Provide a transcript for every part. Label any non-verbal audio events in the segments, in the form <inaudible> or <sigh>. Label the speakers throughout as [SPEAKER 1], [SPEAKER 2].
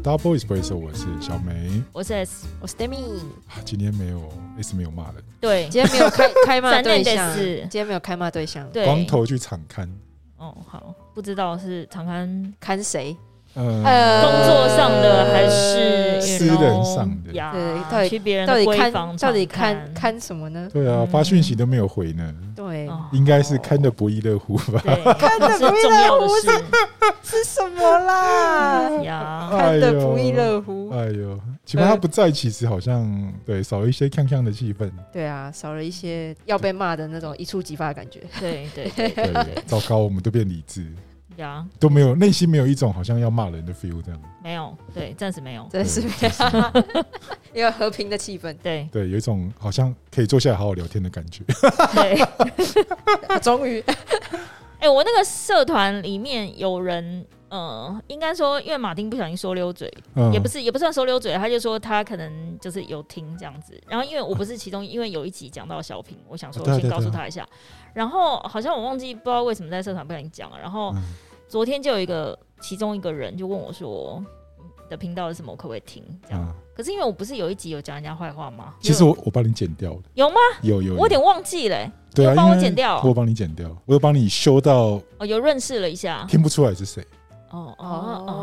[SPEAKER 1] Star Boy Espresso，我是小梅。
[SPEAKER 2] 我是 S，
[SPEAKER 3] 我是 Demi，
[SPEAKER 1] 啊今天没有 S 没有骂人，
[SPEAKER 2] 对
[SPEAKER 3] 今天没有开开骂对
[SPEAKER 2] 残念
[SPEAKER 3] 象，
[SPEAKER 2] 的是
[SPEAKER 3] 今天没有开骂对象，
[SPEAKER 2] 对，
[SPEAKER 1] 光头去场刊，
[SPEAKER 2] 哦好，不知道是常看
[SPEAKER 3] 看谁？
[SPEAKER 1] 呃，
[SPEAKER 2] 工作上的还是
[SPEAKER 1] 私人上的
[SPEAKER 2] 呀？
[SPEAKER 3] 呃对到底
[SPEAKER 2] 去别人
[SPEAKER 3] 到
[SPEAKER 2] 的
[SPEAKER 3] 底
[SPEAKER 2] 闺
[SPEAKER 3] 看
[SPEAKER 2] 房
[SPEAKER 3] 到底
[SPEAKER 2] 常
[SPEAKER 3] 看看什么呢？
[SPEAKER 1] 对啊，
[SPEAKER 2] 嗯
[SPEAKER 1] 发讯息都没有回呢，
[SPEAKER 3] 对，
[SPEAKER 2] 哦
[SPEAKER 1] 应该是看的不亦乐乎吧？
[SPEAKER 2] 对，
[SPEAKER 3] 看得
[SPEAKER 2] 这是
[SPEAKER 3] 不亦
[SPEAKER 2] 重
[SPEAKER 3] 乐
[SPEAKER 2] 要的
[SPEAKER 3] 乎
[SPEAKER 2] 事
[SPEAKER 3] 是什么啦？
[SPEAKER 2] 呀。
[SPEAKER 3] 看
[SPEAKER 1] 哎
[SPEAKER 3] 得
[SPEAKER 1] 呦
[SPEAKER 3] 不亦乐乎。
[SPEAKER 1] 哎呦，请问他不在，其实好像对少了一些锵锵的气氛，
[SPEAKER 3] 对啊，少了一些要被骂的那种一触即发的感觉。
[SPEAKER 2] 对对对
[SPEAKER 1] 对， <laughs> 糟糕，我们都变理智，
[SPEAKER 2] 呀，
[SPEAKER 1] 都没有内心没有一种好像要骂人的 feel 这样，
[SPEAKER 2] 没有，对，暂时没有，
[SPEAKER 3] 真是
[SPEAKER 1] 对
[SPEAKER 3] 一个和平的气氛，
[SPEAKER 2] 对
[SPEAKER 1] 对，有一种好像可以坐下来好好聊天的感觉。
[SPEAKER 2] 对。 <laughs>
[SPEAKER 3] 啊终于
[SPEAKER 2] 哎、我那个社团里面有人，呃，应该说，因为马丁不小心说溜嘴，
[SPEAKER 1] 嗯
[SPEAKER 2] 也不是也不算说溜嘴，他就说他可能就是有听这样子。然后因为我不是其中，因为有一集讲到小品，我想说
[SPEAKER 1] 啊对啊
[SPEAKER 2] 先
[SPEAKER 1] 对啊
[SPEAKER 2] 告诉
[SPEAKER 1] 对啊
[SPEAKER 2] 他一下。然后好像我忘记不知道为什么在社团不小心讲了。然后
[SPEAKER 1] 嗯
[SPEAKER 2] 昨天就有一个其中一个人就问我说。你的频道是什么？我可不可以听？这样，
[SPEAKER 1] 啊，
[SPEAKER 2] 可是因为我不是有一集有讲人家坏话吗？
[SPEAKER 1] 其实我我帮你剪掉了，
[SPEAKER 2] 有吗？
[SPEAKER 1] 有有，
[SPEAKER 2] 我有点忘记了、欸
[SPEAKER 1] 对啊，
[SPEAKER 2] 你有帮我
[SPEAKER 1] 因为
[SPEAKER 2] 剪掉
[SPEAKER 1] 我有帮你剪掉，我有帮你修到
[SPEAKER 2] 哦，有认识了一下。
[SPEAKER 1] 听不出来是谁。
[SPEAKER 2] 哦哦
[SPEAKER 3] 哦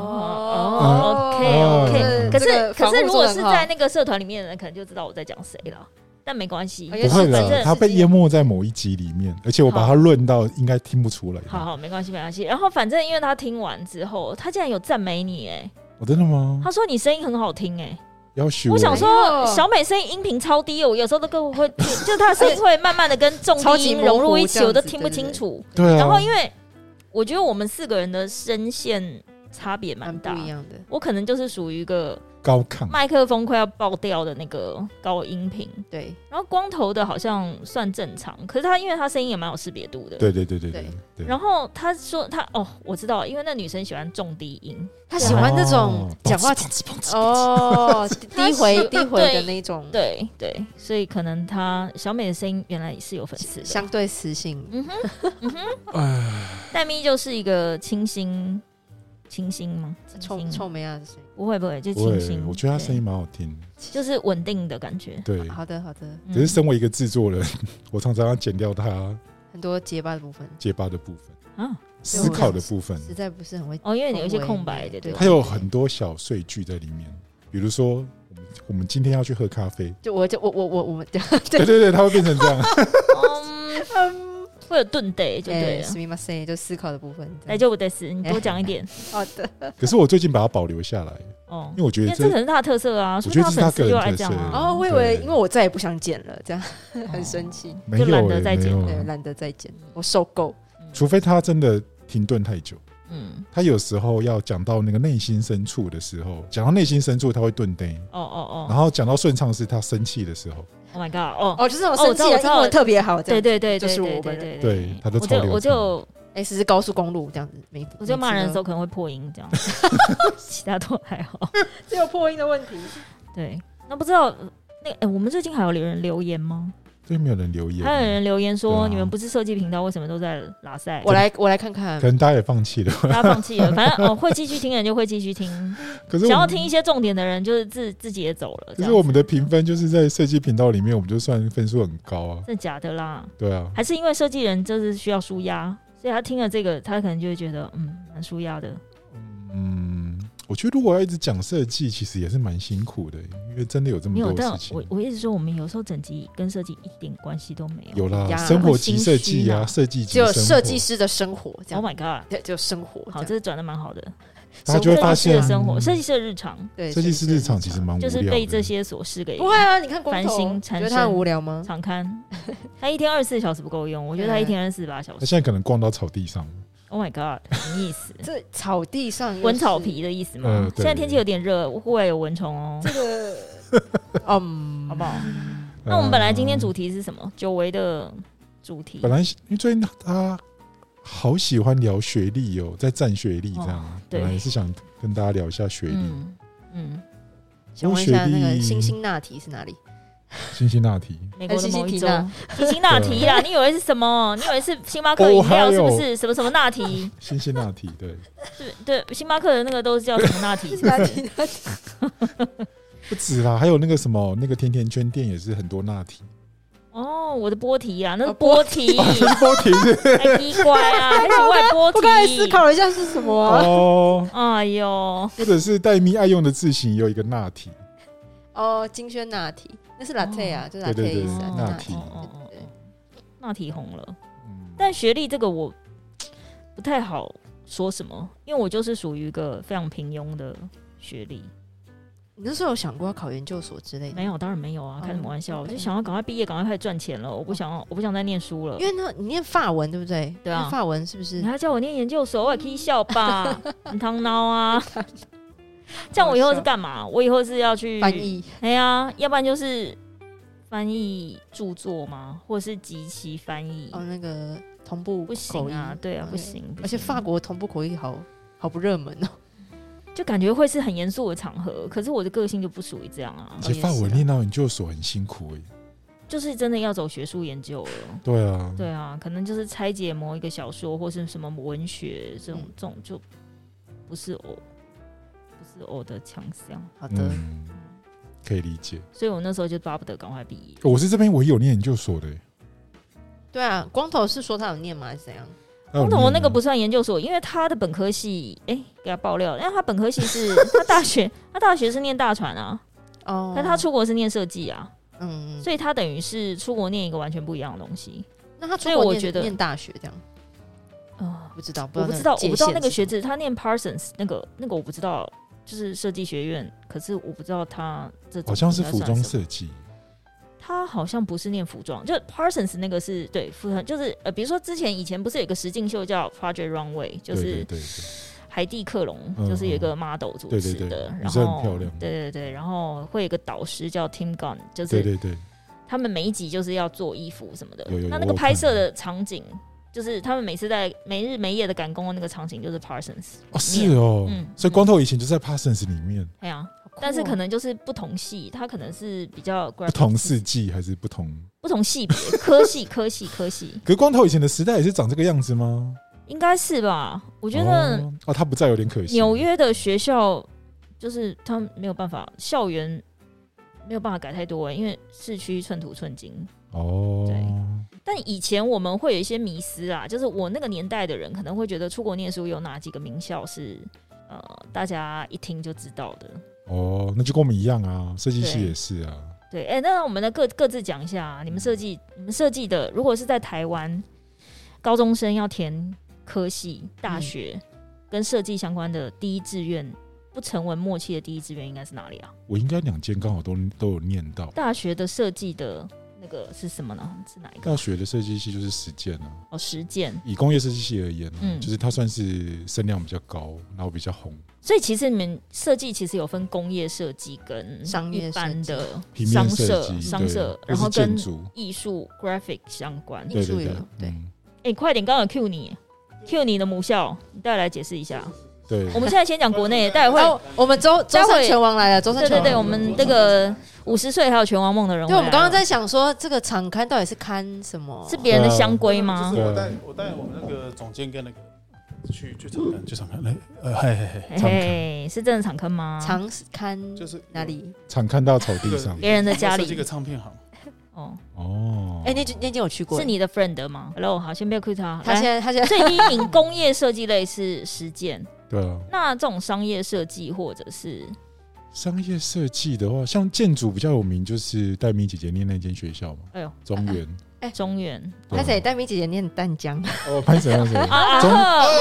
[SPEAKER 2] 哦，OK
[SPEAKER 1] 嗯
[SPEAKER 2] OK。可
[SPEAKER 3] 这
[SPEAKER 2] 是
[SPEAKER 3] 个
[SPEAKER 2] 可
[SPEAKER 3] 防护
[SPEAKER 2] 是如果
[SPEAKER 3] 做得
[SPEAKER 2] 是
[SPEAKER 3] 很好
[SPEAKER 2] 在那个社团里面的人，可能就知道我在讲谁了。但没关系，
[SPEAKER 1] 不
[SPEAKER 3] 哎也
[SPEAKER 2] 就是
[SPEAKER 1] 会
[SPEAKER 2] 是反
[SPEAKER 1] 了，
[SPEAKER 2] 正
[SPEAKER 1] 他被淹
[SPEAKER 2] 没。
[SPEAKER 1] 没在某一集里面，而且我把
[SPEAKER 2] 好
[SPEAKER 1] 它论到应该听不出来。
[SPEAKER 2] 好好，没关系，没关系。然后反正因为他听完之后，他竟然有赞美你，哎，
[SPEAKER 1] 我哦真的吗？
[SPEAKER 2] 他说你声音很好听，哎，
[SPEAKER 1] 要欸学
[SPEAKER 2] 我想
[SPEAKER 3] 哎
[SPEAKER 2] 说
[SPEAKER 3] 呦
[SPEAKER 2] 小美声音音频超低哦，我有时候都跟我
[SPEAKER 3] <laughs>
[SPEAKER 2] 会，就她的声音会慢慢的跟重
[SPEAKER 3] 超
[SPEAKER 2] 低
[SPEAKER 3] 级
[SPEAKER 2] 音
[SPEAKER 3] 模
[SPEAKER 2] 融
[SPEAKER 3] 糊
[SPEAKER 2] 入一起，
[SPEAKER 3] 这样子
[SPEAKER 2] 我都听不清楚。
[SPEAKER 1] 对啊，
[SPEAKER 2] 然后因为我觉得我们四个人的声线差别蛮
[SPEAKER 3] 蛮不
[SPEAKER 2] 大，
[SPEAKER 3] 一样的。
[SPEAKER 2] 我可能就是属于一个
[SPEAKER 1] 高亢，
[SPEAKER 2] 麦克风快要爆掉的那个高音频，
[SPEAKER 3] 对，
[SPEAKER 2] 然后光头的好像算正常，可是他因为他声音也蛮有识别度的。
[SPEAKER 1] 对对对对对
[SPEAKER 3] 对
[SPEAKER 1] 对。
[SPEAKER 2] 然后他说他哦，我知道了，因为那女生喜欢重低音，
[SPEAKER 3] 他喜欢那种
[SPEAKER 1] 哦
[SPEAKER 3] 讲话
[SPEAKER 1] 砰哧砰哧砰哧
[SPEAKER 3] 哦，低回低回的
[SPEAKER 2] 对
[SPEAKER 3] 那种，
[SPEAKER 2] 对对，所以可能他小美的声音原来也是有粉丝的。
[SPEAKER 3] 相对磁性。
[SPEAKER 2] 嗯哼，黛咪就是一个清新，清新吗？
[SPEAKER 3] 臭
[SPEAKER 2] 清新
[SPEAKER 3] 臭美亚的声音。
[SPEAKER 2] 不会不会，就
[SPEAKER 1] 不会
[SPEAKER 2] 清新。
[SPEAKER 1] 我觉得他声
[SPEAKER 2] 音
[SPEAKER 1] 音蛮好听，
[SPEAKER 2] 就是稳定的感觉。
[SPEAKER 1] 对。
[SPEAKER 3] 好的，好的，
[SPEAKER 2] 嗯
[SPEAKER 1] 只是身为一个制作人， <laughs> 我常常要剪掉他
[SPEAKER 3] 很多结巴的部分，
[SPEAKER 1] 结巴的部分、
[SPEAKER 2] 啊
[SPEAKER 1] 思考的部分，
[SPEAKER 3] 实在不是很会。
[SPEAKER 2] 哦，因为你有一些空白的，对吧
[SPEAKER 1] 它有很多小碎句在里面。比如说，我们我们今天要去喝咖啡，
[SPEAKER 3] 就我就我我我我们 <laughs> 对，
[SPEAKER 1] 对对对，它会变成这样。 <laughs>
[SPEAKER 2] 嗯， <laughs> 会有顿得就对
[SPEAKER 3] 哎，
[SPEAKER 2] 了
[SPEAKER 3] す。みません，就思考的部分。
[SPEAKER 2] 来就我得死，你多讲
[SPEAKER 1] <laughs>
[SPEAKER 2] 一点
[SPEAKER 3] 好的，
[SPEAKER 1] 可是我最近把它保留下来，
[SPEAKER 2] 哦
[SPEAKER 1] 因为，我觉
[SPEAKER 2] 因
[SPEAKER 1] 得
[SPEAKER 2] 为这
[SPEAKER 1] 这
[SPEAKER 2] 可是他的特色啊，
[SPEAKER 1] 觉
[SPEAKER 2] 说
[SPEAKER 1] 得
[SPEAKER 2] 明他
[SPEAKER 1] 这是他个
[SPEAKER 2] 粉丝
[SPEAKER 1] 人
[SPEAKER 2] 就爱
[SPEAKER 1] 特
[SPEAKER 2] 这样
[SPEAKER 1] 色
[SPEAKER 2] 啊，
[SPEAKER 3] 哦，我以为
[SPEAKER 1] 对
[SPEAKER 3] 因为我再也不想剪了，这样很
[SPEAKER 2] 哦
[SPEAKER 3] 生气，
[SPEAKER 1] 没
[SPEAKER 2] 就懒
[SPEAKER 1] 有
[SPEAKER 2] 得
[SPEAKER 1] 欸
[SPEAKER 2] 再
[SPEAKER 1] 没
[SPEAKER 2] 剪
[SPEAKER 1] 有
[SPEAKER 3] 对，
[SPEAKER 1] 欸，
[SPEAKER 3] 懒得再剪，我受够。
[SPEAKER 1] 除非他真的停顿太久。
[SPEAKER 2] 嗯，
[SPEAKER 1] 他有时候要讲到那个内心深处的时候，讲到内心深处他会顿呆，
[SPEAKER 2] 哦哦
[SPEAKER 1] 然
[SPEAKER 2] 哦
[SPEAKER 1] 后讲到顺畅是他生气的时候，
[SPEAKER 2] ，Oh my God，哦，
[SPEAKER 3] 哦，就是我
[SPEAKER 2] 哦我
[SPEAKER 3] 生
[SPEAKER 2] 知道我
[SPEAKER 3] 气了，
[SPEAKER 2] 知
[SPEAKER 3] 英
[SPEAKER 2] 道
[SPEAKER 3] 文特别好，这
[SPEAKER 2] 对
[SPEAKER 3] 样。
[SPEAKER 2] 对对，
[SPEAKER 3] 就是我
[SPEAKER 2] 对
[SPEAKER 3] 本
[SPEAKER 2] 对
[SPEAKER 3] 人
[SPEAKER 1] 对他都超
[SPEAKER 2] 我就
[SPEAKER 1] 流
[SPEAKER 2] 我
[SPEAKER 1] 畅
[SPEAKER 2] 就
[SPEAKER 3] 哎，只是高速公路这样子，没
[SPEAKER 2] 我就骂人的时候
[SPEAKER 3] 候
[SPEAKER 2] 可能会破音
[SPEAKER 3] <laughs>
[SPEAKER 2] 这样，其他都还好。
[SPEAKER 3] 只有破音的问题。
[SPEAKER 2] 对，那不知道那哎，我们最近还有人留言吗？
[SPEAKER 1] 对，没有人留言，
[SPEAKER 2] 还有人留言
[SPEAKER 1] 对
[SPEAKER 2] 说
[SPEAKER 1] 啊
[SPEAKER 2] 你们不是设计频道，为什么都在拉塞？
[SPEAKER 3] 我来我来看看
[SPEAKER 1] 可，能大家也放弃了。
[SPEAKER 2] 大家放弃了，反正哦，会继续听的人就会继续听，
[SPEAKER 1] 可是
[SPEAKER 2] 想
[SPEAKER 1] 我
[SPEAKER 2] 要
[SPEAKER 1] 们
[SPEAKER 2] 听一些重点的人就是自自己也走了。这
[SPEAKER 1] 可
[SPEAKER 2] 样
[SPEAKER 1] 是
[SPEAKER 2] 子
[SPEAKER 1] 我们的评分就是在设计频道里面，我们就算分数很高啊。
[SPEAKER 2] 真的假的啦？
[SPEAKER 1] 对啊，
[SPEAKER 2] 还是因为设计人就是需要舒压，所以他听了这个，他可能就会觉得嗯，蛮舒压的。
[SPEAKER 1] 嗯，我觉得如果要一直讲设计，其实也是蛮辛苦的，因为真的有这么
[SPEAKER 2] 没有，
[SPEAKER 1] 多
[SPEAKER 2] 但
[SPEAKER 1] 事情
[SPEAKER 2] 我。我一直说我们有时候整集跟设计一点关系都没有。
[SPEAKER 1] 有啦，
[SPEAKER 3] 呀
[SPEAKER 1] 生活及设计
[SPEAKER 2] 会心虚
[SPEAKER 1] 啊，
[SPEAKER 2] 呢
[SPEAKER 1] 设计及
[SPEAKER 3] 只有
[SPEAKER 1] 生活
[SPEAKER 3] 设计师的生活这
[SPEAKER 2] Oh
[SPEAKER 3] 样，
[SPEAKER 2] my god！
[SPEAKER 3] 对，只有生活。
[SPEAKER 2] 好，
[SPEAKER 3] 这
[SPEAKER 2] 这
[SPEAKER 3] 样
[SPEAKER 2] 是转的蛮好的。
[SPEAKER 1] 大家就会
[SPEAKER 2] 设
[SPEAKER 1] 发
[SPEAKER 2] 计师
[SPEAKER 1] 现
[SPEAKER 2] 的生活，设计师的日常，
[SPEAKER 3] 对
[SPEAKER 1] 设计师日常其
[SPEAKER 3] 实。
[SPEAKER 1] 实蛮无
[SPEAKER 2] 就
[SPEAKER 1] 聊的，
[SPEAKER 2] 是被这些琐事给
[SPEAKER 3] 不会啊，你看光
[SPEAKER 2] 烦
[SPEAKER 3] 头，
[SPEAKER 2] 心
[SPEAKER 3] 你
[SPEAKER 2] 缠
[SPEAKER 3] 觉得他很
[SPEAKER 2] 身
[SPEAKER 3] 无聊吗？
[SPEAKER 2] 常
[SPEAKER 3] <laughs>
[SPEAKER 2] 看。他一天二十四小时不够用，我觉得他一天二十四八小
[SPEAKER 1] 他
[SPEAKER 2] 时。
[SPEAKER 1] 现在可能逛到草地上，
[SPEAKER 2] Oh my god！什么意思？
[SPEAKER 3] <laughs> 这草地上又
[SPEAKER 2] 蚊草
[SPEAKER 3] 是
[SPEAKER 2] 皮的意思
[SPEAKER 1] 呃
[SPEAKER 2] 吗？
[SPEAKER 1] 对
[SPEAKER 2] 现在天气有点热，户外有蚊虫哦，
[SPEAKER 3] 这个，嗯，
[SPEAKER 2] 好不好？那我们本来今天主题是什么？久违的主题。
[SPEAKER 1] 呃本来因为最近他好喜欢聊学历哦，在占学历这样，啊
[SPEAKER 2] 哦对
[SPEAKER 1] 本来也是想跟大家聊一下学历。
[SPEAKER 2] 嗯嗯，
[SPEAKER 3] 想问一下那个星星那提是哪里？
[SPEAKER 1] 辛辛那
[SPEAKER 2] <laughs>
[SPEAKER 1] 提，
[SPEAKER 2] 美国的某一州 <laughs>
[SPEAKER 3] 哎辛辛，
[SPEAKER 2] 辛辛那提
[SPEAKER 3] <laughs>
[SPEAKER 2] 啦！你以为是什么？你以为是星巴
[SPEAKER 3] 哦
[SPEAKER 2] 克饮料是不是？什么什么那提？
[SPEAKER 1] 辛辛那提，对，
[SPEAKER 2] 是对，星巴克的那个都是叫什么那
[SPEAKER 3] <laughs>
[SPEAKER 2] 提？
[SPEAKER 3] 那提那提
[SPEAKER 1] 不止啦，还有那个什么那个甜甜圈店也是很多那
[SPEAKER 2] <laughs>
[SPEAKER 1] 提，
[SPEAKER 2] 哦，我的波提啊，那
[SPEAKER 3] 哦
[SPEAKER 2] 是
[SPEAKER 3] 波
[SPEAKER 2] 波
[SPEAKER 3] <laughs>
[SPEAKER 2] 提，
[SPEAKER 1] 波提是
[SPEAKER 2] 还低乖啊，还是外波提？
[SPEAKER 3] 我刚才思考了一下是什么
[SPEAKER 1] <laughs>
[SPEAKER 2] <laughs>
[SPEAKER 3] 啊、
[SPEAKER 1] 哦，
[SPEAKER 2] 哎呦，
[SPEAKER 1] 或者是黛咪爱用的字型也有一个那提，
[SPEAKER 3] 哦，金萱拿提，那是 latte 啊，就
[SPEAKER 1] 对
[SPEAKER 3] 是 latte
[SPEAKER 1] 对
[SPEAKER 3] 的意
[SPEAKER 1] 对
[SPEAKER 3] 思啊，
[SPEAKER 1] 拿
[SPEAKER 3] 拿
[SPEAKER 1] 铁
[SPEAKER 3] 铁。
[SPEAKER 2] 哦哦
[SPEAKER 3] 对对对
[SPEAKER 2] 那提红了。
[SPEAKER 1] 嗯，
[SPEAKER 2] 但学历这个我不太好说什么，因为我就是属于一个非常平庸的学历。
[SPEAKER 3] 你那时候有想过要考研究所之类的？
[SPEAKER 2] 没有，当然没有啊，
[SPEAKER 3] 哦
[SPEAKER 2] 开什么玩笑！我
[SPEAKER 3] OK
[SPEAKER 2] 就想要赶快毕业，赶快开始赚钱了。我不想要，我不想再念书了
[SPEAKER 3] 因。为那你念法文对不对？
[SPEAKER 2] 对啊
[SPEAKER 3] 那法文是不是
[SPEAKER 2] 你？还叫我念研究所，我也可以笑
[SPEAKER 3] <laughs>
[SPEAKER 2] 吧，很汤孬啊！这样我以后是干嘛？我以后是要去
[SPEAKER 3] 翻？译
[SPEAKER 2] 哎呀，要不然就是翻译著作吗？或是及其翻译？
[SPEAKER 3] 哦，那个同步
[SPEAKER 2] 不
[SPEAKER 3] 口
[SPEAKER 2] 行
[SPEAKER 3] 译
[SPEAKER 2] 啊，对啊，
[SPEAKER 3] OK
[SPEAKER 2] 不行。不
[SPEAKER 3] 而且
[SPEAKER 2] 行
[SPEAKER 3] 法国同步口译好好不热门哦。
[SPEAKER 2] 就感觉会是很严肃的场合，可是我的个性就不属于这样啊
[SPEAKER 1] 而，且法文念到研究所很辛苦哎、
[SPEAKER 2] 就是真的要走学术研究了。
[SPEAKER 1] 对啊，
[SPEAKER 2] 对啊，可能就是拆解某一个小说或是什么文学这种、
[SPEAKER 3] 嗯
[SPEAKER 2] 这种就不是我不是我的强项，
[SPEAKER 3] 好的，
[SPEAKER 1] 嗯，可以理解。哦
[SPEAKER 2] 所以我那时候就巴不得赶快毕业。
[SPEAKER 1] 我是这边唯一有念研究所的、欸，
[SPEAKER 3] 对啊，光头是说他有念吗？还是怎样？
[SPEAKER 1] 那有
[SPEAKER 2] 哦那我
[SPEAKER 1] 念啊
[SPEAKER 2] 那个
[SPEAKER 1] 吗
[SPEAKER 2] 不算研究所，因为他的本科系，哎、给他爆料，因为他本科系是他大学他大学是念大传啊，
[SPEAKER 3] 哦，
[SPEAKER 2] 但他出国是念设计啊，
[SPEAKER 3] 嗯，
[SPEAKER 2] 所以他等于是出国念一个完全不一样的东西。
[SPEAKER 3] 那他出
[SPEAKER 2] 所以
[SPEAKER 3] 国
[SPEAKER 2] 我
[SPEAKER 3] 念
[SPEAKER 2] 觉得
[SPEAKER 3] 念大学这样，
[SPEAKER 2] 啊。
[SPEAKER 3] 不知道，
[SPEAKER 2] 我不
[SPEAKER 3] 哦那
[SPEAKER 2] 知
[SPEAKER 3] 个
[SPEAKER 2] 道，我不知道
[SPEAKER 3] 界限
[SPEAKER 2] 那个
[SPEAKER 3] 是
[SPEAKER 2] 学制，他念 Parsons 那个那个我不知道，就是设计学院，可是我不知道他这种
[SPEAKER 1] 好像是
[SPEAKER 2] 应该
[SPEAKER 1] 服
[SPEAKER 2] 算
[SPEAKER 1] 装
[SPEAKER 2] 什么，
[SPEAKER 1] 设计，
[SPEAKER 2] 他好像不是念服装，就 Parsons 那个是对服装，就是呃，比如说之前以前不是有一个实境秀叫 Project Runway，就
[SPEAKER 1] 对对
[SPEAKER 2] 是
[SPEAKER 1] 对对，
[SPEAKER 2] 海蒂克隆，
[SPEAKER 1] 嗯
[SPEAKER 2] 就是有一个 model 主
[SPEAKER 1] 对对
[SPEAKER 2] 持
[SPEAKER 1] 对
[SPEAKER 2] 的，
[SPEAKER 1] 女
[SPEAKER 2] 然
[SPEAKER 1] 生很
[SPEAKER 2] 后
[SPEAKER 1] 漂亮
[SPEAKER 2] 对对对，然后会有一个导师叫 Tim Gunn，就
[SPEAKER 1] 对
[SPEAKER 2] 是
[SPEAKER 1] 对对，
[SPEAKER 2] 他们每一集就是要做衣服什么的
[SPEAKER 1] 有有有，
[SPEAKER 2] 那那
[SPEAKER 1] 我
[SPEAKER 2] 个
[SPEAKER 1] 有
[SPEAKER 2] 拍摄
[SPEAKER 1] 看
[SPEAKER 2] 的场景。就是他们每次在没日没夜的赶工的那个场景，就是 Parsons
[SPEAKER 1] 哦是哦
[SPEAKER 2] 嗯，
[SPEAKER 1] 所以光头以前就在 Parsons 里面，
[SPEAKER 2] 哎呀，
[SPEAKER 3] 好酷哦
[SPEAKER 2] 但是可能就是不同系，它可能是比较 graphic
[SPEAKER 1] 不同世纪还是不同？
[SPEAKER 2] 不同系别科系科系科系，
[SPEAKER 1] 可是光头以前的时代也是长这个样子吗？
[SPEAKER 2] 应该是吧？我
[SPEAKER 1] 我
[SPEAKER 2] 觉得
[SPEAKER 1] 哦，他不在有点可惜。
[SPEAKER 2] 纽约的学校就是他们没有办法，校园没有办法改太多、欸因为市区寸土寸金。
[SPEAKER 1] 哦，
[SPEAKER 2] 但以前我们会有一些迷思啊，就是我那个年代的人可能会觉得出国念书有哪几个名校是呃大家一听就知道的。
[SPEAKER 1] 哦，那就跟我们一样啊，设计系
[SPEAKER 2] 对
[SPEAKER 1] 也是啊，
[SPEAKER 2] 对，哎、那我们的各各自讲一下、啊，你们设计，你们设计的，如果是在台湾，高中生要填科系、大学、跟设计相关的第一志愿，不成文默契的第一志愿应该是哪里啊？
[SPEAKER 1] 我应该两间刚好都都有念到。
[SPEAKER 2] 大学的设计的那个是什么呢？是哪一个？
[SPEAKER 1] 大学的设计系就是实践啊，
[SPEAKER 2] 哦，实践。
[SPEAKER 1] 以工业设计系而言、啊，
[SPEAKER 2] 嗯
[SPEAKER 1] 就是它算是声量比较高，然后比较红，
[SPEAKER 2] 所以其实你们设计其实有分工业设计跟
[SPEAKER 3] 商业
[SPEAKER 2] 一般的
[SPEAKER 1] 平面
[SPEAKER 2] 商
[SPEAKER 1] 设
[SPEAKER 2] 社、
[SPEAKER 1] 计、
[SPEAKER 2] 商
[SPEAKER 1] 对
[SPEAKER 2] 社，
[SPEAKER 1] 或
[SPEAKER 2] 然
[SPEAKER 1] 是
[SPEAKER 2] 后跟
[SPEAKER 1] 建筑，
[SPEAKER 2] 艺术 graphic 相关。
[SPEAKER 1] 对
[SPEAKER 3] 艺术
[SPEAKER 1] 对
[SPEAKER 3] 也
[SPEAKER 1] 对
[SPEAKER 3] 有，对
[SPEAKER 1] 嗯
[SPEAKER 2] 哎、快点，刚刚有 Q 你，Q 你的母校，你带来解释一下。
[SPEAKER 1] 对，
[SPEAKER 2] 我们现在先讲国
[SPEAKER 3] <laughs>
[SPEAKER 2] 内，待会
[SPEAKER 3] 哦，我们
[SPEAKER 2] <laughs>
[SPEAKER 3] 周周
[SPEAKER 2] 待
[SPEAKER 3] 三
[SPEAKER 2] 会
[SPEAKER 3] 拳王来了，周三
[SPEAKER 2] 对对
[SPEAKER 3] 拳王来
[SPEAKER 2] 对，
[SPEAKER 3] 了。
[SPEAKER 2] 我们那个五十岁还有拳王梦的人回
[SPEAKER 3] 对，
[SPEAKER 2] 来了，
[SPEAKER 3] 我们刚刚在想说，这个场刊到底是刊什么？
[SPEAKER 2] 是别人的
[SPEAKER 1] 啊
[SPEAKER 2] 香闺吗
[SPEAKER 3] 啊
[SPEAKER 4] 就？是我带我带我们那个总监跟那个去去场看去场看，来呃嘿嘿嘿，场看
[SPEAKER 2] 嘿，是真的场坑吗？
[SPEAKER 3] 长刊
[SPEAKER 4] 就是
[SPEAKER 3] 哪？里？
[SPEAKER 1] 常看到草地上
[SPEAKER 4] 这
[SPEAKER 2] 别人的
[SPEAKER 4] 我
[SPEAKER 2] 家
[SPEAKER 4] 设计一个
[SPEAKER 2] 里
[SPEAKER 4] 唱片行，
[SPEAKER 2] 哦，
[SPEAKER 1] 哦。
[SPEAKER 3] 哎，那间那间我去过，
[SPEAKER 2] 是你的 friend 吗？Hello，好，先不要 Q 他。
[SPEAKER 3] 他
[SPEAKER 2] 来
[SPEAKER 3] 现在他现在
[SPEAKER 2] 所以第一名工业设计类是实践，
[SPEAKER 1] 对啊，
[SPEAKER 2] 那这种商业设计或者是
[SPEAKER 1] 商业设计的话，像建筑比较有名，就是戴米姐姐念那间学校嘛，
[SPEAKER 2] 哎呦
[SPEAKER 1] 中
[SPEAKER 2] <laughs>
[SPEAKER 1] 原。
[SPEAKER 2] 中原
[SPEAKER 1] 对啊
[SPEAKER 3] 他谁？戴明姐姐念淡江，
[SPEAKER 1] 哦，潘神潘
[SPEAKER 2] <laughs> 啊啊
[SPEAKER 1] 中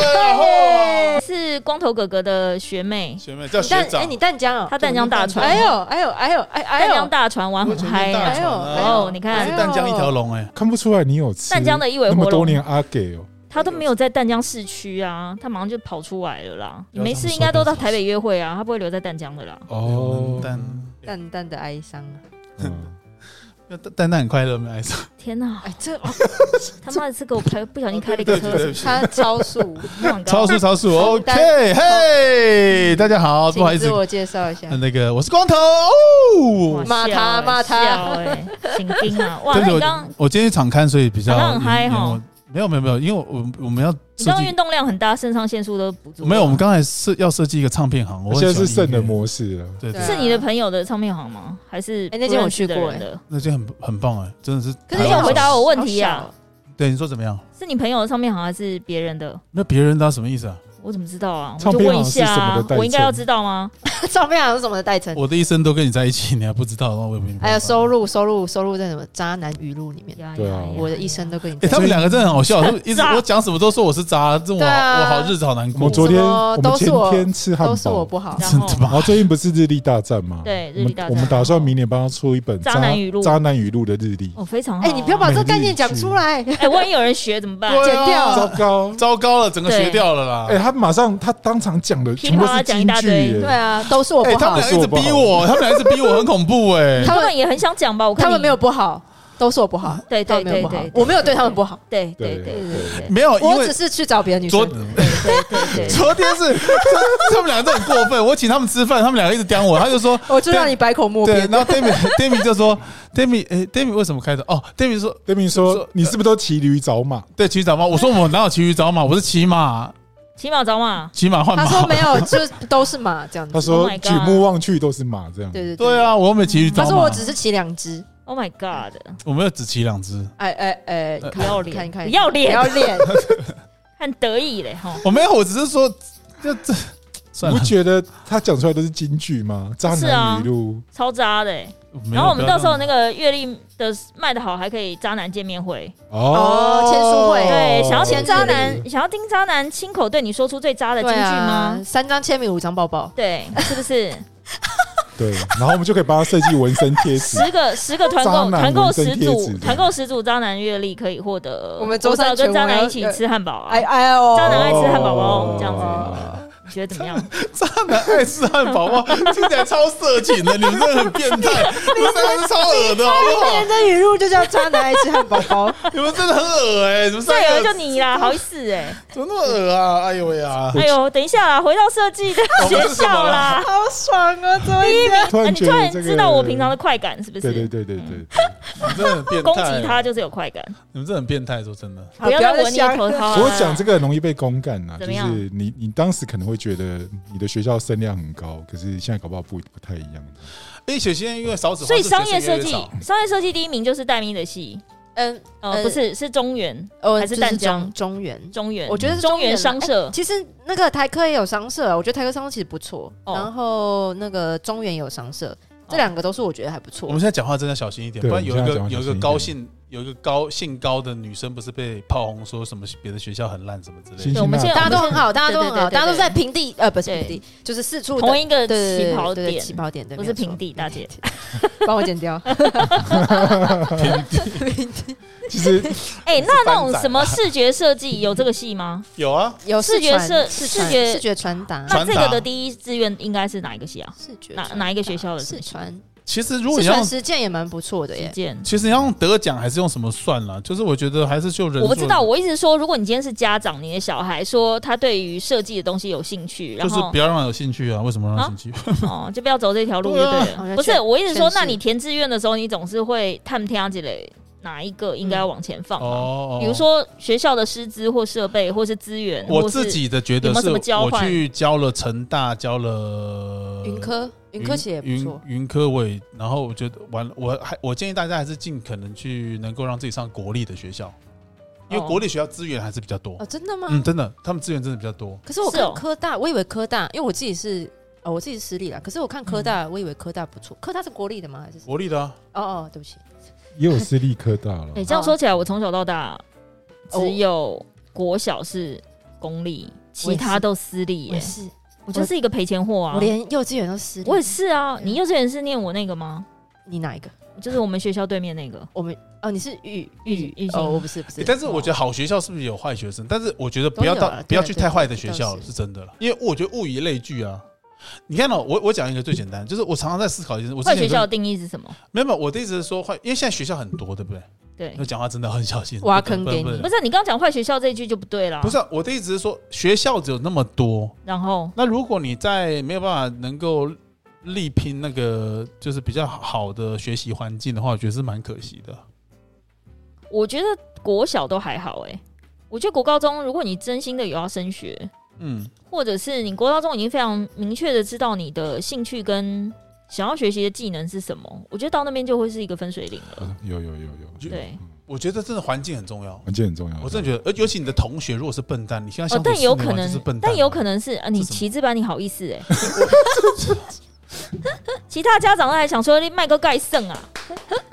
[SPEAKER 2] 呵，是光头哥哥的学妹，
[SPEAKER 4] 学妹叫学
[SPEAKER 3] 淡
[SPEAKER 4] 长，
[SPEAKER 3] 哎你淡江哦，
[SPEAKER 2] 他淡江大
[SPEAKER 3] 哎
[SPEAKER 2] 船，
[SPEAKER 3] 呦哎呦哎呦哎哎
[SPEAKER 2] 淡江
[SPEAKER 3] 呦，
[SPEAKER 2] 大船玩很
[SPEAKER 4] 我以前
[SPEAKER 2] 嗨
[SPEAKER 4] 念大
[SPEAKER 2] 啊
[SPEAKER 4] 船
[SPEAKER 3] 哎呦
[SPEAKER 4] 啊，
[SPEAKER 2] 哦，你
[SPEAKER 4] 我
[SPEAKER 2] 看
[SPEAKER 4] 是淡江一条龙哎，
[SPEAKER 1] 看不出来你有吃
[SPEAKER 2] 淡江的一尾
[SPEAKER 1] 那
[SPEAKER 2] 活
[SPEAKER 1] 么多
[SPEAKER 2] 龙。
[SPEAKER 1] 年阿给哦，
[SPEAKER 2] 他都没有在淡江市区啊，他马上就跑出来了啦。
[SPEAKER 4] 不
[SPEAKER 2] 你没
[SPEAKER 4] 要这样说
[SPEAKER 2] 事应该都到台北约会啊，他不会留在淡江的啦。
[SPEAKER 1] 哦，
[SPEAKER 4] 哎淡
[SPEAKER 3] 淡淡的哀伤啊，
[SPEAKER 1] 嗯，
[SPEAKER 4] 那蛋蛋蛋很快乐没爱上，
[SPEAKER 2] 天哪，
[SPEAKER 3] 哎，
[SPEAKER 4] <laughs>
[SPEAKER 3] 这
[SPEAKER 2] 他妈的是给我开不小心开了一个
[SPEAKER 4] 对对
[SPEAKER 2] 车，
[SPEAKER 4] 对不起
[SPEAKER 3] 他超速，
[SPEAKER 2] 乱搞
[SPEAKER 4] 超速超速
[SPEAKER 3] 好
[SPEAKER 4] ，OK，嘿，大家好，不好意
[SPEAKER 3] 请
[SPEAKER 4] 思
[SPEAKER 3] 自，我介绍一下
[SPEAKER 4] 呃。那个我是光头哦
[SPEAKER 2] 哇，
[SPEAKER 3] 骂
[SPEAKER 2] 笑
[SPEAKER 3] 他
[SPEAKER 2] 欸
[SPEAKER 3] 骂他
[SPEAKER 2] 笑欸请盯啊！
[SPEAKER 1] <laughs>
[SPEAKER 2] 哇，
[SPEAKER 4] 对
[SPEAKER 2] 那
[SPEAKER 4] 不起
[SPEAKER 2] 你刚
[SPEAKER 4] 我今天去场刊，所以比较
[SPEAKER 2] 好像很嗨
[SPEAKER 4] 因为
[SPEAKER 2] 齁
[SPEAKER 4] 我没有没有没有，因为我我们要
[SPEAKER 2] 你
[SPEAKER 4] 设
[SPEAKER 2] 刚刚运
[SPEAKER 4] 计，
[SPEAKER 2] 动量很大，肾上腺素都补足了。
[SPEAKER 4] 没有，我们刚才设要设计一个唱片行，我很
[SPEAKER 1] 现在是
[SPEAKER 4] 喜
[SPEAKER 1] 圣
[SPEAKER 4] 欢音乐
[SPEAKER 1] 的，模式了。
[SPEAKER 4] 对
[SPEAKER 3] 对
[SPEAKER 4] 对
[SPEAKER 3] 啊
[SPEAKER 2] 是你的朋友的唱片行吗？还是
[SPEAKER 3] 哎那间我去过
[SPEAKER 2] 不认识的人的？
[SPEAKER 4] 那就很很棒哎，真的是。
[SPEAKER 3] 可
[SPEAKER 2] 是
[SPEAKER 3] 是
[SPEAKER 2] 你有
[SPEAKER 3] 要
[SPEAKER 4] 台湾
[SPEAKER 2] 回答
[SPEAKER 4] 小
[SPEAKER 2] 我问题啊
[SPEAKER 3] 好小哦， <laughs>
[SPEAKER 4] 对你说怎么样？
[SPEAKER 2] 是你朋友的唱片行还是别人的？
[SPEAKER 4] 那别人他什么意思啊？
[SPEAKER 3] 呃
[SPEAKER 2] 我怎么知道啊？我
[SPEAKER 1] 唱
[SPEAKER 2] 就
[SPEAKER 1] 片
[SPEAKER 2] 问一
[SPEAKER 1] 行是
[SPEAKER 2] 下
[SPEAKER 1] 什么的
[SPEAKER 2] 啊
[SPEAKER 1] 代，称
[SPEAKER 2] 我应该要知道吗？
[SPEAKER 3] 照片好像是什么的代称？
[SPEAKER 4] 我的一生都跟你在一起，你还不知道，那我也没办法。
[SPEAKER 3] 还有哎收入，收入，收入在什么渣男语录里面？
[SPEAKER 2] 呀
[SPEAKER 1] 对啊
[SPEAKER 2] 呀呀
[SPEAKER 3] 我的一生都跟你
[SPEAKER 4] 哎、
[SPEAKER 3] 在一
[SPEAKER 4] 他
[SPEAKER 3] 起。
[SPEAKER 4] 们两个真的很好笑，他们一直
[SPEAKER 2] 渣
[SPEAKER 4] 我讲什么都说我是渣，这我、
[SPEAKER 3] 对啊
[SPEAKER 4] 我好日子好难
[SPEAKER 1] 我
[SPEAKER 4] 过
[SPEAKER 1] 们。昨
[SPEAKER 3] 什
[SPEAKER 1] 天
[SPEAKER 3] 么
[SPEAKER 1] 我
[SPEAKER 3] 都
[SPEAKER 1] 们
[SPEAKER 3] 是
[SPEAKER 1] 前
[SPEAKER 3] 我
[SPEAKER 1] 天吃汉
[SPEAKER 3] 都是我
[SPEAKER 1] 堡，
[SPEAKER 3] 不好，
[SPEAKER 2] 然
[SPEAKER 4] 真
[SPEAKER 2] 后
[SPEAKER 4] 的
[SPEAKER 1] 然
[SPEAKER 4] 吗？
[SPEAKER 1] 后哦最近不是日历大战吗？
[SPEAKER 2] 对
[SPEAKER 1] 我
[SPEAKER 2] 日历
[SPEAKER 1] 们
[SPEAKER 2] 大战
[SPEAKER 1] 我们打算明年帮他出一本
[SPEAKER 2] 渣男语录
[SPEAKER 1] 渣男语录的日历。
[SPEAKER 2] 哦，非常好
[SPEAKER 3] 哎、
[SPEAKER 2] 啊
[SPEAKER 3] 你不要啊把这个概念讲出来，
[SPEAKER 2] 哎，万一有人学怎么
[SPEAKER 3] <laughs>
[SPEAKER 2] 办？
[SPEAKER 4] 对
[SPEAKER 3] 剪
[SPEAKER 4] 啊
[SPEAKER 3] 掉
[SPEAKER 1] 糟糕，
[SPEAKER 4] 糟糕了，整个
[SPEAKER 2] 对
[SPEAKER 4] 学掉了啦！
[SPEAKER 1] 哎，他马上他当场讲的
[SPEAKER 2] 噼
[SPEAKER 1] 全
[SPEAKER 2] 里
[SPEAKER 1] 部
[SPEAKER 2] 啪啦
[SPEAKER 1] 是
[SPEAKER 2] 讲一
[SPEAKER 1] 金
[SPEAKER 2] 大
[SPEAKER 1] 句
[SPEAKER 2] 堆
[SPEAKER 1] 耶，
[SPEAKER 3] 对啊，都是我
[SPEAKER 4] 哎、
[SPEAKER 3] 不
[SPEAKER 4] 他
[SPEAKER 3] 好，
[SPEAKER 4] 们俩一直逼
[SPEAKER 1] 哎
[SPEAKER 4] 我，他们俩一直逼我，很恐怖哎、
[SPEAKER 2] 他们也很想讲吧？我看
[SPEAKER 3] 他们
[SPEAKER 2] 你
[SPEAKER 3] 没有，不好，都是我不好，
[SPEAKER 2] 对
[SPEAKER 3] 他
[SPEAKER 2] 对
[SPEAKER 3] 们没
[SPEAKER 2] 对
[SPEAKER 3] 有不好
[SPEAKER 2] 对，，
[SPEAKER 3] 我没有对他们不好，
[SPEAKER 2] 对对
[SPEAKER 1] 对
[SPEAKER 2] 对对
[SPEAKER 3] 对
[SPEAKER 2] 对
[SPEAKER 4] 没有，因
[SPEAKER 3] 我
[SPEAKER 4] 为
[SPEAKER 3] 只是去找别的女
[SPEAKER 4] 昨
[SPEAKER 3] 生。
[SPEAKER 2] 对对对，
[SPEAKER 4] <laughs> 昨天是他们两个都很过分，我请他们吃饭，他们两个一直刁我，他就说
[SPEAKER 3] 我就让你百口莫
[SPEAKER 4] 对
[SPEAKER 3] 辩，，
[SPEAKER 4] 然后 Demi Demi 就说 Demi 哎、Demi 为什么开头？哦，Demi 说
[SPEAKER 1] 对面
[SPEAKER 4] 说
[SPEAKER 1] 说你是不是都骑驴找马？
[SPEAKER 4] 对骑找马，我说我哪有骑驴找马，我是骑马
[SPEAKER 2] 骑马找马，
[SPEAKER 4] 骑马换
[SPEAKER 3] 他
[SPEAKER 4] 马。
[SPEAKER 3] 说没有，就是都是马这样
[SPEAKER 1] 他
[SPEAKER 3] 子。
[SPEAKER 1] 说
[SPEAKER 2] Oh my god
[SPEAKER 1] 举目望去都是马，这样
[SPEAKER 3] 对对
[SPEAKER 4] 对，啊，我又没骑驴找
[SPEAKER 3] 他
[SPEAKER 4] 马，
[SPEAKER 3] 说我只是骑两只，
[SPEAKER 2] Oh my god！
[SPEAKER 4] 我没有只骑两只。
[SPEAKER 3] 哎哎哎，
[SPEAKER 2] 不要脸
[SPEAKER 3] 看一看，
[SPEAKER 2] 不要脸
[SPEAKER 3] 不
[SPEAKER 2] <laughs>
[SPEAKER 3] 要脸，
[SPEAKER 2] 很得意嘞哈。
[SPEAKER 4] 我没有，我只是说，这这算
[SPEAKER 1] 你
[SPEAKER 4] 了
[SPEAKER 1] 不。觉得他讲出来都是金句吗？渣
[SPEAKER 2] 是啊
[SPEAKER 1] 男语录，
[SPEAKER 2] 超渣的、欸。
[SPEAKER 4] 没有
[SPEAKER 2] 然后我们到时候那
[SPEAKER 4] 不
[SPEAKER 2] 个阅历的卖的好，还可以渣男见面会。
[SPEAKER 3] 哦签书会
[SPEAKER 2] 对，想要
[SPEAKER 3] 签
[SPEAKER 2] 听渣
[SPEAKER 3] 对
[SPEAKER 2] 男，想要听渣男亲口对你说出最渣的金
[SPEAKER 3] 对
[SPEAKER 2] 句
[SPEAKER 3] 啊
[SPEAKER 2] 吗，？
[SPEAKER 3] 三张签名五张抱抱，
[SPEAKER 2] 对，是不是？
[SPEAKER 1] 对，然后我们就可以帮他设计纹
[SPEAKER 3] <laughs>
[SPEAKER 1] 身贴纸。
[SPEAKER 2] 十个十个团购
[SPEAKER 1] 渣男
[SPEAKER 2] 团购
[SPEAKER 1] 纹身
[SPEAKER 2] 十
[SPEAKER 1] 贴
[SPEAKER 2] 组
[SPEAKER 1] 纸
[SPEAKER 2] 团购十组渣男阅历可以获得。
[SPEAKER 3] 我们周三
[SPEAKER 2] 我知道跟
[SPEAKER 3] 全
[SPEAKER 2] 渣
[SPEAKER 3] 网
[SPEAKER 2] 男
[SPEAKER 3] 要
[SPEAKER 2] 一起吃汉堡啊
[SPEAKER 3] 哎！哎呦，
[SPEAKER 2] 渣男爱吃汉堡
[SPEAKER 1] 哦
[SPEAKER 2] 包这样子你觉得怎么
[SPEAKER 3] <laughs>
[SPEAKER 2] 样？
[SPEAKER 4] 知道渣男爱吃汉堡包，听起来超色情的，你们真的很变态，
[SPEAKER 2] <laughs>
[SPEAKER 4] 你们真的是超恶的，好
[SPEAKER 3] 别
[SPEAKER 4] 不好？
[SPEAKER 3] 人的语录就叫渣男爱吃汉堡包，
[SPEAKER 4] 你们真的很恶哎、怎么
[SPEAKER 2] 最
[SPEAKER 4] 三
[SPEAKER 2] 恶
[SPEAKER 4] 个
[SPEAKER 2] 就你啦，好意思哎！
[SPEAKER 4] 怎么那么恶啊？哎呦喂啊！
[SPEAKER 2] 哎呦，等一下啦，回到设计的
[SPEAKER 4] 我们
[SPEAKER 2] 学
[SPEAKER 4] 是什么
[SPEAKER 2] 校啦。
[SPEAKER 3] 好爽啊！怎么会这样
[SPEAKER 1] 突
[SPEAKER 2] 哎
[SPEAKER 1] 然
[SPEAKER 2] 你
[SPEAKER 1] 觉
[SPEAKER 2] 突然
[SPEAKER 1] 得这个，
[SPEAKER 2] 知道我平常的快感是不
[SPEAKER 1] 对对
[SPEAKER 2] 是？嗯
[SPEAKER 1] 对对对，
[SPEAKER 4] 你们真的很变态，
[SPEAKER 2] 攻击他，就是有快感。
[SPEAKER 4] 你们真的很变态，说真的。
[SPEAKER 3] 好
[SPEAKER 2] 不要
[SPEAKER 3] 不
[SPEAKER 2] 再
[SPEAKER 3] 要再
[SPEAKER 2] 闻你
[SPEAKER 3] 想
[SPEAKER 2] 的头套
[SPEAKER 1] 不
[SPEAKER 2] 了。
[SPEAKER 1] 过讲这个很容易被公干呐，
[SPEAKER 2] 怎
[SPEAKER 1] 就
[SPEAKER 2] 么样
[SPEAKER 1] 是你你当时可能会觉得你的学校声量很高，可是现在搞不好不不太一样。
[SPEAKER 4] 而且现在因为少子化，
[SPEAKER 2] 所以商业
[SPEAKER 4] 是
[SPEAKER 2] 设
[SPEAKER 4] 学生
[SPEAKER 2] 计
[SPEAKER 4] 越来越少，
[SPEAKER 2] 商业设计第一名就是戴咪的戏，
[SPEAKER 3] 嗯，
[SPEAKER 2] 呃，
[SPEAKER 3] 呃
[SPEAKER 2] 不是，是中原，
[SPEAKER 3] 哦
[SPEAKER 2] 还是淡江
[SPEAKER 3] 中原。
[SPEAKER 2] 中原，
[SPEAKER 3] 我觉得是
[SPEAKER 2] 中原
[SPEAKER 3] 啦
[SPEAKER 2] 商社
[SPEAKER 3] 哎其实那个台科也有商社啊，我觉得台科商社其实不错。
[SPEAKER 2] 哦
[SPEAKER 3] 然后那个中原也有商社，这两个都是我觉得还不错
[SPEAKER 4] 我们。现在讲话真的要小心一点，
[SPEAKER 1] 对
[SPEAKER 4] 不然有一
[SPEAKER 1] 我们现在
[SPEAKER 4] 个
[SPEAKER 1] 讲话
[SPEAKER 4] 有一
[SPEAKER 1] 小
[SPEAKER 4] 个
[SPEAKER 1] 心一点
[SPEAKER 4] 高兴有一个高兴高的女生不是被炮轰说什么别的学校很烂什么之类的
[SPEAKER 1] 新
[SPEAKER 2] 对，我们现在
[SPEAKER 3] 大家都很好，大家都很
[SPEAKER 2] 对对对
[SPEAKER 3] 好，
[SPEAKER 2] 对
[SPEAKER 3] 大家都是在平地，呃，不是
[SPEAKER 2] 对
[SPEAKER 3] 平地，就是四处的
[SPEAKER 2] 同一个
[SPEAKER 3] 哎对对对
[SPEAKER 2] 起跑
[SPEAKER 3] 对对
[SPEAKER 2] 点，
[SPEAKER 3] 起跑点，对，
[SPEAKER 2] 不
[SPEAKER 3] 没
[SPEAKER 2] 是
[SPEAKER 3] 有错
[SPEAKER 2] 平地大姐，
[SPEAKER 3] <laughs> 帮我剪掉。
[SPEAKER 1] 其实
[SPEAKER 2] 哎，那
[SPEAKER 4] 是
[SPEAKER 2] 那
[SPEAKER 4] 班
[SPEAKER 2] 种
[SPEAKER 4] 长啊
[SPEAKER 2] 什么视觉设计有这个戏
[SPEAKER 4] <laughs>
[SPEAKER 2] 吗？
[SPEAKER 4] 有啊，
[SPEAKER 3] <laughs> 有
[SPEAKER 2] 视觉
[SPEAKER 3] 传
[SPEAKER 2] 设
[SPEAKER 3] 视
[SPEAKER 2] 视
[SPEAKER 3] 传
[SPEAKER 2] 觉
[SPEAKER 3] 视觉传达，
[SPEAKER 2] 那
[SPEAKER 4] 传达
[SPEAKER 2] 这个的第一志愿应该是哪一个戏啊？
[SPEAKER 3] 视觉
[SPEAKER 2] 哪
[SPEAKER 3] 传
[SPEAKER 2] 哪一个
[SPEAKER 3] 达
[SPEAKER 2] 学校的
[SPEAKER 3] 视传？
[SPEAKER 4] 其实如果
[SPEAKER 3] 视
[SPEAKER 4] 你要
[SPEAKER 3] 传实践也蛮不错的
[SPEAKER 2] 实
[SPEAKER 3] 耶。
[SPEAKER 2] 践？
[SPEAKER 4] 其实你要用得奖还是用什么算了？就是我觉得还是就人数
[SPEAKER 2] 我不知道，我一直说，如果你今天是家长，你的小孩说他对于设计的东西有兴趣，
[SPEAKER 4] 就
[SPEAKER 2] 然
[SPEAKER 4] 是
[SPEAKER 2] 后
[SPEAKER 4] 不要让他有兴趣啊！为什么让他
[SPEAKER 2] 啊
[SPEAKER 4] 兴趣？
[SPEAKER 2] 哦，就不要走这条路就
[SPEAKER 4] 对
[SPEAKER 2] 对
[SPEAKER 4] 啊
[SPEAKER 2] 了。
[SPEAKER 3] 好像
[SPEAKER 2] 不是，
[SPEAKER 3] 确
[SPEAKER 2] 我一直说，
[SPEAKER 3] 确实
[SPEAKER 2] 那你填志愿的时候，你总是会探听起来哪一个应该要往前放啊嘛、
[SPEAKER 4] 哦
[SPEAKER 2] 比如，说学校的师资或设备，或是资源，
[SPEAKER 4] 我
[SPEAKER 2] 或是
[SPEAKER 4] 自己的觉得
[SPEAKER 2] 有没有
[SPEAKER 4] 是，
[SPEAKER 2] 什么交
[SPEAKER 4] 我
[SPEAKER 2] 换
[SPEAKER 4] 去交了成大，交了
[SPEAKER 3] 呃云科云科其实也不
[SPEAKER 4] 云
[SPEAKER 3] 错，
[SPEAKER 4] 云科我也，然后我觉得完了，我还我建议大家还是尽可能去能够让自己上国立的学校，因为
[SPEAKER 2] 哦
[SPEAKER 4] 国立学校资源还是比较多
[SPEAKER 3] 哦，。真的吗？
[SPEAKER 4] 嗯，真的，他们资源真的比较多。
[SPEAKER 3] 可是我
[SPEAKER 2] 是哦
[SPEAKER 3] 看科大，我以为科大，因为我自己是哦，我自己是私立啦。可是我看
[SPEAKER 4] 嗯
[SPEAKER 3] 科大，我以为科大不错。科大是国立的吗？还是什么
[SPEAKER 4] 国立的啊，
[SPEAKER 3] 哦哦，对不起，
[SPEAKER 1] 也有私立科大了
[SPEAKER 2] 哎、，这样
[SPEAKER 3] 啊
[SPEAKER 2] 说起来，我从小到大只有国小是公立，
[SPEAKER 3] 我
[SPEAKER 2] 其
[SPEAKER 3] 也是
[SPEAKER 2] 他都私立、耶。
[SPEAKER 3] 是，
[SPEAKER 2] 我就是一个赔钱货啊
[SPEAKER 3] 我！连幼稚园都私立。
[SPEAKER 2] 我也是啊。
[SPEAKER 3] 对啊
[SPEAKER 2] 你幼稚园是念我那个吗？
[SPEAKER 3] 你哪一个？
[SPEAKER 2] 就是我们学校对面那个。
[SPEAKER 3] 我们哦，你是育
[SPEAKER 2] 育育
[SPEAKER 3] 哦，
[SPEAKER 2] 性
[SPEAKER 3] 我不是不是
[SPEAKER 4] 欸。但是我觉得好学校是不是有坏学生？但是我觉得不要
[SPEAKER 3] 都有啊对
[SPEAKER 4] 到不要去太坏的
[SPEAKER 3] 对
[SPEAKER 4] 学
[SPEAKER 3] 对
[SPEAKER 4] 校
[SPEAKER 3] 倒是
[SPEAKER 4] 是真的了，因为我觉得物以类聚啊。你看到、我我讲一个最简单，就是我常常在思考一件事，我之
[SPEAKER 2] 坏学
[SPEAKER 4] 前有个
[SPEAKER 2] 校的定义是什么？
[SPEAKER 4] 没有没有，我的意思是说坏，因为现在学校很多，对不对？
[SPEAKER 2] 对
[SPEAKER 4] 那，讲话真的很小心，
[SPEAKER 3] 挖
[SPEAKER 4] 不能
[SPEAKER 3] 坑给
[SPEAKER 4] 不能
[SPEAKER 3] 你
[SPEAKER 2] 不是啊你刚刚讲坏学校这一句就不对了。
[SPEAKER 4] 不是、啊、我的意思是说，学校只有那么多，
[SPEAKER 2] 然后
[SPEAKER 4] 那如果你在没有办法能够力拼那个就是比较好的学习环境的话，我觉得是蛮可惜的。
[SPEAKER 2] 我觉得国小都还好哎、我觉得国高中，如果你真心的有要升学，
[SPEAKER 4] 嗯，
[SPEAKER 2] 或者是你国高中已经非常明确的知道你的兴趣跟想要学习的技能是什么，我觉得到那边就会是一个分水岭
[SPEAKER 4] 啊
[SPEAKER 2] 了。
[SPEAKER 1] 啊有有有有，
[SPEAKER 2] 对
[SPEAKER 1] 嗯，
[SPEAKER 4] 我觉得真的环境很重要。
[SPEAKER 1] 环境很重要。
[SPEAKER 4] 我真的觉得，而尤其你的同学如果是笨蛋，你现在
[SPEAKER 2] 哦
[SPEAKER 4] 相，处
[SPEAKER 2] 但
[SPEAKER 4] 四
[SPEAKER 2] 有
[SPEAKER 4] 年
[SPEAKER 2] 可
[SPEAKER 4] 完
[SPEAKER 2] 能
[SPEAKER 4] 就是笨，蛋，
[SPEAKER 2] 但有可。能是啊，你
[SPEAKER 4] 这什么
[SPEAKER 2] 旗帜班你好意思哎、其他家长都还想说你麦克盖胜啊，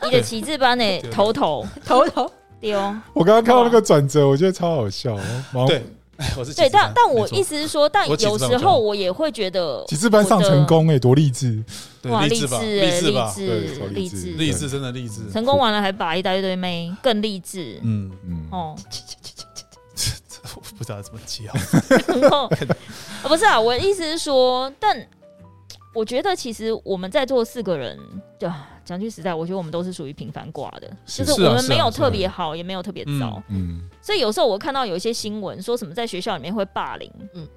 [SPEAKER 2] 你的旗帜班哎、
[SPEAKER 4] 对
[SPEAKER 2] 头头
[SPEAKER 3] 头头
[SPEAKER 2] <laughs> 丢、哦。
[SPEAKER 1] 我刚刚看到那个转折，我觉得超好笑。哦然后
[SPEAKER 4] <laughs> 对，哎我是
[SPEAKER 2] 对，
[SPEAKER 4] 旗帜
[SPEAKER 2] 但
[SPEAKER 4] 班
[SPEAKER 2] 但我
[SPEAKER 4] 没错
[SPEAKER 2] 意思是说，但
[SPEAKER 4] 我旗帜
[SPEAKER 2] 有
[SPEAKER 4] 班
[SPEAKER 2] 时
[SPEAKER 4] 我知道
[SPEAKER 2] 候我也会觉得
[SPEAKER 1] 几次班上成功哎、多励志！
[SPEAKER 4] 对
[SPEAKER 2] 哇，
[SPEAKER 4] 励
[SPEAKER 2] 志
[SPEAKER 4] 吧，
[SPEAKER 2] 哎，
[SPEAKER 4] 励志吧，
[SPEAKER 1] 对超
[SPEAKER 2] 志，
[SPEAKER 1] 励
[SPEAKER 2] 励
[SPEAKER 1] 志
[SPEAKER 2] 志，
[SPEAKER 4] 励志真的励志。
[SPEAKER 2] 成功完了还把一大堆妹，更励志。
[SPEAKER 4] 嗯，
[SPEAKER 1] 嗯，
[SPEAKER 2] 哦，
[SPEAKER 4] 我不知道怎么接啊。
[SPEAKER 2] <laughs> 然后呃不是啊，我的意思是说，但我觉得其实我们在座四个人，对啊讲句实在，我觉得我们都是属于平凡挂的，
[SPEAKER 1] 是
[SPEAKER 2] 就是
[SPEAKER 4] 是啊
[SPEAKER 2] 我们
[SPEAKER 4] 是啊
[SPEAKER 2] 没有
[SPEAKER 4] 是啊
[SPEAKER 2] 特别好，也没有特别糟
[SPEAKER 4] 嗯，
[SPEAKER 1] 嗯，
[SPEAKER 2] 所以有时候我看到有一些新闻说什么在学校里面会霸凌，嗯
[SPEAKER 3] 嗯，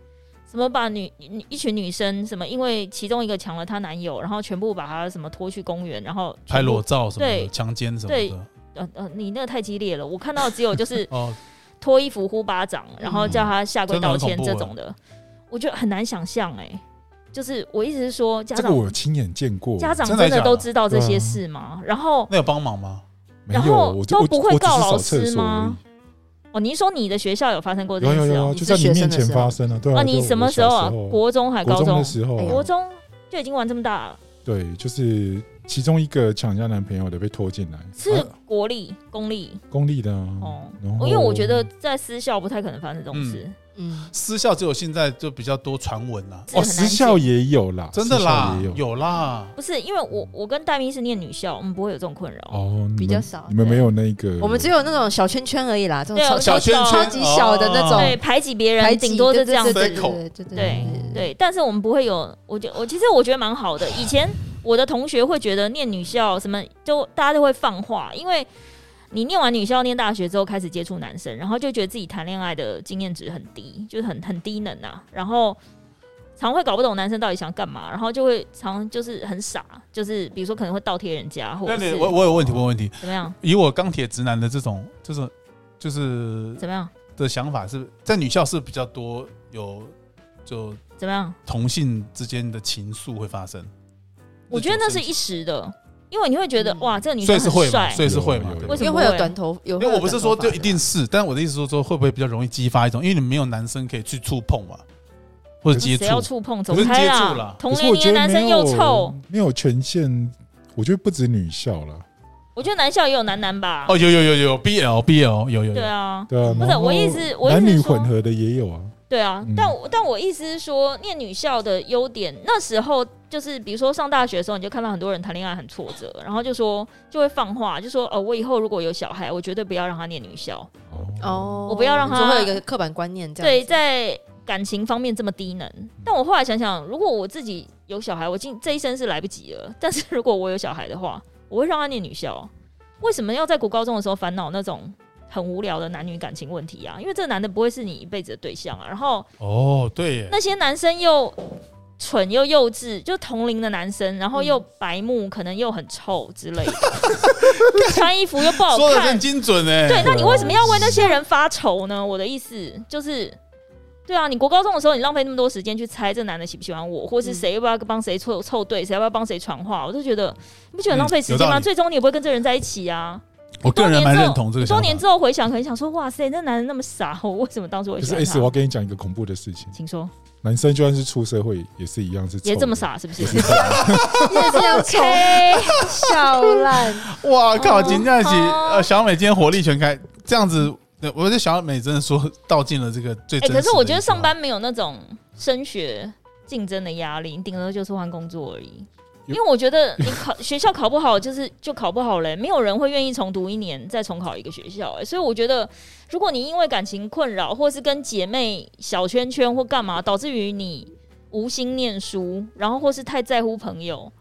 [SPEAKER 2] 什么把女女一群女生什么因为其中一个抢了她男友，然后全部把她什么拖去公园，然后全
[SPEAKER 4] 拍
[SPEAKER 2] 部
[SPEAKER 4] 裸，照什么
[SPEAKER 2] 对
[SPEAKER 4] 的，强奸什么
[SPEAKER 2] 对
[SPEAKER 4] 的。
[SPEAKER 2] 呃呃，你那个太激烈了，我看到只有就是
[SPEAKER 4] 哦，
[SPEAKER 2] 脱衣服呼巴掌，然后叫他下跪道歉
[SPEAKER 4] 真的
[SPEAKER 2] 这
[SPEAKER 4] 很恐怖
[SPEAKER 2] 种的，我觉得很难想象哎、就是我一直是说家
[SPEAKER 1] 这个
[SPEAKER 2] 长、
[SPEAKER 1] 我亲眼见过。
[SPEAKER 2] 家长
[SPEAKER 4] 真的
[SPEAKER 2] 真的
[SPEAKER 4] 假的
[SPEAKER 2] 都知道这些事吗？然后
[SPEAKER 4] 那有帮忙吗？
[SPEAKER 1] 没有
[SPEAKER 2] 然后
[SPEAKER 1] 我就
[SPEAKER 2] 都不会
[SPEAKER 1] 我只是
[SPEAKER 2] 告老
[SPEAKER 1] 扫厕
[SPEAKER 2] 师
[SPEAKER 1] 所
[SPEAKER 2] 吗
[SPEAKER 1] 而
[SPEAKER 2] 哦，你是说你的学校有发生过
[SPEAKER 1] 已
[SPEAKER 2] 这件
[SPEAKER 1] 有有
[SPEAKER 2] 事
[SPEAKER 1] 有
[SPEAKER 2] 哦
[SPEAKER 1] 啊，
[SPEAKER 3] 你
[SPEAKER 1] 就是在你
[SPEAKER 3] 学
[SPEAKER 1] 面
[SPEAKER 3] 生的
[SPEAKER 1] 前
[SPEAKER 3] 时候
[SPEAKER 1] 发生啊，对啊，
[SPEAKER 2] 啊，
[SPEAKER 1] 对
[SPEAKER 2] 你
[SPEAKER 1] 我
[SPEAKER 2] 什么
[SPEAKER 1] 小
[SPEAKER 2] 时
[SPEAKER 1] 时
[SPEAKER 2] 候啊？
[SPEAKER 1] 国
[SPEAKER 2] 国中还高
[SPEAKER 1] 中
[SPEAKER 2] 中
[SPEAKER 1] 的？时候啊，
[SPEAKER 3] 哎
[SPEAKER 2] 国中就已经玩这么大了，
[SPEAKER 1] 对，就是其中一个抢人家男朋友的被拖进来，
[SPEAKER 2] 是
[SPEAKER 1] 啊
[SPEAKER 2] 国立、公立
[SPEAKER 1] 公立的啊
[SPEAKER 2] 哦。
[SPEAKER 1] 然
[SPEAKER 2] 哦
[SPEAKER 1] 后
[SPEAKER 2] 因为我觉得在私校不太可能发生这种事，
[SPEAKER 3] 嗯，
[SPEAKER 4] 私校只有现在就比较多传闻啦，
[SPEAKER 2] 这
[SPEAKER 1] 哦，
[SPEAKER 2] 很
[SPEAKER 1] 私
[SPEAKER 2] 难
[SPEAKER 1] 校也有啦，
[SPEAKER 4] 真的啦
[SPEAKER 1] 私校，也有
[SPEAKER 4] 有啦。
[SPEAKER 2] 不是因为我我跟戴咪是念女校，我们不会有这种困扰。
[SPEAKER 1] 哦，你
[SPEAKER 3] 比较
[SPEAKER 1] 们
[SPEAKER 3] 少
[SPEAKER 1] 你们没有那
[SPEAKER 4] 嗯
[SPEAKER 1] 个，
[SPEAKER 3] 我们只有那种小圈圈而已啦，这
[SPEAKER 2] 对啊
[SPEAKER 3] 种
[SPEAKER 2] 小
[SPEAKER 3] 超
[SPEAKER 2] 圈圈
[SPEAKER 3] 超级小的那
[SPEAKER 4] 哦
[SPEAKER 2] 对，
[SPEAKER 3] 种，
[SPEAKER 2] 排挤别
[SPEAKER 3] 排
[SPEAKER 2] 人，
[SPEAKER 3] 挤
[SPEAKER 2] 顶多就
[SPEAKER 3] 对
[SPEAKER 2] 这样子。
[SPEAKER 3] 对
[SPEAKER 4] 对口
[SPEAKER 3] 对对
[SPEAKER 2] 对
[SPEAKER 3] 对对，
[SPEAKER 2] 对，但是我们不会有，我觉我其实我觉得蛮好的。以前我的同学会觉得念女校什么，就大家都会放话，因为你念完女校念大学之后开始接触男生，然后就觉得自己谈恋爱的经验值很低，就是很很低能啊，然后常会搞不懂男生到底想干嘛，然后就会常就是很傻，就是比如说可能会倒贴人家，或
[SPEAKER 4] 那
[SPEAKER 2] 者
[SPEAKER 4] 你
[SPEAKER 2] 是
[SPEAKER 4] 哦我我有问题，我有问题。
[SPEAKER 2] 怎么样
[SPEAKER 4] 以我钢铁直男的这种，就是就是
[SPEAKER 2] 怎么样
[SPEAKER 4] 的想法是，在女校是比较多有就
[SPEAKER 2] 怎么样，
[SPEAKER 4] 同性之间的情愫会发生。
[SPEAKER 2] 我觉得那是一时的，因为你会觉得
[SPEAKER 3] 嗯
[SPEAKER 2] 哇，这个女
[SPEAKER 4] 所
[SPEAKER 2] 生
[SPEAKER 4] 以是
[SPEAKER 2] 很
[SPEAKER 4] 会嘛，
[SPEAKER 2] 帅，
[SPEAKER 4] 所以是会嘛
[SPEAKER 1] 有有。
[SPEAKER 4] 对
[SPEAKER 1] 有
[SPEAKER 4] 吧
[SPEAKER 2] 为什
[SPEAKER 3] 因为
[SPEAKER 2] 么
[SPEAKER 3] 会
[SPEAKER 2] 会
[SPEAKER 3] 有短头，有
[SPEAKER 4] 因
[SPEAKER 3] 会
[SPEAKER 4] 为
[SPEAKER 3] 有
[SPEAKER 4] 我不是说
[SPEAKER 3] 短头
[SPEAKER 4] 就
[SPEAKER 3] 发
[SPEAKER 4] 一定是，但我的意思是说，会不会比较容易激发一种，因为你没有男生可以去触碰嘛，或者接
[SPEAKER 2] 谁
[SPEAKER 4] 触。
[SPEAKER 2] 要触碰，走
[SPEAKER 4] 可是
[SPEAKER 2] 开
[SPEAKER 4] 接触
[SPEAKER 2] 啦
[SPEAKER 4] 啦！
[SPEAKER 2] 同
[SPEAKER 1] 可是
[SPEAKER 2] 年
[SPEAKER 1] 我
[SPEAKER 2] 龄的
[SPEAKER 1] 觉得
[SPEAKER 2] 男生
[SPEAKER 1] 没有
[SPEAKER 2] 又臭，，
[SPEAKER 1] 没有权限，我觉得不止女校了，
[SPEAKER 2] 我觉得男校也有男男吧。
[SPEAKER 4] 哦，有有有有 BL BL 有有
[SPEAKER 2] 对
[SPEAKER 4] 有，
[SPEAKER 2] 啊，
[SPEAKER 1] 对啊，
[SPEAKER 3] 不
[SPEAKER 2] 是
[SPEAKER 1] 然后
[SPEAKER 2] 我意思我意思
[SPEAKER 1] 男
[SPEAKER 2] 是
[SPEAKER 1] 女
[SPEAKER 2] 说
[SPEAKER 1] 混合的也有啊，
[SPEAKER 2] 对啊
[SPEAKER 1] 嗯。
[SPEAKER 2] 但我但我意思是说，念女校的优点，那时候就是比如说上大学的时候，你就看到很多人谈恋爱很挫折，然后就说就会放话，就说哦，我以后如果有小孩，我绝对不要让他念女校。
[SPEAKER 3] 哦，
[SPEAKER 2] 我不要让他
[SPEAKER 3] 你说会有一个刻板观念这样
[SPEAKER 2] 对，
[SPEAKER 3] 子，
[SPEAKER 2] 在感情方面这么低能。但我后来想想，如果我自己有小孩，我今这一生是来不及了。但是如果我有小孩的话，我会让他念女校。为什么要在国高中的时候烦恼那种很无聊的男女感情问题啊？因为这个男的不会是你一辈子的对象啊。然后
[SPEAKER 4] 哦对耶，
[SPEAKER 2] 那些男生又蠢又幼稚，就同龄的男生，然后又白目，可能又很臭之类的，穿衣服又不好
[SPEAKER 4] <laughs> 说的
[SPEAKER 2] 看
[SPEAKER 4] 真，精准哎。
[SPEAKER 2] 对，那你为什么要为那些人发愁呢？我的意思就是，对啊，你国高中的时候，你浪费那么多时间去猜这男的喜不喜欢我，或
[SPEAKER 4] 嗯
[SPEAKER 2] 是谁要不要帮谁凑凑对，谁要不要帮谁传话，我都觉得你不觉得很浪费时间
[SPEAKER 4] 嗯有道
[SPEAKER 2] 吗？
[SPEAKER 4] 理
[SPEAKER 2] 最终你也不会跟这人在一起啊。
[SPEAKER 4] 我个人蛮认同这
[SPEAKER 2] 多
[SPEAKER 4] 个想法
[SPEAKER 2] 年。之后回想，可能想说，哇塞，那男的那么傻，我为什么当初会
[SPEAKER 1] 可
[SPEAKER 2] 喜
[SPEAKER 1] 是
[SPEAKER 2] 欢
[SPEAKER 1] S，我要
[SPEAKER 2] 他？
[SPEAKER 1] 跟你讲一个恐怖的事情，
[SPEAKER 2] 请说，
[SPEAKER 1] 男生就算是出社会也是一样是
[SPEAKER 2] 也
[SPEAKER 1] 臭
[SPEAKER 2] 这么
[SPEAKER 1] 的，
[SPEAKER 2] 傻是不是
[SPEAKER 4] <laughs>
[SPEAKER 1] 也是臭的
[SPEAKER 3] 你也是
[SPEAKER 2] <laughs>
[SPEAKER 3] 要丑
[SPEAKER 2] ？OK，
[SPEAKER 3] 笑烂，
[SPEAKER 4] 哇靠！
[SPEAKER 2] 哦
[SPEAKER 4] 今天一起，
[SPEAKER 2] 哦
[SPEAKER 4] 呃，小美今天火力全开，这样子，对我觉得小美真的说道尽了这个最
[SPEAKER 2] 哎、
[SPEAKER 4] 真
[SPEAKER 2] 可
[SPEAKER 4] 实的一句
[SPEAKER 2] 是
[SPEAKER 4] 话。
[SPEAKER 2] 我觉得上班没有那种升学竞争的压力，你顶多就是换工作而已。因
[SPEAKER 1] 有
[SPEAKER 2] 为我觉得你考 <laughs> 学校考不好，就是就考不好嘞、没有人会愿意重读一年再重考一个学校、欸。所以我觉得，如果你因为感情困扰，或是跟姐妹小圈圈或干嘛，导致于你无心念书，然后或是太在乎朋友，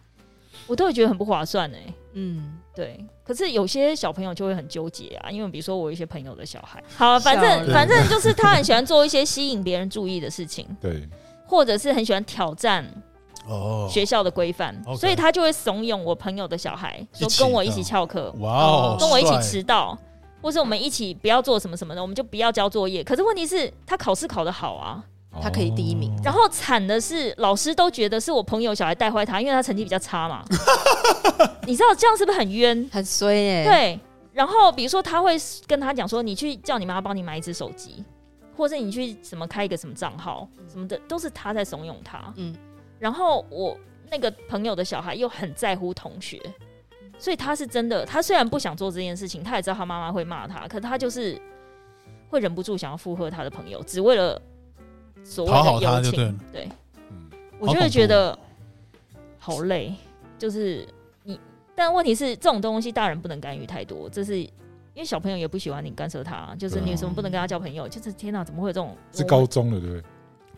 [SPEAKER 2] 我都会觉得很不划算哎、
[SPEAKER 3] 嗯，
[SPEAKER 2] 对，可是有些小朋友就会很纠结啊，因为比如说我有一些朋友的小孩，好，反
[SPEAKER 3] 笑
[SPEAKER 2] 正
[SPEAKER 3] 了
[SPEAKER 2] 反正就是他很喜欢做一些吸引别人注意的事 <laughs> 情，
[SPEAKER 4] <laughs>
[SPEAKER 1] 对，
[SPEAKER 2] 或者是很喜欢挑战
[SPEAKER 4] 哦，
[SPEAKER 2] 学校的规范，
[SPEAKER 4] OK
[SPEAKER 2] 所以他就会怂恿我朋友的小孩说
[SPEAKER 4] 一起
[SPEAKER 2] 跟我一
[SPEAKER 4] 哦
[SPEAKER 2] 起翘课，
[SPEAKER 4] 哇哦，
[SPEAKER 2] 跟我一起
[SPEAKER 4] 帅
[SPEAKER 2] 迟到，或是我们一起不要做什么什么的，我们就不要交作业。可是问题是，他考试考得好
[SPEAKER 4] 嗯
[SPEAKER 2] 啊，
[SPEAKER 3] 他可以第一名
[SPEAKER 1] 哦
[SPEAKER 2] 然后惨的是老师都觉得是我朋友小孩带坏他，因为他成绩比较差嘛。 <laughs> 你知道这样是不是很冤？
[SPEAKER 3] 很衰耶、
[SPEAKER 2] 对。然后比如说他会跟他讲说，你去叫你妈帮你买一只手机，或是你去什么开一个什么账号什么的，都是他在怂恿他。
[SPEAKER 3] 嗯，
[SPEAKER 2] 然后我那个朋友的小孩又很在乎同学，所以他是真的，他虽然不想做这件事情，他也知道他妈妈会骂他，可他就是会忍不住想要附和他的朋友，只为了所谓
[SPEAKER 4] 讨好
[SPEAKER 2] 的
[SPEAKER 4] 他
[SPEAKER 2] 友
[SPEAKER 4] 就对
[SPEAKER 2] 情
[SPEAKER 4] 了。嗯
[SPEAKER 2] 对，
[SPEAKER 1] 嗯
[SPEAKER 2] 我就
[SPEAKER 4] 好
[SPEAKER 2] 会
[SPEAKER 4] 恐
[SPEAKER 2] 觉
[SPEAKER 4] 怖
[SPEAKER 2] 得好累，就是你，但问题是这种东西大人不能干预太多，这是。因为小朋友也不喜欢你干涉他，就是
[SPEAKER 1] 对啊
[SPEAKER 2] 你为什么不能跟他交朋友？就是天哪，怎么会有这种？
[SPEAKER 1] 是高中了，对不对？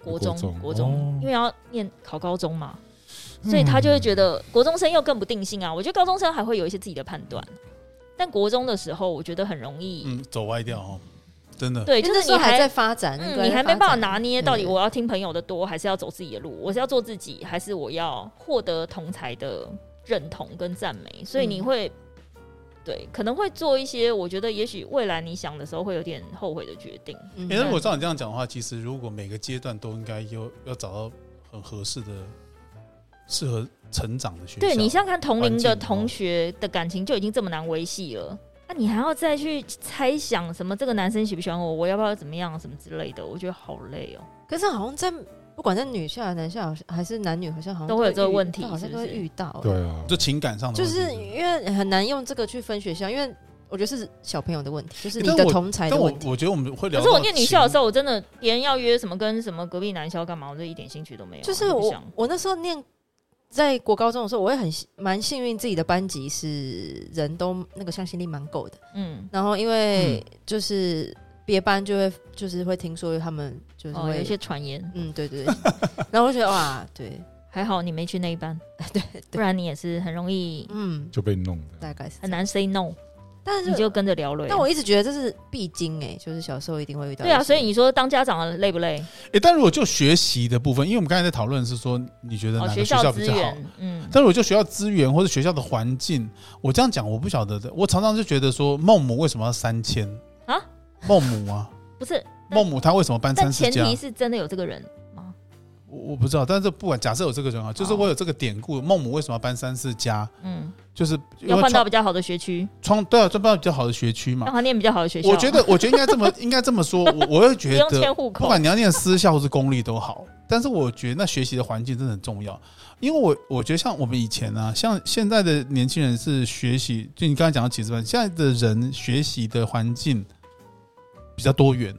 [SPEAKER 2] 国中
[SPEAKER 1] 国中
[SPEAKER 2] 国中，
[SPEAKER 4] 哦
[SPEAKER 2] 因为要念考高中嘛，所以他就会觉得国中生又更不定性啊。我觉得高中生还会有一些自己的判断，但国中的时候，我觉得很容易，
[SPEAKER 4] 嗯，走歪掉哦，真的。
[SPEAKER 2] 对，
[SPEAKER 3] 因
[SPEAKER 2] 就
[SPEAKER 3] 为那
[SPEAKER 2] 是
[SPEAKER 3] 时
[SPEAKER 2] 你
[SPEAKER 3] 候还
[SPEAKER 2] 还
[SPEAKER 3] 在。发展，那
[SPEAKER 2] 嗯，
[SPEAKER 3] 个还
[SPEAKER 2] 你
[SPEAKER 3] 在
[SPEAKER 2] 还没
[SPEAKER 3] 发
[SPEAKER 2] 办法
[SPEAKER 3] 展嗯
[SPEAKER 2] 拿捏到底
[SPEAKER 3] 对
[SPEAKER 2] 我要听朋友的多，还是要走自己的路？我是要做自己，还是我要获得同才的认同跟赞美？所
[SPEAKER 3] 嗯
[SPEAKER 2] 以你会，对，可能会做一些我觉得也许未来你想的时候会有点后悔的决定。
[SPEAKER 3] 嗯
[SPEAKER 4] 因为我照你这样讲的话，其实如果每个阶段都应该有要找到很合适的、适合成长的学校，
[SPEAKER 2] 对你像看同龄的
[SPEAKER 4] 环境哦
[SPEAKER 2] 同学的感情就已经这么难维系了，那、你还要再去猜想什么这个男生喜不喜欢我，我要不要怎么样什么之类的，我觉得好累哦、
[SPEAKER 3] 可是好像在不管在女校、男校还是男女，好像好像
[SPEAKER 2] 都会有这个
[SPEAKER 3] 遇
[SPEAKER 2] 问题
[SPEAKER 3] 好
[SPEAKER 2] 是
[SPEAKER 3] 像都
[SPEAKER 2] 不
[SPEAKER 3] 会
[SPEAKER 2] 是
[SPEAKER 3] 遇到、欸
[SPEAKER 1] 对啊，
[SPEAKER 4] 就情感上的
[SPEAKER 3] 就
[SPEAKER 4] 问题，
[SPEAKER 3] 是因为很难用这个去分学校，因为我觉得是小朋友的问题，就是你
[SPEAKER 4] 但
[SPEAKER 3] 的
[SPEAKER 4] 我
[SPEAKER 3] 同才的
[SPEAKER 4] 但我
[SPEAKER 3] 问题。
[SPEAKER 4] 我觉得我们会聊
[SPEAKER 2] 可是
[SPEAKER 4] 到情。
[SPEAKER 2] 我念女校的时候，我真的别人要约什么跟什么隔壁男校干嘛，我就一点兴趣都没有啊，
[SPEAKER 3] 就是
[SPEAKER 2] 也不
[SPEAKER 3] 我
[SPEAKER 2] 想
[SPEAKER 3] 我那时候念在国高中的时候，我也很幸蛮幸运，自己的班级是人都那个向心力蛮够的。
[SPEAKER 2] 嗯，
[SPEAKER 3] 然后因为就是别班就会就是会听说他们就是
[SPEAKER 2] 哦，
[SPEAKER 3] 会、
[SPEAKER 2] 有一些传言，
[SPEAKER 3] 嗯对
[SPEAKER 2] <laughs>
[SPEAKER 3] 对，对然后我就觉得哇对
[SPEAKER 2] 还好你没去那一
[SPEAKER 3] <laughs>
[SPEAKER 2] 班，对，不然你也是很容易
[SPEAKER 3] 嗯
[SPEAKER 1] 就被弄的。
[SPEAKER 3] 大概是这
[SPEAKER 2] 很
[SPEAKER 3] 样，
[SPEAKER 2] 难 say no，
[SPEAKER 3] 但是
[SPEAKER 2] 你就跟着聊了。
[SPEAKER 3] 但我一直觉得这是必经哎、就是小时候一定会遇到一
[SPEAKER 2] 对
[SPEAKER 3] 些。
[SPEAKER 2] 啊，所以你说当家长的累不累？
[SPEAKER 4] 哎、但如果就学习的部分，因为我们刚才在讨论是说，你觉得
[SPEAKER 2] 哦，
[SPEAKER 4] 哪个啊学
[SPEAKER 2] 校
[SPEAKER 4] 校
[SPEAKER 2] 资
[SPEAKER 4] 比较好？
[SPEAKER 2] 源，嗯，
[SPEAKER 4] 但如果就学校资源或者学校的环境，我这样讲我不晓得的。我常常就觉得说，孟母为什么要三迁
[SPEAKER 2] 啊？
[SPEAKER 4] 孟母啊，
[SPEAKER 2] 不是，但
[SPEAKER 4] 孟母她为什么搬
[SPEAKER 2] 但
[SPEAKER 4] 三四
[SPEAKER 2] 前
[SPEAKER 4] 家？
[SPEAKER 2] 提是真的有这个人吗？
[SPEAKER 4] 我我不知道，但是不管假设有这个人啊，就是
[SPEAKER 2] 好
[SPEAKER 4] 我有这个典故，孟母为什么要搬三四家？
[SPEAKER 2] 嗯，
[SPEAKER 4] 就是因
[SPEAKER 2] 要
[SPEAKER 4] 为
[SPEAKER 2] 换到
[SPEAKER 4] 创
[SPEAKER 2] 比较好的学区，
[SPEAKER 4] 创对啊，就搬到比较好的学区
[SPEAKER 2] 让
[SPEAKER 4] 嘛。
[SPEAKER 2] 他念比较好的学校。
[SPEAKER 4] 我觉得，我觉得应该
[SPEAKER 2] <laughs>
[SPEAKER 4] 这么应该这么说，我我会
[SPEAKER 2] 不
[SPEAKER 4] 觉
[SPEAKER 2] 用
[SPEAKER 4] 得
[SPEAKER 2] 迁户
[SPEAKER 4] 不
[SPEAKER 2] 口
[SPEAKER 4] 管。你要念私校或是公立都好，但是我觉得那学习的环境真的很重要，因为我我觉得像我们以前啊，像现在的年轻人是学习，就你刚才讲到几十分，现在的人学习的环境比较多元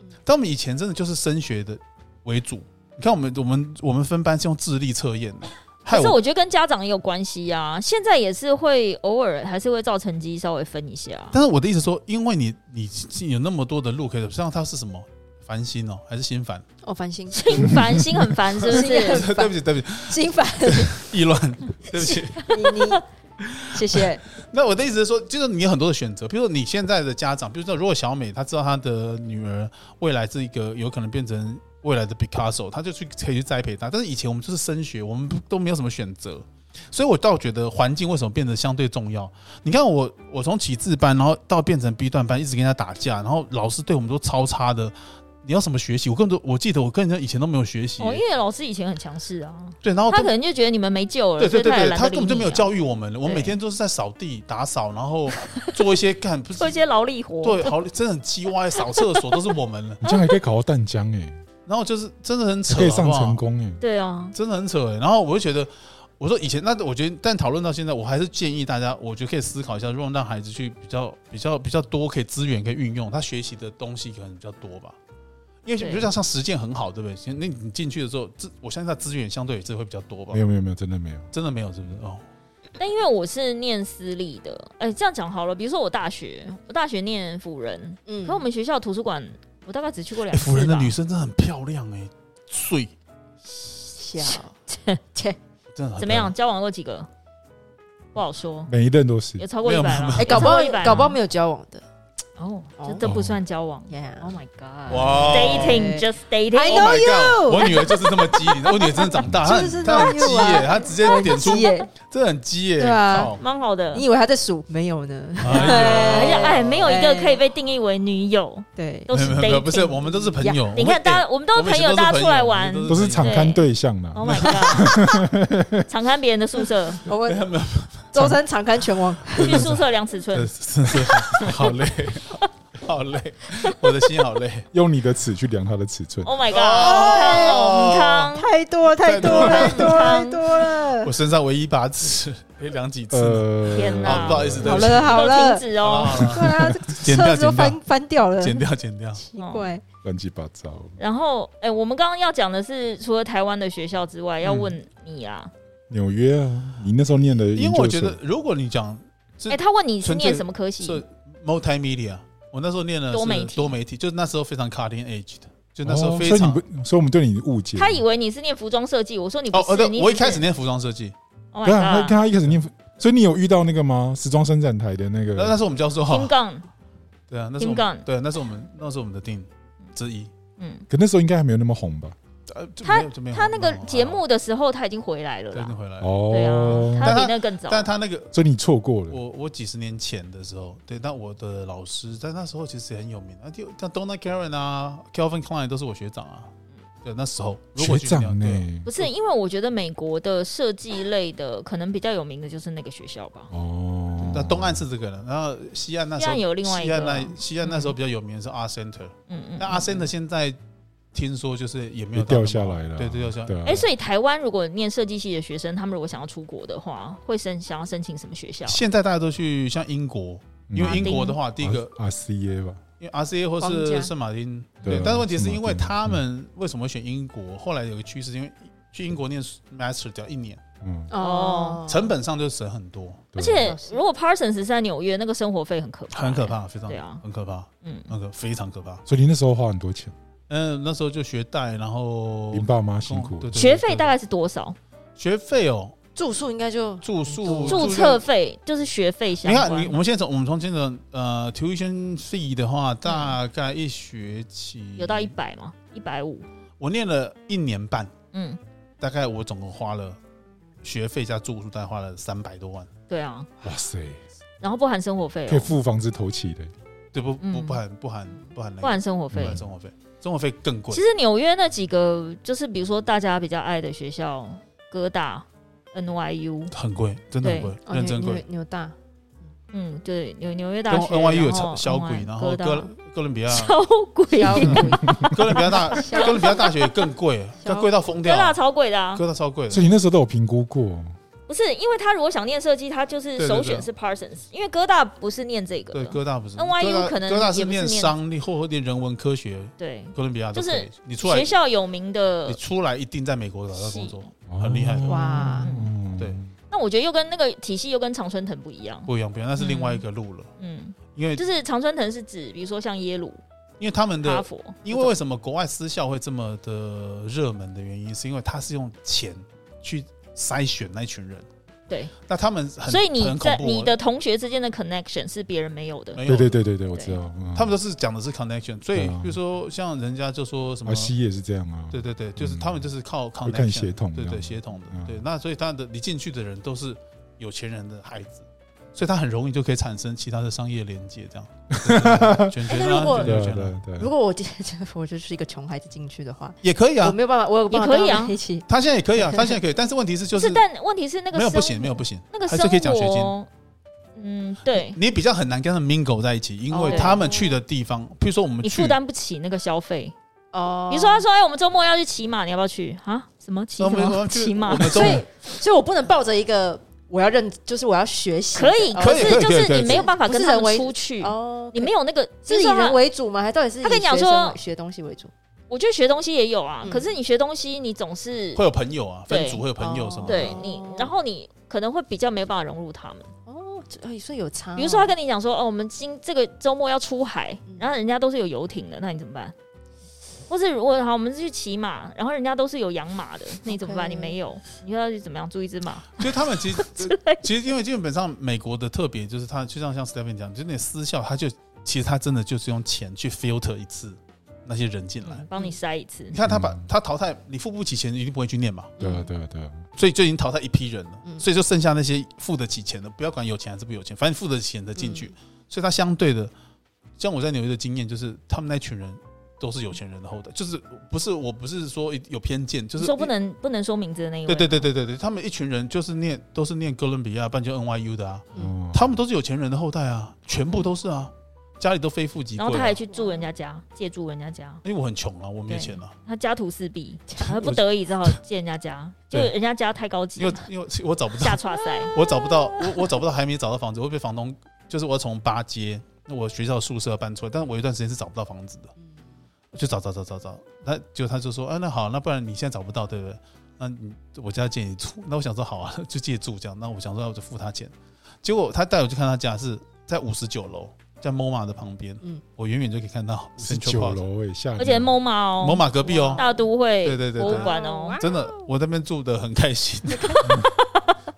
[SPEAKER 3] 嗯，
[SPEAKER 4] 但我们以前真的就是升学的为主。你看我们我们我们分班是用智力测验的，害
[SPEAKER 2] 可是
[SPEAKER 4] 我
[SPEAKER 2] 我觉得跟家长也有关系啊，现在也是会偶尔还是会照成绩稍微分一下。
[SPEAKER 4] 但是我的意思说，因为你你你有那么多的路可以走，像它是什么繁星哦，还是心烦？
[SPEAKER 3] 哦烦心
[SPEAKER 2] 心烦，心很烦，是不
[SPEAKER 3] 心
[SPEAKER 2] 是？
[SPEAKER 3] 很烦
[SPEAKER 4] 对不起对不起，
[SPEAKER 3] 心烦
[SPEAKER 4] 意乱，对不起。
[SPEAKER 3] 你你
[SPEAKER 2] <laughs>
[SPEAKER 3] 谢谢
[SPEAKER 4] 那我的意思是说，就是你有很多的选择，比如说你现在的家长，比如说如果小美她知道她的女儿未来是一个有可能变成未来的 Picasso，她就去可以去栽培她。但是以前我们就是升学，我们不都没有什么选择，所以我倒觉得环境为什么变得相对重要？你看我，我从启智班，然后到变成 B 段班，一直跟人家打架，然后老师对我们都超差的。你要什么学习？我根本都我记得，我跟人家以前都没有学习、
[SPEAKER 2] 哦，因为老师以前很强势啊，
[SPEAKER 4] 对，然后
[SPEAKER 2] 他
[SPEAKER 4] 都
[SPEAKER 2] 可能就觉得你们没救了，
[SPEAKER 4] 哦对
[SPEAKER 2] 所
[SPEAKER 4] 对
[SPEAKER 2] 以
[SPEAKER 4] 对
[SPEAKER 2] 也
[SPEAKER 4] 对，
[SPEAKER 2] 懒
[SPEAKER 4] 他
[SPEAKER 2] 得
[SPEAKER 4] 根
[SPEAKER 2] 理
[SPEAKER 4] 本就没有
[SPEAKER 2] 你啊
[SPEAKER 4] 教育我们了。我
[SPEAKER 2] 对
[SPEAKER 4] 每天都是在扫地、打扫，然后做一些干不是
[SPEAKER 2] 做一些劳力活。
[SPEAKER 4] 对，好，真的很鸡歪，扫厕所都是
[SPEAKER 2] <laughs>
[SPEAKER 4] 我们了。
[SPEAKER 1] 你这样还可以考到淡江哎、
[SPEAKER 4] 然后就是真的很扯，
[SPEAKER 1] 还可以上
[SPEAKER 4] 好不好
[SPEAKER 1] 成功哎、
[SPEAKER 2] 对啊，
[SPEAKER 4] 真的很扯、欸。然后我就觉得，我说以前那我觉得，但讨论到现在，我还是建议大家，我觉得可以思考一下，如果让孩子去比较比较比较多可以资源可以运用，他学习的东西可能比较多吧。因为
[SPEAKER 2] 对
[SPEAKER 4] 比如像像实践很好，对不对？其实那你进去的时候，资我相信他资源相对也是会比较多吧
[SPEAKER 1] 没。有没有没有，真的没有。
[SPEAKER 4] 真的没有，是不是？哦，
[SPEAKER 2] 但因为我是念私立的，哎、这样讲好了。比如说我大学，我大学念辅仁，
[SPEAKER 3] 嗯
[SPEAKER 2] 可我们学校图书馆，我大概只去过
[SPEAKER 4] 哎
[SPEAKER 2] 两次吧。
[SPEAKER 4] 辅仁的女生真的很漂亮哎、欸，碎
[SPEAKER 3] 小，
[SPEAKER 4] 真的很
[SPEAKER 2] 怎么样？？交往过几个？不好说，
[SPEAKER 1] 每一任都是
[SPEAKER 2] 有超过
[SPEAKER 4] 没
[SPEAKER 2] 一啊
[SPEAKER 4] 有
[SPEAKER 2] 百
[SPEAKER 4] 没
[SPEAKER 2] 吗？
[SPEAKER 4] 有嗯没有
[SPEAKER 3] 哎，搞不好
[SPEAKER 2] 有超过100吗
[SPEAKER 3] 搞不好没有交往的
[SPEAKER 2] 哦，这
[SPEAKER 3] 哦
[SPEAKER 2] 这不算交往。
[SPEAKER 3] ，Yeah，
[SPEAKER 2] Oh my god！
[SPEAKER 4] 哇哦
[SPEAKER 2] Dating just
[SPEAKER 3] I
[SPEAKER 2] dating，
[SPEAKER 4] Oh my
[SPEAKER 3] know
[SPEAKER 4] god！我女儿就是这么鸡，
[SPEAKER 3] <laughs>
[SPEAKER 4] 你知道我女儿真的长大，她
[SPEAKER 3] 就是
[SPEAKER 4] 很她很
[SPEAKER 3] know
[SPEAKER 4] 鸡
[SPEAKER 3] you 啊
[SPEAKER 4] 耶，她直接
[SPEAKER 3] <laughs>
[SPEAKER 4] 点出
[SPEAKER 3] 鸡，耶，
[SPEAKER 4] 真的很鸡耶，
[SPEAKER 3] 对啊
[SPEAKER 4] 靠
[SPEAKER 2] 蛮好的
[SPEAKER 3] 你。以为他在数？没有呢，
[SPEAKER 4] 哎
[SPEAKER 2] 而且
[SPEAKER 4] 呦
[SPEAKER 2] 哎，没有一个可以被定义为女友， <laughs>
[SPEAKER 3] 对，
[SPEAKER 2] 都是
[SPEAKER 4] 没有没有没有
[SPEAKER 2] dating。
[SPEAKER 4] 不是，我们都是朋友。
[SPEAKER 2] 你看，大家我们都
[SPEAKER 4] 我
[SPEAKER 2] 是
[SPEAKER 4] 们以
[SPEAKER 2] 朋
[SPEAKER 4] 前
[SPEAKER 2] 友，
[SPEAKER 4] 都是
[SPEAKER 2] 大家出来玩
[SPEAKER 4] 朋。友
[SPEAKER 1] 都是场刊对象啊啦。
[SPEAKER 2] Oh my god！常 <laughs> 看别人的宿舍，
[SPEAKER 3] 我
[SPEAKER 4] 没有
[SPEAKER 3] 们
[SPEAKER 4] 没有，
[SPEAKER 3] 周身常看全网，
[SPEAKER 2] 去宿舍量尺寸
[SPEAKER 4] 呃，是是是 <laughs> 好累，好累，我的心好累。
[SPEAKER 3] <laughs>
[SPEAKER 1] 用你的尺去量他的尺寸。
[SPEAKER 2] Oh my god！
[SPEAKER 4] 哦
[SPEAKER 2] 母汤，母
[SPEAKER 3] 太多了，太多了，
[SPEAKER 2] 太
[SPEAKER 3] 太
[SPEAKER 2] 多了
[SPEAKER 3] 多了，太多了
[SPEAKER 4] 我。身上唯一一把尺，可以量几次呢？
[SPEAKER 1] 呃，
[SPEAKER 2] 天哪
[SPEAKER 4] 好，哦不好意思，对
[SPEAKER 3] 好
[SPEAKER 4] 不起。
[SPEAKER 3] 了好 <laughs>
[SPEAKER 2] 汤都停
[SPEAKER 3] 了，
[SPEAKER 2] 止
[SPEAKER 4] 好
[SPEAKER 2] 哦
[SPEAKER 4] 了。好了
[SPEAKER 3] 对啊，这个
[SPEAKER 4] <laughs> 剪掉
[SPEAKER 3] 车子都
[SPEAKER 4] 剪掉
[SPEAKER 3] 翻翻掉了，
[SPEAKER 4] 剪掉剪掉。
[SPEAKER 3] 奇怪。
[SPEAKER 1] 乱七八糟。
[SPEAKER 2] 然后，哎、我们刚刚要讲的是，除了台湾的学校之外，
[SPEAKER 4] 嗯
[SPEAKER 2] 要问你啊，
[SPEAKER 1] 纽约啊，你那时候念的
[SPEAKER 4] 因
[SPEAKER 1] 研
[SPEAKER 4] 为我
[SPEAKER 1] 究
[SPEAKER 4] 觉
[SPEAKER 1] 所
[SPEAKER 4] 得，，如果你讲
[SPEAKER 2] 哎、
[SPEAKER 4] 这
[SPEAKER 2] 他问你是
[SPEAKER 4] 纯粹
[SPEAKER 2] 念什么科系
[SPEAKER 4] 是？multimedia，我那时候念的是
[SPEAKER 2] 多媒体
[SPEAKER 4] 多媒体就是那时候非常 cutting edge 的，就那时候
[SPEAKER 1] 哦，
[SPEAKER 4] 非
[SPEAKER 1] 所以你
[SPEAKER 4] 常。
[SPEAKER 1] 不，所以我们对你误解。
[SPEAKER 2] 他以为你是念服装设计，我说你不
[SPEAKER 4] 哦
[SPEAKER 2] 是，
[SPEAKER 4] 哦，
[SPEAKER 2] 你
[SPEAKER 4] 对，
[SPEAKER 2] 只
[SPEAKER 4] 我一开始
[SPEAKER 2] 是
[SPEAKER 4] 念服装设计，
[SPEAKER 2] ，Oh
[SPEAKER 1] 对啊，他
[SPEAKER 2] my
[SPEAKER 1] 他
[SPEAKER 2] god，
[SPEAKER 1] 一开始念，所以你有遇到那个吗？时装伸展台的那
[SPEAKER 4] 那那
[SPEAKER 1] 个，
[SPEAKER 4] 时候我们教授，
[SPEAKER 2] 金杠，
[SPEAKER 4] 对啊，那时
[SPEAKER 2] 金
[SPEAKER 4] 候我们
[SPEAKER 2] 杠，
[SPEAKER 4] 对，那是我们那是我们的 dean 之一，
[SPEAKER 2] 嗯，
[SPEAKER 1] 可那时候应该还没有那么红吧？
[SPEAKER 4] 呃，就
[SPEAKER 2] 他
[SPEAKER 4] 没有就没有
[SPEAKER 2] 他那个
[SPEAKER 4] 没有
[SPEAKER 2] 节目的时候他已经回来了
[SPEAKER 4] 对，你
[SPEAKER 2] 啦，
[SPEAKER 4] 回来，
[SPEAKER 2] 对
[SPEAKER 1] 哦
[SPEAKER 2] 啊，，他
[SPEAKER 4] 但
[SPEAKER 2] 比
[SPEAKER 4] 他
[SPEAKER 2] 那更早，
[SPEAKER 4] 但他那个
[SPEAKER 1] 所以你错过了。
[SPEAKER 4] 我我几十年前的时候，对，那我的老师在那时候其实也很有名啊，就像 Donna Karen 啊，Kelvin Klein 都是我学长啊，对，那时候如
[SPEAKER 1] 学
[SPEAKER 4] 果去聊
[SPEAKER 1] 长欸呢、
[SPEAKER 4] 对啊
[SPEAKER 2] 不是因为我觉得美国的设计类的可能比较有名的就是那个学校吧，
[SPEAKER 1] 哦，
[SPEAKER 4] 那东岸是这个人，然后西岸那时
[SPEAKER 2] 西
[SPEAKER 4] 候
[SPEAKER 2] 岸有另外一
[SPEAKER 4] 西
[SPEAKER 2] 个
[SPEAKER 4] 岸那西岸那时候比较有名的是 R Center，
[SPEAKER 2] 嗯嗯，
[SPEAKER 4] 那啊 R Center 现在听说就是也没
[SPEAKER 1] 也
[SPEAKER 4] 有
[SPEAKER 1] 掉
[SPEAKER 4] 到
[SPEAKER 1] 下
[SPEAKER 4] 那么
[SPEAKER 1] 来了，
[SPEAKER 4] 对，对掉下来。
[SPEAKER 1] 对啊。
[SPEAKER 2] 哎、所以台湾如果念设计系的学生，他们如果想要出国的话，会申想要申请什么学校？
[SPEAKER 4] 现在大家都去像英国，
[SPEAKER 1] 嗯
[SPEAKER 4] 因为英国的话，第一
[SPEAKER 1] 啊
[SPEAKER 4] 个
[SPEAKER 1] RCA 吧，
[SPEAKER 4] 因为 RCA 或
[SPEAKER 3] 皇
[SPEAKER 4] 是
[SPEAKER 3] 家
[SPEAKER 4] 圣马丁，
[SPEAKER 1] 对
[SPEAKER 4] 对
[SPEAKER 1] 啊，
[SPEAKER 4] 但是问题是
[SPEAKER 1] 圣马
[SPEAKER 4] 因为
[SPEAKER 1] 丁嗯
[SPEAKER 4] 他们为什么选英国？后来有个趋势，因为去英国念 master 只要一年，
[SPEAKER 1] 嗯，
[SPEAKER 2] 哦
[SPEAKER 4] 成本上就省很多，
[SPEAKER 2] 而
[SPEAKER 1] 对啊
[SPEAKER 2] 且如果 Parsons 是在纽约，那个生活费很可怕、
[SPEAKER 4] 很可。怕，非常
[SPEAKER 2] 对啊
[SPEAKER 4] 很可怕，
[SPEAKER 2] 嗯，
[SPEAKER 4] 那个非常可怕。
[SPEAKER 1] 所以你那时候花很多钱，
[SPEAKER 4] 嗯，那时候就学贷，然后
[SPEAKER 1] 你爸妈辛
[SPEAKER 4] 工
[SPEAKER 1] 苦
[SPEAKER 4] 哦对对对
[SPEAKER 2] 学费
[SPEAKER 4] 对
[SPEAKER 2] 大概是多少？
[SPEAKER 4] 学费哦，
[SPEAKER 3] 住宿应该就
[SPEAKER 4] 住宿
[SPEAKER 2] 嗯注册费就是学费相
[SPEAKER 4] 你看，你
[SPEAKER 2] 关
[SPEAKER 4] 我。们现在从我们从现在呃 tuition fee 的话，大概一学期
[SPEAKER 2] 有到一，百吗？一百五。
[SPEAKER 4] 我念了一年半，
[SPEAKER 2] 嗯，
[SPEAKER 4] 大概我总共花了学费加住宿，大概花了三百多万，
[SPEAKER 2] 对啊，
[SPEAKER 1] 哇塞，
[SPEAKER 2] 然后不含生活费、
[SPEAKER 1] 可以
[SPEAKER 2] 哦，
[SPEAKER 1] 付房子头期的，
[SPEAKER 4] 对不不
[SPEAKER 2] 嗯
[SPEAKER 4] 不含不含不含那
[SPEAKER 2] 不
[SPEAKER 4] 个
[SPEAKER 2] 含生活
[SPEAKER 4] 不
[SPEAKER 2] 费
[SPEAKER 4] 含。生活费，生活费更嗯贵
[SPEAKER 2] 其。实纽约那几个，就是比如说大家比较爱的学校，哥大、NYU，
[SPEAKER 4] 很贵，真的很贵，
[SPEAKER 3] 哦
[SPEAKER 4] 认真
[SPEAKER 3] 纽
[SPEAKER 4] 贵
[SPEAKER 3] 纽。纽大， <laughs>
[SPEAKER 2] 嗯，对，纽纽约大
[SPEAKER 4] 跟
[SPEAKER 2] 学
[SPEAKER 4] NYU 有
[SPEAKER 2] 然后
[SPEAKER 4] 超小鬼，
[SPEAKER 2] NY
[SPEAKER 4] 然后
[SPEAKER 2] 哥大
[SPEAKER 4] 哥哥伦比
[SPEAKER 2] <laughs>
[SPEAKER 4] 亚
[SPEAKER 2] 超贵，
[SPEAKER 3] 小鬼
[SPEAKER 4] 哥伦比亚
[SPEAKER 2] <laughs>
[SPEAKER 4] 大
[SPEAKER 3] 小
[SPEAKER 4] 哥伦比亚大学也更贵，
[SPEAKER 3] 小
[SPEAKER 4] 那贵到疯
[SPEAKER 2] 哥
[SPEAKER 4] 掉，
[SPEAKER 2] 大超贵的啊！
[SPEAKER 4] 哥大超贵的
[SPEAKER 1] 所以你那时候都有评估过，哦
[SPEAKER 2] 不是，因为他如果想念设计，他就是
[SPEAKER 4] 对对
[SPEAKER 2] 首选
[SPEAKER 4] 对
[SPEAKER 2] 是 Parsons，因为哥大不是念这个
[SPEAKER 4] 对，
[SPEAKER 2] 的，
[SPEAKER 4] 哥大不是
[SPEAKER 2] NYU
[SPEAKER 4] 哥大
[SPEAKER 2] 可能
[SPEAKER 4] 哥大
[SPEAKER 2] 也
[SPEAKER 4] 是
[SPEAKER 2] 不是
[SPEAKER 4] 念
[SPEAKER 2] 念
[SPEAKER 4] 商力或念人文科学，
[SPEAKER 2] 对，
[SPEAKER 4] 哥伦比亚都
[SPEAKER 2] 就
[SPEAKER 4] 可
[SPEAKER 2] 是
[SPEAKER 4] 以你出来
[SPEAKER 2] 学校有名
[SPEAKER 4] 你
[SPEAKER 2] 的。
[SPEAKER 4] 出来一定在美国找到工作，
[SPEAKER 1] 哦
[SPEAKER 4] 很厉害
[SPEAKER 3] <laughs>
[SPEAKER 4] 的
[SPEAKER 3] 哇
[SPEAKER 1] 嗯
[SPEAKER 4] 对，
[SPEAKER 2] 那我觉得又跟那个体系又跟常春藤不一样，
[SPEAKER 4] 不一样，不一样，那是另外一个路了。
[SPEAKER 2] 嗯，
[SPEAKER 4] 因为
[SPEAKER 2] 就是常春藤是指比如说像耶鲁、
[SPEAKER 4] 因为他们
[SPEAKER 2] 哈
[SPEAKER 4] 的，
[SPEAKER 2] 佛，
[SPEAKER 4] 因为为什么国外私校会这么的热门的原因，是因为他是用钱去筛选那群人。
[SPEAKER 2] 对，
[SPEAKER 4] 那他们很
[SPEAKER 2] 所以你
[SPEAKER 4] 很
[SPEAKER 2] 在
[SPEAKER 4] 恐怖哦
[SPEAKER 2] 你的同学之间的 connection 是别人没有的，
[SPEAKER 4] 没有
[SPEAKER 1] 对对
[SPEAKER 4] 对，
[SPEAKER 1] 对对对，我知道，嗯
[SPEAKER 4] 他们都是讲的是 connection，所
[SPEAKER 1] 对
[SPEAKER 4] 以
[SPEAKER 1] 啊
[SPEAKER 4] 比如说像人家就说什么
[SPEAKER 1] 啊，。西也是这样啊，
[SPEAKER 4] 对对对，就是
[SPEAKER 1] 嗯
[SPEAKER 4] 他们就是靠
[SPEAKER 1] 会看
[SPEAKER 4] connection，
[SPEAKER 1] 血统
[SPEAKER 4] 对
[SPEAKER 1] 这
[SPEAKER 4] 对
[SPEAKER 1] 样
[SPEAKER 4] 协同的
[SPEAKER 1] 嗯，
[SPEAKER 4] 对。那所以他的你进去的人都是有钱人的孩子，所以他很容易就可以产生其他的商业连接，这样。对对对卷
[SPEAKER 3] 哎
[SPEAKER 4] 卷
[SPEAKER 3] 那如果
[SPEAKER 4] 啊，
[SPEAKER 1] 对
[SPEAKER 4] 卷
[SPEAKER 1] 啊
[SPEAKER 4] 卷
[SPEAKER 1] 对
[SPEAKER 4] 啊，
[SPEAKER 1] 啊对啊，
[SPEAKER 3] 如果我今天 <laughs> 我就是一个穷孩子进去的话，
[SPEAKER 4] 也可以
[SPEAKER 3] 我
[SPEAKER 4] 啊，
[SPEAKER 3] 没有办法，我有办法
[SPEAKER 2] 也可以啊
[SPEAKER 3] 跟他们一起
[SPEAKER 4] 他现在也可以啊，他现在可以，但是问题是就是是
[SPEAKER 2] 但问题是那个
[SPEAKER 4] 没有
[SPEAKER 2] 生
[SPEAKER 4] 不行，没有不行，
[SPEAKER 2] 那个
[SPEAKER 4] 还
[SPEAKER 2] 生
[SPEAKER 4] 是可以讲学金
[SPEAKER 2] 活，嗯，对
[SPEAKER 4] 你比较很难跟他们 mingle 在一起，因为
[SPEAKER 2] 哦
[SPEAKER 4] 他们去的地方，譬如说我们
[SPEAKER 2] 你
[SPEAKER 4] 去
[SPEAKER 2] 负，担不起那个消费。
[SPEAKER 3] 哦
[SPEAKER 2] 比如说他，说，哎，我们周末要去骑马，你要不要去啊？什么骑
[SPEAKER 4] 我
[SPEAKER 2] 什
[SPEAKER 4] 们
[SPEAKER 2] <laughs>
[SPEAKER 4] 我
[SPEAKER 2] 么
[SPEAKER 4] 们去
[SPEAKER 2] 骑马
[SPEAKER 4] 我？们中
[SPEAKER 3] 所以所以我不能抱着一个我要认，就是我要学习的，
[SPEAKER 2] 可以，
[SPEAKER 3] 哦
[SPEAKER 4] 可以
[SPEAKER 2] 是就
[SPEAKER 4] 可以可
[SPEAKER 2] 是
[SPEAKER 4] 以
[SPEAKER 2] 你没有办法
[SPEAKER 3] 不是
[SPEAKER 2] 跟他
[SPEAKER 3] 人
[SPEAKER 2] 们
[SPEAKER 3] 为
[SPEAKER 2] 出去，
[SPEAKER 3] 哦，
[SPEAKER 2] 你
[SPEAKER 3] 可
[SPEAKER 2] 没有那个，
[SPEAKER 3] 是
[SPEAKER 2] 就
[SPEAKER 3] 以
[SPEAKER 2] 是他
[SPEAKER 3] 人为主吗？还到底是以
[SPEAKER 2] 他跟你讲
[SPEAKER 3] 学生
[SPEAKER 2] 说
[SPEAKER 3] 为学东西为主？
[SPEAKER 2] 我觉得学东西也有啊，
[SPEAKER 3] 嗯
[SPEAKER 2] 可是你学东西，你总是
[SPEAKER 4] 会有朋友啊，分
[SPEAKER 2] 对哦
[SPEAKER 4] 组会有朋友什么的，
[SPEAKER 2] 对你，然后你可能会比较没办法融入他们。
[SPEAKER 3] 哦，这哎，所以有差哦，
[SPEAKER 2] 比如说他跟你讲
[SPEAKER 3] 嗯
[SPEAKER 2] 说，哦，我们今这个周末要出海，然后人家都是有游艇的，那你怎么办？或是如果好，我们是去骑马，然后人家都是有养马的，那你怎么办？
[SPEAKER 3] OK
[SPEAKER 2] 你没有，你要去怎么样租一只马？
[SPEAKER 4] 就他们
[SPEAKER 2] <laughs>
[SPEAKER 4] 其实其实因为基本上美国的特别就是他就像像 Stephen 讲，就那私校，他就其实他真的就是用钱去 filter 一次那些人进来。
[SPEAKER 2] 嗯帮你筛一次
[SPEAKER 4] 你。看他把
[SPEAKER 1] 嗯
[SPEAKER 4] 他淘汰，你付不起钱，一定不会去念嘛，
[SPEAKER 1] 对啊，对啊，对啊，
[SPEAKER 4] 所以就已经淘汰一批人了，
[SPEAKER 3] 嗯
[SPEAKER 4] 所以就剩下那些付得起钱的，不要管有钱还是不有钱，反正付得起钱的进去，所以他相对的，像我在纽约的经验就是，他们那群人都是有钱人的后代，就是不是我不是说有偏见，就
[SPEAKER 2] 你
[SPEAKER 4] 是
[SPEAKER 2] 说不能啊不能说名字的那一位，
[SPEAKER 4] 对对对对对对，他们一群人就是念都是念哥伦比亚，不然就 NYU 的啊，
[SPEAKER 3] 嗯
[SPEAKER 1] 哦
[SPEAKER 4] 他们都是有钱人的后代啊，全部都是啊，家里都非富即贵
[SPEAKER 2] 然
[SPEAKER 4] 啊、
[SPEAKER 2] 后他还去住人家家，借住人家家，
[SPEAKER 4] 因为我很穷啊，我没
[SPEAKER 2] 对
[SPEAKER 4] 钱啊，
[SPEAKER 2] 他家徒四壁，
[SPEAKER 4] <laughs>
[SPEAKER 2] 他
[SPEAKER 4] 我
[SPEAKER 2] 不得已只好借人家家，就
[SPEAKER 4] 对
[SPEAKER 2] 人家家太高级
[SPEAKER 4] 因为
[SPEAKER 2] 了，
[SPEAKER 4] 因为我找不到
[SPEAKER 2] 下叉
[SPEAKER 4] <laughs>
[SPEAKER 2] 赛。
[SPEAKER 4] 我找不到，我我找不到，还没找到房子，我被房东就是我从八街，那我学校宿舍搬出来，但是我有一段时间是找不到房子的，就找找找找找，那就他就说，啊，那好，那不然你现在找不到，对不对？那你我家借你住，那我想说好啊， <laughs> 就借住这样，那我想说我就付他钱，结果他带我去看他家是在五十九楼，在 MoMA 的旁边，
[SPEAKER 3] 嗯
[SPEAKER 4] 我远远就可以看到
[SPEAKER 1] 十
[SPEAKER 4] Central
[SPEAKER 1] 九
[SPEAKER 4] Park
[SPEAKER 1] 楼哎，下
[SPEAKER 2] 而且 MoMA 哦
[SPEAKER 4] MoMA 隔壁哦，
[SPEAKER 2] 大都会
[SPEAKER 4] 对对对对
[SPEAKER 2] 博物馆哦，
[SPEAKER 4] 真的，我在那边住的很开心，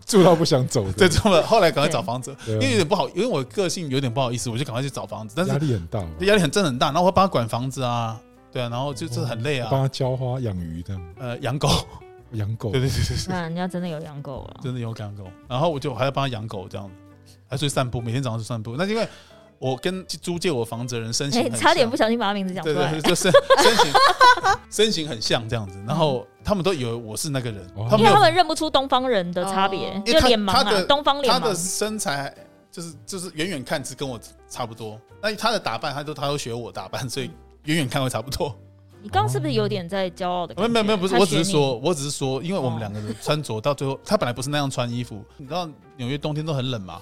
[SPEAKER 1] 住到不想走的，
[SPEAKER 4] 对，这么后来赶快找
[SPEAKER 2] 对
[SPEAKER 4] 房子，
[SPEAKER 1] 对啊
[SPEAKER 4] 因为有点不好，因为我个性有点不好意思，我就赶快去找房子，但是
[SPEAKER 1] 压力很大嘛，
[SPEAKER 4] 压力很真的很大，然后我帮他管房子啊，对啊，然后就
[SPEAKER 1] 哦
[SPEAKER 4] 是很累
[SPEAKER 1] 帮他
[SPEAKER 4] 啊，
[SPEAKER 1] 浇花、养鱼这样，
[SPEAKER 4] 呃，养狗，
[SPEAKER 1] 养狗
[SPEAKER 4] 对，对对对对，
[SPEAKER 2] 那人家真的有养狗了，
[SPEAKER 4] 真的有养狗，然后我就还要帮他养狗这样子，还出去散步，每天早上去散步。那因为我跟租借我房子的人身形
[SPEAKER 2] 哎，
[SPEAKER 4] 很像，
[SPEAKER 2] 差点不小心把他名字讲出
[SPEAKER 4] 对
[SPEAKER 2] 来
[SPEAKER 4] 对，对，就身 <laughs> 身形身形很像这样子，然后他们都以为我是那个人
[SPEAKER 1] 哦，
[SPEAKER 4] 他
[SPEAKER 2] 因
[SPEAKER 4] 们
[SPEAKER 2] 为
[SPEAKER 4] 有
[SPEAKER 2] 他们认不出东方人的差别
[SPEAKER 3] 哦，
[SPEAKER 2] 就脸盲
[SPEAKER 4] 因为他他
[SPEAKER 2] 啊
[SPEAKER 4] 的，
[SPEAKER 2] 东方脸
[SPEAKER 4] 他的
[SPEAKER 2] 盲，
[SPEAKER 4] 身材就是就是远远看是跟我差不多，那他的打扮他都他都学我打扮，所 <laughs> 以远远看会差不多。
[SPEAKER 2] 你刚刚是不是有点在骄傲的
[SPEAKER 4] 没
[SPEAKER 2] 感觉？
[SPEAKER 4] 有哦没有没有，不是，
[SPEAKER 2] 他
[SPEAKER 4] 我
[SPEAKER 2] 学
[SPEAKER 4] 只是
[SPEAKER 2] 你哦
[SPEAKER 4] 说，我只是说，因为我们两个人穿着到最后，他本来不是那样穿衣服，你知道纽约冬天都很冷嘛，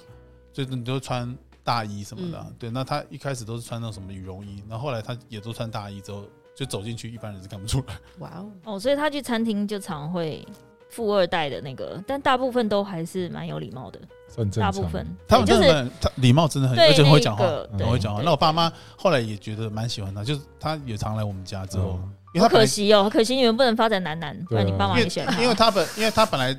[SPEAKER 4] 所以你都穿大衣什么的啊。
[SPEAKER 2] 嗯
[SPEAKER 4] 对，那他一开始都是穿那种什么羽绒衣，然后后来他也都穿大衣之后，就走进去，一般人是看不出来。
[SPEAKER 3] 哇哦，
[SPEAKER 2] 哦，所以他去餐厅就常会富二代的那个，但大部分都还是蛮有礼貌的，
[SPEAKER 1] 算正
[SPEAKER 2] 大
[SPEAKER 1] 常。哦
[SPEAKER 2] 部分
[SPEAKER 4] 他们
[SPEAKER 2] 对
[SPEAKER 4] 真
[SPEAKER 2] 就
[SPEAKER 4] 的
[SPEAKER 2] 是
[SPEAKER 4] 很，他礼貌真的很，
[SPEAKER 2] 对
[SPEAKER 4] 而且很会
[SPEAKER 2] 那
[SPEAKER 4] 讲话，
[SPEAKER 2] 个
[SPEAKER 1] 很
[SPEAKER 2] 对
[SPEAKER 4] 很会讲话。
[SPEAKER 2] 对
[SPEAKER 4] 那我爸妈后来也觉得蛮喜欢他，就是他也常来我们家之后，
[SPEAKER 1] 嗯
[SPEAKER 4] 因为
[SPEAKER 2] 好
[SPEAKER 4] 他本
[SPEAKER 2] 可
[SPEAKER 4] 来
[SPEAKER 2] 惜哦，可惜你们不能发展男男，不然你
[SPEAKER 1] 对啊
[SPEAKER 2] 爸妈
[SPEAKER 4] 因
[SPEAKER 2] 也选他
[SPEAKER 4] 为因为他本因为他本来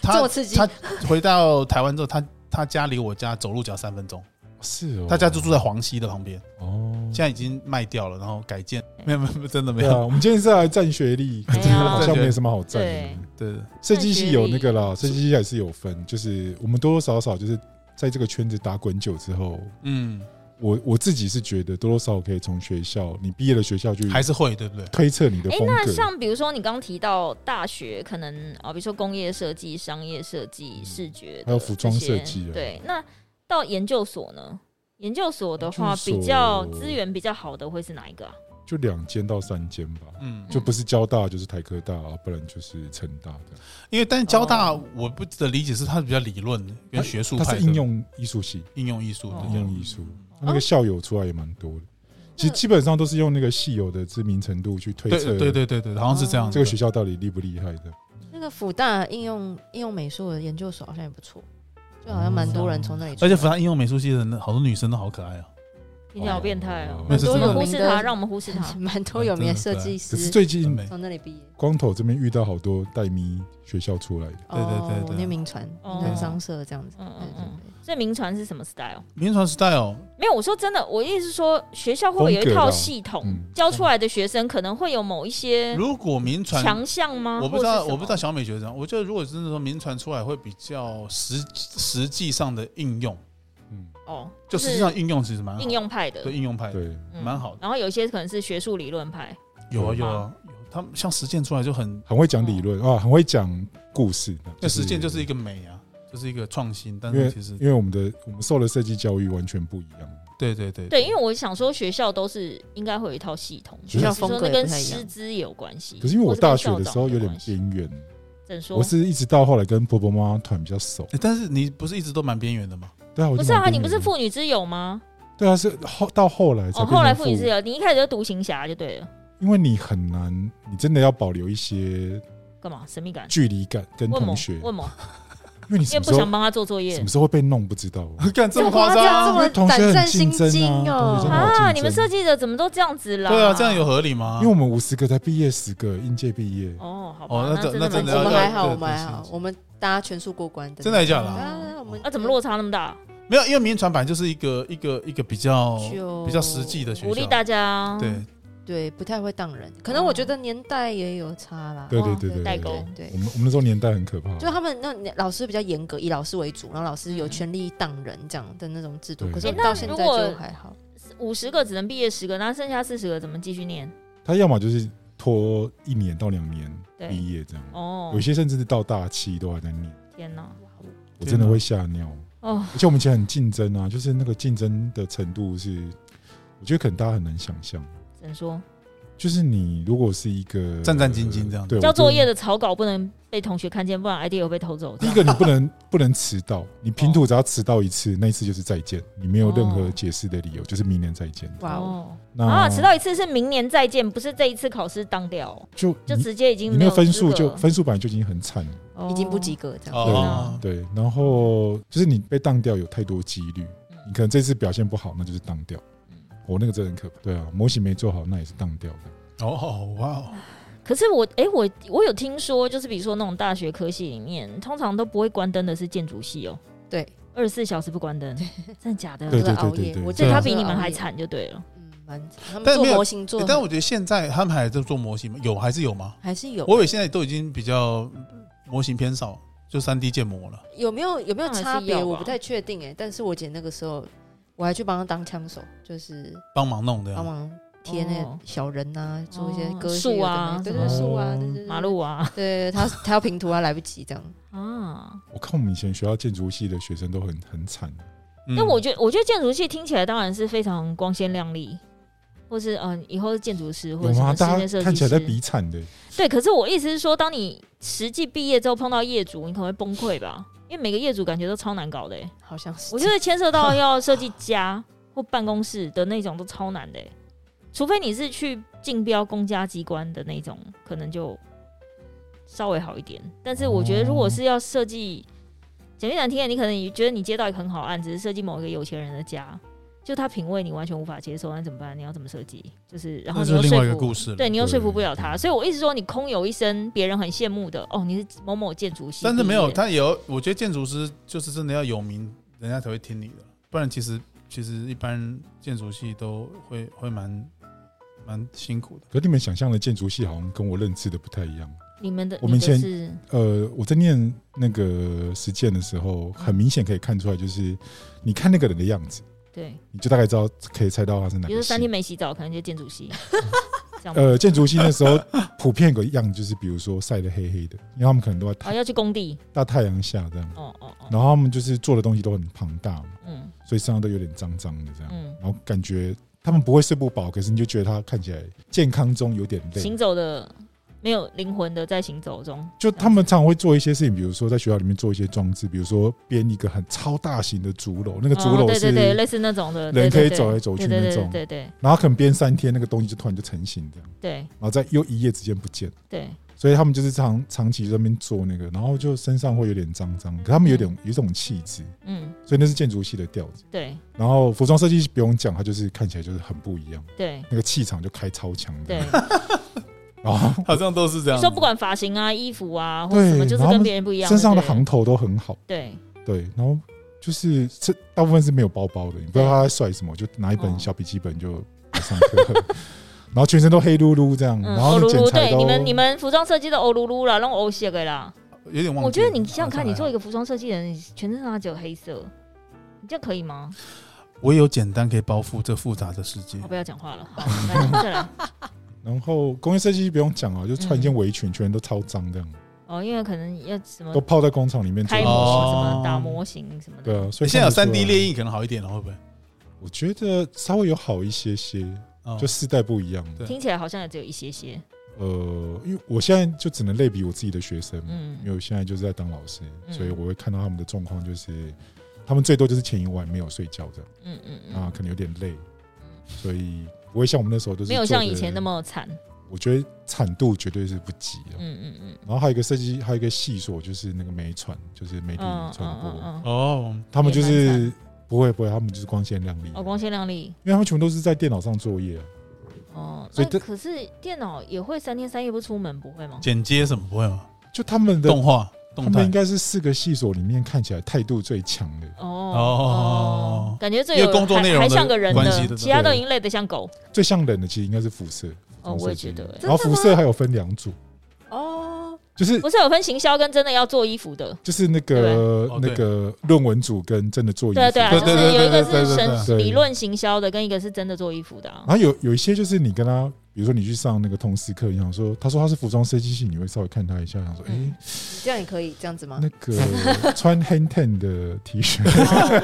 [SPEAKER 3] 这
[SPEAKER 4] 他
[SPEAKER 3] 么刺激
[SPEAKER 4] 他回到台湾之后，他他家离我家走路只要三分钟。
[SPEAKER 1] 是哦，
[SPEAKER 4] 他家就住在黄溪的旁边，
[SPEAKER 1] 哦，
[SPEAKER 4] 现在已经卖掉了，然后改建，没有没有没有，真的没
[SPEAKER 1] 对啊，
[SPEAKER 4] 有。
[SPEAKER 1] 我们今天是来占学历，可是
[SPEAKER 2] 没有
[SPEAKER 1] 好像没什么好占
[SPEAKER 2] 哎对
[SPEAKER 1] 的。
[SPEAKER 4] 对，
[SPEAKER 1] 设计系有那个啦，设计系还是有分，就是我们多多少少就是在这个圈子打滚久之后，
[SPEAKER 4] 嗯，
[SPEAKER 1] 我我自己是觉得多多少少可以从学校，你毕业的学校去
[SPEAKER 4] 还是会，对不对？
[SPEAKER 1] 推测你的
[SPEAKER 2] 哎、
[SPEAKER 1] 风
[SPEAKER 2] 那
[SPEAKER 1] 格。
[SPEAKER 2] 像比如说你刚提到大学，可能啊，比如说工业设计、商业设计、视觉的
[SPEAKER 1] 还有服装
[SPEAKER 2] 这些
[SPEAKER 1] 设计啊
[SPEAKER 2] 对，那到研究所呢？研究所的话，
[SPEAKER 1] 研究所
[SPEAKER 2] 比较资源比较好的会是哪一个啊？
[SPEAKER 1] 就两间到三间吧，
[SPEAKER 4] 嗯，
[SPEAKER 1] 就不是交大就是台科大啊，不然就是成大的。
[SPEAKER 4] 因为但是交大
[SPEAKER 2] 哦
[SPEAKER 4] 我不的理解是它比较理论跟学术
[SPEAKER 1] 它
[SPEAKER 4] 派
[SPEAKER 1] 是
[SPEAKER 4] 的
[SPEAKER 1] 应用艺术系，
[SPEAKER 4] 应用艺术
[SPEAKER 2] 哦
[SPEAKER 4] 的
[SPEAKER 1] 应用艺术，
[SPEAKER 2] 哦
[SPEAKER 1] 那个校友出来也蛮多的。其实基本上都是用那个系友的知名程度去推
[SPEAKER 4] 对
[SPEAKER 1] 测，
[SPEAKER 4] 对对对对，好像是这样子。
[SPEAKER 1] 这个学校到底厉不厉害的。
[SPEAKER 3] 那个辅大应用应用美术的研究所好像也不错，就好像蛮多人从那里出来，
[SPEAKER 4] 而且复旦应用美术系的人好多女生都好可爱啊，
[SPEAKER 2] 听起来好变态哦
[SPEAKER 1] 哦，
[SPEAKER 2] 很多
[SPEAKER 4] 没有
[SPEAKER 2] 人
[SPEAKER 4] 是
[SPEAKER 2] 忽视它，
[SPEAKER 3] 真的。
[SPEAKER 2] 让我们忽视它
[SPEAKER 3] <laughs> 蛮多有名的设计
[SPEAKER 4] 哦
[SPEAKER 1] 可是
[SPEAKER 3] 师
[SPEAKER 1] 最
[SPEAKER 4] 很
[SPEAKER 1] 近
[SPEAKER 4] 美。
[SPEAKER 3] 从那里毕业。
[SPEAKER 1] 光头这边遇到好多带咪学校出来的，
[SPEAKER 4] 对对对
[SPEAKER 3] 哦
[SPEAKER 4] 对
[SPEAKER 3] 念名传、
[SPEAKER 2] 哦
[SPEAKER 3] 名传商社这样子。
[SPEAKER 2] 嗯
[SPEAKER 3] 对
[SPEAKER 2] 嗯嗯
[SPEAKER 3] 对对。
[SPEAKER 2] 所以名传是什么 style？
[SPEAKER 4] 民传 style
[SPEAKER 2] 没有，我说真的，我意思是说学校会不会有
[SPEAKER 1] 风格
[SPEAKER 2] 一
[SPEAKER 1] 吧
[SPEAKER 2] 套系统
[SPEAKER 1] 嗯
[SPEAKER 2] 教出来的学生，可能会有某一些
[SPEAKER 4] 如果民传
[SPEAKER 2] 强项吗？
[SPEAKER 4] 我不知道，
[SPEAKER 2] 啊或者是什么
[SPEAKER 4] 我不知道小美觉得怎样。我觉得如果真的说民传出来会比较实实际上的应用，
[SPEAKER 1] 嗯，
[SPEAKER 2] 哦，
[SPEAKER 4] 就实际上应用其实蛮好
[SPEAKER 2] 应用派的
[SPEAKER 4] 对，应用派的
[SPEAKER 1] 对，
[SPEAKER 2] 嗯
[SPEAKER 4] 蛮好的
[SPEAKER 2] 然后有一些可能是学术理论派，
[SPEAKER 4] 有啊
[SPEAKER 1] 对
[SPEAKER 4] 有啊有，他们像实践出来就很
[SPEAKER 1] 很会讲理论啊，很会讲故事。
[SPEAKER 4] 哦那实践就是一
[SPEAKER 1] 个，
[SPEAKER 4] 个美啊，就是一个创新，但
[SPEAKER 1] 因
[SPEAKER 4] 是其实
[SPEAKER 1] 因为我们的我们受的设计教育完全不一样，
[SPEAKER 4] 对对对
[SPEAKER 2] 对，因为我想说学校都是应该会有一套系统，
[SPEAKER 1] 学校
[SPEAKER 2] 只是说
[SPEAKER 3] 风
[SPEAKER 2] 那
[SPEAKER 3] 格也
[SPEAKER 2] 跟
[SPEAKER 3] 不太一样
[SPEAKER 2] 师资有关系。
[SPEAKER 1] 可是因为我
[SPEAKER 2] 或跟
[SPEAKER 1] 大学
[SPEAKER 2] 校
[SPEAKER 1] 的
[SPEAKER 2] 长
[SPEAKER 1] 时候有点
[SPEAKER 2] 关系
[SPEAKER 1] 边缘，
[SPEAKER 2] 怎说
[SPEAKER 1] 我？是一直到后来跟婆婆妈妈团比较熟。
[SPEAKER 4] 诶但是你不是一直都蛮边缘的吗？
[SPEAKER 1] 对啊，我
[SPEAKER 2] 不
[SPEAKER 1] 就是
[SPEAKER 2] 啊，
[SPEAKER 1] 蛮边
[SPEAKER 2] 你
[SPEAKER 1] 缘
[SPEAKER 2] 不
[SPEAKER 1] 的
[SPEAKER 2] 是妇女之友吗？
[SPEAKER 1] 对啊，是后到后来才
[SPEAKER 2] 哦，
[SPEAKER 1] 变成
[SPEAKER 2] 后来妇女之
[SPEAKER 1] 妇，
[SPEAKER 2] 友，你一开始就独行侠就对了，
[SPEAKER 1] 因为你很难，你真的要保留一些
[SPEAKER 2] 干嘛神秘感？
[SPEAKER 1] <laughs> 距离感跟
[SPEAKER 2] 问
[SPEAKER 1] 同 <laughs>
[SPEAKER 2] 某
[SPEAKER 1] 学，
[SPEAKER 2] 问某，
[SPEAKER 1] 为你
[SPEAKER 2] 因为
[SPEAKER 1] 什么
[SPEAKER 2] 不
[SPEAKER 1] 时
[SPEAKER 2] 想
[SPEAKER 1] 候
[SPEAKER 2] 帮他做作业
[SPEAKER 1] 什么时候会被弄不知道，
[SPEAKER 2] <laughs>
[SPEAKER 4] 干这么夸
[SPEAKER 3] 这么夸
[SPEAKER 4] 张
[SPEAKER 3] 张？
[SPEAKER 1] 因为同学
[SPEAKER 3] 胆
[SPEAKER 1] 很
[SPEAKER 3] 战
[SPEAKER 1] 竞
[SPEAKER 3] 心
[SPEAKER 1] 争
[SPEAKER 3] 惊
[SPEAKER 1] 啊，同
[SPEAKER 3] 哦
[SPEAKER 1] 学真的好竞
[SPEAKER 2] 啊！
[SPEAKER 1] 争
[SPEAKER 2] 你们设计的怎么都这样子啦？
[SPEAKER 4] 对啊，这样有合理吗？
[SPEAKER 1] 因为我们五十个才毕业十个，应届毕业，
[SPEAKER 2] 哦，好吧，
[SPEAKER 4] 哦那
[SPEAKER 2] 真的
[SPEAKER 4] 那真
[SPEAKER 2] 蛮
[SPEAKER 4] 的
[SPEAKER 2] 紧
[SPEAKER 3] 我
[SPEAKER 2] 张
[SPEAKER 3] 们
[SPEAKER 4] 要
[SPEAKER 3] 还
[SPEAKER 2] 的。
[SPEAKER 3] 好，
[SPEAKER 4] 对
[SPEAKER 3] 我们还
[SPEAKER 4] 对
[SPEAKER 3] 好
[SPEAKER 4] 对，对
[SPEAKER 3] 我们大家全数过关的。
[SPEAKER 4] 真的还假的
[SPEAKER 3] 啊
[SPEAKER 4] 啊？
[SPEAKER 3] 我们
[SPEAKER 2] 啊，怎么落差那么大？
[SPEAKER 4] 没有，因为民传本来就是一个一个一个比较
[SPEAKER 3] 就
[SPEAKER 4] 哦比较实际的学
[SPEAKER 2] 鼓励
[SPEAKER 4] 校，
[SPEAKER 2] 大家
[SPEAKER 4] 对，
[SPEAKER 3] 对，不太会当人，可能我觉得年代也有差啦。
[SPEAKER 1] 对
[SPEAKER 2] 哇
[SPEAKER 1] 对对对
[SPEAKER 2] 哦代
[SPEAKER 1] 对
[SPEAKER 2] 沟
[SPEAKER 1] 对。
[SPEAKER 3] 对
[SPEAKER 1] 我，们我们那时候年代很可怕，
[SPEAKER 3] 就他们那种老师比较严格，以老师为主，然后老师有权利当人这样的那种制度。
[SPEAKER 1] 对
[SPEAKER 3] 可是
[SPEAKER 1] 诶
[SPEAKER 3] 我们
[SPEAKER 1] 那
[SPEAKER 3] 到现在
[SPEAKER 2] 如果
[SPEAKER 3] 就还好，
[SPEAKER 2] 五十个只能毕业十个，那剩下四十个怎么继续念？
[SPEAKER 1] 他要么就是拖一年到两年
[SPEAKER 2] 对
[SPEAKER 1] 毕业这样，
[SPEAKER 2] 哦
[SPEAKER 1] 有，些甚至是到大七都还在念，
[SPEAKER 2] 天哪，
[SPEAKER 1] 我真的会吓尿。
[SPEAKER 2] 哦，
[SPEAKER 1] 而且我们以前很竞争啊，就是那个竞争的程度是，我觉得可能大家很难想象。
[SPEAKER 2] 怎么说？
[SPEAKER 1] 就是你如果是一个
[SPEAKER 4] 战战兢兢这样
[SPEAKER 1] 对，
[SPEAKER 2] 交
[SPEAKER 1] 我觉
[SPEAKER 2] 作
[SPEAKER 1] 得
[SPEAKER 2] 业的草稿不能被同学看见，不然 idea 会被偷走。这
[SPEAKER 1] 第一
[SPEAKER 2] 样
[SPEAKER 1] 个你不能不能迟到，你平图只要迟到一次，那一次就是再见，你没有任何解释的理由，就是明年再见。
[SPEAKER 3] 哇哦，
[SPEAKER 2] 哦，
[SPEAKER 1] 那
[SPEAKER 2] 啊，迟到一次是明年再见，不是这一次考试当掉，哦
[SPEAKER 1] 就
[SPEAKER 2] 就
[SPEAKER 1] 你
[SPEAKER 2] 直接已经
[SPEAKER 1] 你那
[SPEAKER 2] 没有
[SPEAKER 1] 个分数
[SPEAKER 2] 资格啊
[SPEAKER 1] 就分数本来就已经很惨了，
[SPEAKER 2] 哦
[SPEAKER 3] 已经不及格这样。
[SPEAKER 4] 哦，
[SPEAKER 1] 对，然后就是你被当掉有太多几率，
[SPEAKER 2] 嗯
[SPEAKER 1] 你可能这次表现不好，那就是当掉
[SPEAKER 2] 嗯。
[SPEAKER 1] 我那个真的很可怕，对啊，模型没做好，那也是当掉的。
[SPEAKER 4] 哦，哇哦，
[SPEAKER 2] 可是我，哎、我我有听说，就是比如说那种大学科系里面，通常都不会关灯的是建筑系哦，
[SPEAKER 3] 对，
[SPEAKER 2] 二十四小时不关灯，真的假的？
[SPEAKER 1] 对
[SPEAKER 3] 都在
[SPEAKER 1] 对
[SPEAKER 3] 熬
[SPEAKER 1] 对对
[SPEAKER 3] 夜
[SPEAKER 1] 对
[SPEAKER 2] 所
[SPEAKER 3] 我记
[SPEAKER 2] 以
[SPEAKER 3] 得
[SPEAKER 2] 他
[SPEAKER 4] 啊
[SPEAKER 2] 比你们还，惨就对了。
[SPEAKER 3] 嗯，蛮惨。他们
[SPEAKER 4] 但
[SPEAKER 3] 做
[SPEAKER 4] 没有
[SPEAKER 3] 模型做
[SPEAKER 4] 欸
[SPEAKER 3] 很，
[SPEAKER 4] 但我觉得现在他们还在做模型吗？有还是有吗？
[SPEAKER 3] 还是有
[SPEAKER 4] 我以为现在都已经比较模型偏少，就三 D 建模了。
[SPEAKER 3] 有没有有没有
[SPEAKER 2] 当然
[SPEAKER 3] 差
[SPEAKER 2] 是
[SPEAKER 3] 别，
[SPEAKER 2] 有
[SPEAKER 3] 我
[SPEAKER 2] 啊
[SPEAKER 3] 不太确定哎。但是我姐那个时候，我还去帮她当枪手，就是
[SPEAKER 4] 帮忙弄的
[SPEAKER 3] 帮忙贴那个
[SPEAKER 2] 哦
[SPEAKER 3] 小人呐，做一些
[SPEAKER 2] 哦
[SPEAKER 3] 歌
[SPEAKER 2] 树啊
[SPEAKER 3] 对
[SPEAKER 2] 什
[SPEAKER 3] 对
[SPEAKER 1] 么
[SPEAKER 3] 树啊，
[SPEAKER 1] 哦
[SPEAKER 3] 对对对
[SPEAKER 2] 马，路啊
[SPEAKER 3] 对她她要平图，她来不及这样。
[SPEAKER 2] 啊！
[SPEAKER 1] 我看我们以前学校建筑系的学生都很很惨，
[SPEAKER 4] 嗯
[SPEAKER 2] 那、我觉得，我觉得建筑系听起来当然是非常光鲜亮丽，或是嗯、以后是建筑师或
[SPEAKER 1] 有
[SPEAKER 2] 者什
[SPEAKER 1] 吗？
[SPEAKER 2] 么室
[SPEAKER 1] 大
[SPEAKER 2] 内
[SPEAKER 1] 家
[SPEAKER 2] 设计师。
[SPEAKER 1] 看起来在比惨的，欸
[SPEAKER 2] 对，可是我意思是说，当你实际毕业之后碰到业主，你可能会崩溃吧？因为每个业主感觉都超难搞的、欸，
[SPEAKER 3] 好像是
[SPEAKER 2] 我觉得牵涉
[SPEAKER 4] <laughs>
[SPEAKER 2] 到要设计家或办公室的那种都超难的欸、除非你是去竞标公家机关的那种，可能就稍微好一点。但是我觉得，如
[SPEAKER 4] 哦
[SPEAKER 2] 果是要设计，讲句难听点，你可能也觉得你接到一个很好案，只是设计某一个有钱人的家，就他品味你完全无法接受，那怎么办？你要怎么设计？就是然后
[SPEAKER 4] 那
[SPEAKER 2] 你
[SPEAKER 4] 是
[SPEAKER 2] 又
[SPEAKER 4] 另外一个
[SPEAKER 2] 说服
[SPEAKER 4] 故。事了。嗯
[SPEAKER 2] 对你又说服
[SPEAKER 1] 对
[SPEAKER 2] 不了他，所以我一直说你空有一身别人很羡慕的哦，你是某某建筑系毕业，
[SPEAKER 4] 但是没有，他有，我觉得建筑师就是真的要有名，人家才会听你的，不然其实其实一般建筑系都会会蛮蛮辛苦的。
[SPEAKER 1] 可你们想象的建筑系好像跟我认知的不太一样。
[SPEAKER 2] 你们的
[SPEAKER 1] 我们
[SPEAKER 2] 你的
[SPEAKER 1] 以前
[SPEAKER 2] 是
[SPEAKER 1] 呃，我在念那个实践的时候，很明显可以看出来，就是你看那个人的样子，
[SPEAKER 2] 对，
[SPEAKER 1] 你就大概知道可以猜到他是哪
[SPEAKER 2] 比如
[SPEAKER 1] 个
[SPEAKER 2] 说三
[SPEAKER 1] 系
[SPEAKER 2] 天。没洗澡，可能就建筑系。这样吧
[SPEAKER 1] 呃，建筑系那时候普遍有个样子，就是比如说晒得黑黑的，因为他们可能都在
[SPEAKER 2] 哦，
[SPEAKER 1] 太
[SPEAKER 2] 要去工地，
[SPEAKER 1] 大太阳下这样，
[SPEAKER 2] 哦哦哦，
[SPEAKER 1] 然后他们就是做的东西都很庞大嘛，
[SPEAKER 2] 嗯
[SPEAKER 1] 所以身上都有点脏脏的这样，
[SPEAKER 2] 嗯，
[SPEAKER 1] 然后感觉他们不会睡不饱，可是你就觉得他看起来健康中有点累，
[SPEAKER 2] 行走的没有灵魂的在行走中，
[SPEAKER 1] 就他们常常会做一些事情，比如说在学校里面做一些装置，比如说编一个很超大型的竹篓，那个竹
[SPEAKER 2] 哦
[SPEAKER 1] 篓
[SPEAKER 2] 对对
[SPEAKER 1] 是，
[SPEAKER 2] 对，类似那种的，
[SPEAKER 1] 人
[SPEAKER 2] 对
[SPEAKER 1] 可以
[SPEAKER 2] 对对
[SPEAKER 1] 走来走去
[SPEAKER 2] 对
[SPEAKER 1] 那种
[SPEAKER 2] 对对对
[SPEAKER 1] 然后可能编三天，那个东西就突然就成型这样，
[SPEAKER 2] 对
[SPEAKER 1] 然后在又一夜之间不见，
[SPEAKER 2] 对
[SPEAKER 1] 所以他们就是长长期在那边做那个，然后就身上会有点脏脏，可他们有点有一种气质，
[SPEAKER 2] 嗯
[SPEAKER 1] 所以那是建筑系的调子。
[SPEAKER 2] 对
[SPEAKER 1] 然后服装设计不用讲，它就是看起来就是很不一样，
[SPEAKER 2] 对
[SPEAKER 1] 那个气场就开超强的 <laughs>
[SPEAKER 2] 对，，
[SPEAKER 1] 然后
[SPEAKER 4] 好像都是这
[SPEAKER 2] 你
[SPEAKER 4] 样。
[SPEAKER 2] 说不管发型啊、衣服啊或
[SPEAKER 1] 对
[SPEAKER 2] 什么，就是
[SPEAKER 1] 然后
[SPEAKER 2] 跟别人不一样，
[SPEAKER 1] 身上的
[SPEAKER 2] 对不对
[SPEAKER 1] 行头都很好。
[SPEAKER 2] 对
[SPEAKER 1] 对，然后就是这大部分是没有包包的，你不知道他在甩什么，就拿一本小笔记本就来上
[SPEAKER 2] <laughs>
[SPEAKER 1] 课，然后全身都黑噜噜这样，
[SPEAKER 2] 嗯，
[SPEAKER 1] 然
[SPEAKER 2] 欧
[SPEAKER 1] 后
[SPEAKER 2] 噜
[SPEAKER 1] 剪
[SPEAKER 2] 噜，
[SPEAKER 1] 裁
[SPEAKER 2] 对
[SPEAKER 1] 都
[SPEAKER 2] 你们你们服装设计的欧噜噜啦，弄欧写给啦。
[SPEAKER 4] 有点忘记。
[SPEAKER 2] 我觉得你想想看，你做一
[SPEAKER 4] 个，
[SPEAKER 2] 个服装设计人，你全身上下只有黑色，你这样可以吗？
[SPEAKER 4] 我有简单可以包覆这复杂的世界
[SPEAKER 1] 嗯
[SPEAKER 2] 我。不要讲话了，好，来再来。
[SPEAKER 1] 然后工业设计不用讲啊，就穿一
[SPEAKER 2] 嗯
[SPEAKER 1] 件围裙，全都超脏这样，
[SPEAKER 2] 哦，因为可能要什么
[SPEAKER 1] 都泡在工厂里面做
[SPEAKER 2] 开模
[SPEAKER 4] 模
[SPEAKER 2] 型、
[SPEAKER 4] 哦
[SPEAKER 2] 什么打模型什么
[SPEAKER 1] 对
[SPEAKER 2] 的。
[SPEAKER 1] 啊，所
[SPEAKER 4] 你
[SPEAKER 1] 以
[SPEAKER 4] 现在有三
[SPEAKER 1] 看得出
[SPEAKER 4] D
[SPEAKER 1] 来
[SPEAKER 4] 列印可能好一点了，会不会？
[SPEAKER 1] 我觉得稍微有好一些些，
[SPEAKER 4] 哦
[SPEAKER 1] 就世代不一样。
[SPEAKER 4] 对
[SPEAKER 2] 听起来好像也只有一些些。
[SPEAKER 1] 呃，因为我现在就只能类比我自己的学生嘛，因
[SPEAKER 2] 嗯
[SPEAKER 1] 为我现在就是在当老师，
[SPEAKER 2] 嗯
[SPEAKER 1] 所以我会看到他们的状况，就是他们最多就是前一晚没有睡觉这样。
[SPEAKER 2] 嗯嗯嗯，
[SPEAKER 1] 啊啊，可能有点累，所以不会像我们那时候都是
[SPEAKER 2] 没有像
[SPEAKER 1] 做
[SPEAKER 2] 以
[SPEAKER 1] 得
[SPEAKER 2] 前那么惨。
[SPEAKER 1] 我觉得产度绝对是不及的。
[SPEAKER 2] 嗯嗯嗯，
[SPEAKER 1] 然后还有一个设计，还有一个系所就是那个美传，就是美丽传播，
[SPEAKER 2] 嗯，
[SPEAKER 4] 哦，
[SPEAKER 1] 他们就
[SPEAKER 2] 也蛮
[SPEAKER 1] 是不会不会，他们就是光鲜亮丽，
[SPEAKER 2] 哦，光鲜亮丽
[SPEAKER 1] 因为他们全部都是在电脑上作业啊。
[SPEAKER 2] 哦。
[SPEAKER 1] 所
[SPEAKER 2] 那
[SPEAKER 1] 以这
[SPEAKER 2] 可是电脑也会三天三夜不出门，不会吗？
[SPEAKER 4] 剪接什么不会吗？
[SPEAKER 1] 就他们的，
[SPEAKER 4] 动画
[SPEAKER 1] 他
[SPEAKER 4] 动
[SPEAKER 1] 们
[SPEAKER 4] 态
[SPEAKER 1] 应，该是四个系所里面看起来态度最强的。
[SPEAKER 2] 哦
[SPEAKER 4] 哦
[SPEAKER 2] 感觉最
[SPEAKER 4] 因为
[SPEAKER 2] 有
[SPEAKER 4] 工作
[SPEAKER 2] 还
[SPEAKER 4] 内容
[SPEAKER 2] 还
[SPEAKER 4] 的
[SPEAKER 2] 像个人
[SPEAKER 4] 关系的
[SPEAKER 2] 其他都
[SPEAKER 1] 对
[SPEAKER 2] 已经累得像狗。
[SPEAKER 1] 最像人的其实应该是辐射，
[SPEAKER 2] 哦，我也觉得，欸
[SPEAKER 1] 然后辐射还有分两组，
[SPEAKER 3] 哦，
[SPEAKER 1] 就是
[SPEAKER 2] 不是有分行销跟真的要做衣服的。
[SPEAKER 1] 就是那
[SPEAKER 2] 对
[SPEAKER 1] 个
[SPEAKER 4] 哦对
[SPEAKER 1] 那个论文组跟真的做衣服，
[SPEAKER 2] 对对啊，
[SPEAKER 4] 对
[SPEAKER 2] 就
[SPEAKER 4] 对
[SPEAKER 2] 是有一个
[SPEAKER 4] 对对
[SPEAKER 2] 是
[SPEAKER 4] 对对
[SPEAKER 1] 对
[SPEAKER 2] 神理论行销的，跟一个是真的做衣服的
[SPEAKER 4] <laughs>
[SPEAKER 2] 啊
[SPEAKER 1] 然。后有有一些就是你跟他，比如说你去上那个通识课，你想说他说他是服装设计系，你会稍微看他一下，想说哎、
[SPEAKER 2] 嗯
[SPEAKER 3] 你这样也可以这样子吗
[SPEAKER 1] 那？个穿 hand ten 的 T
[SPEAKER 2] <laughs>
[SPEAKER 1] 恤，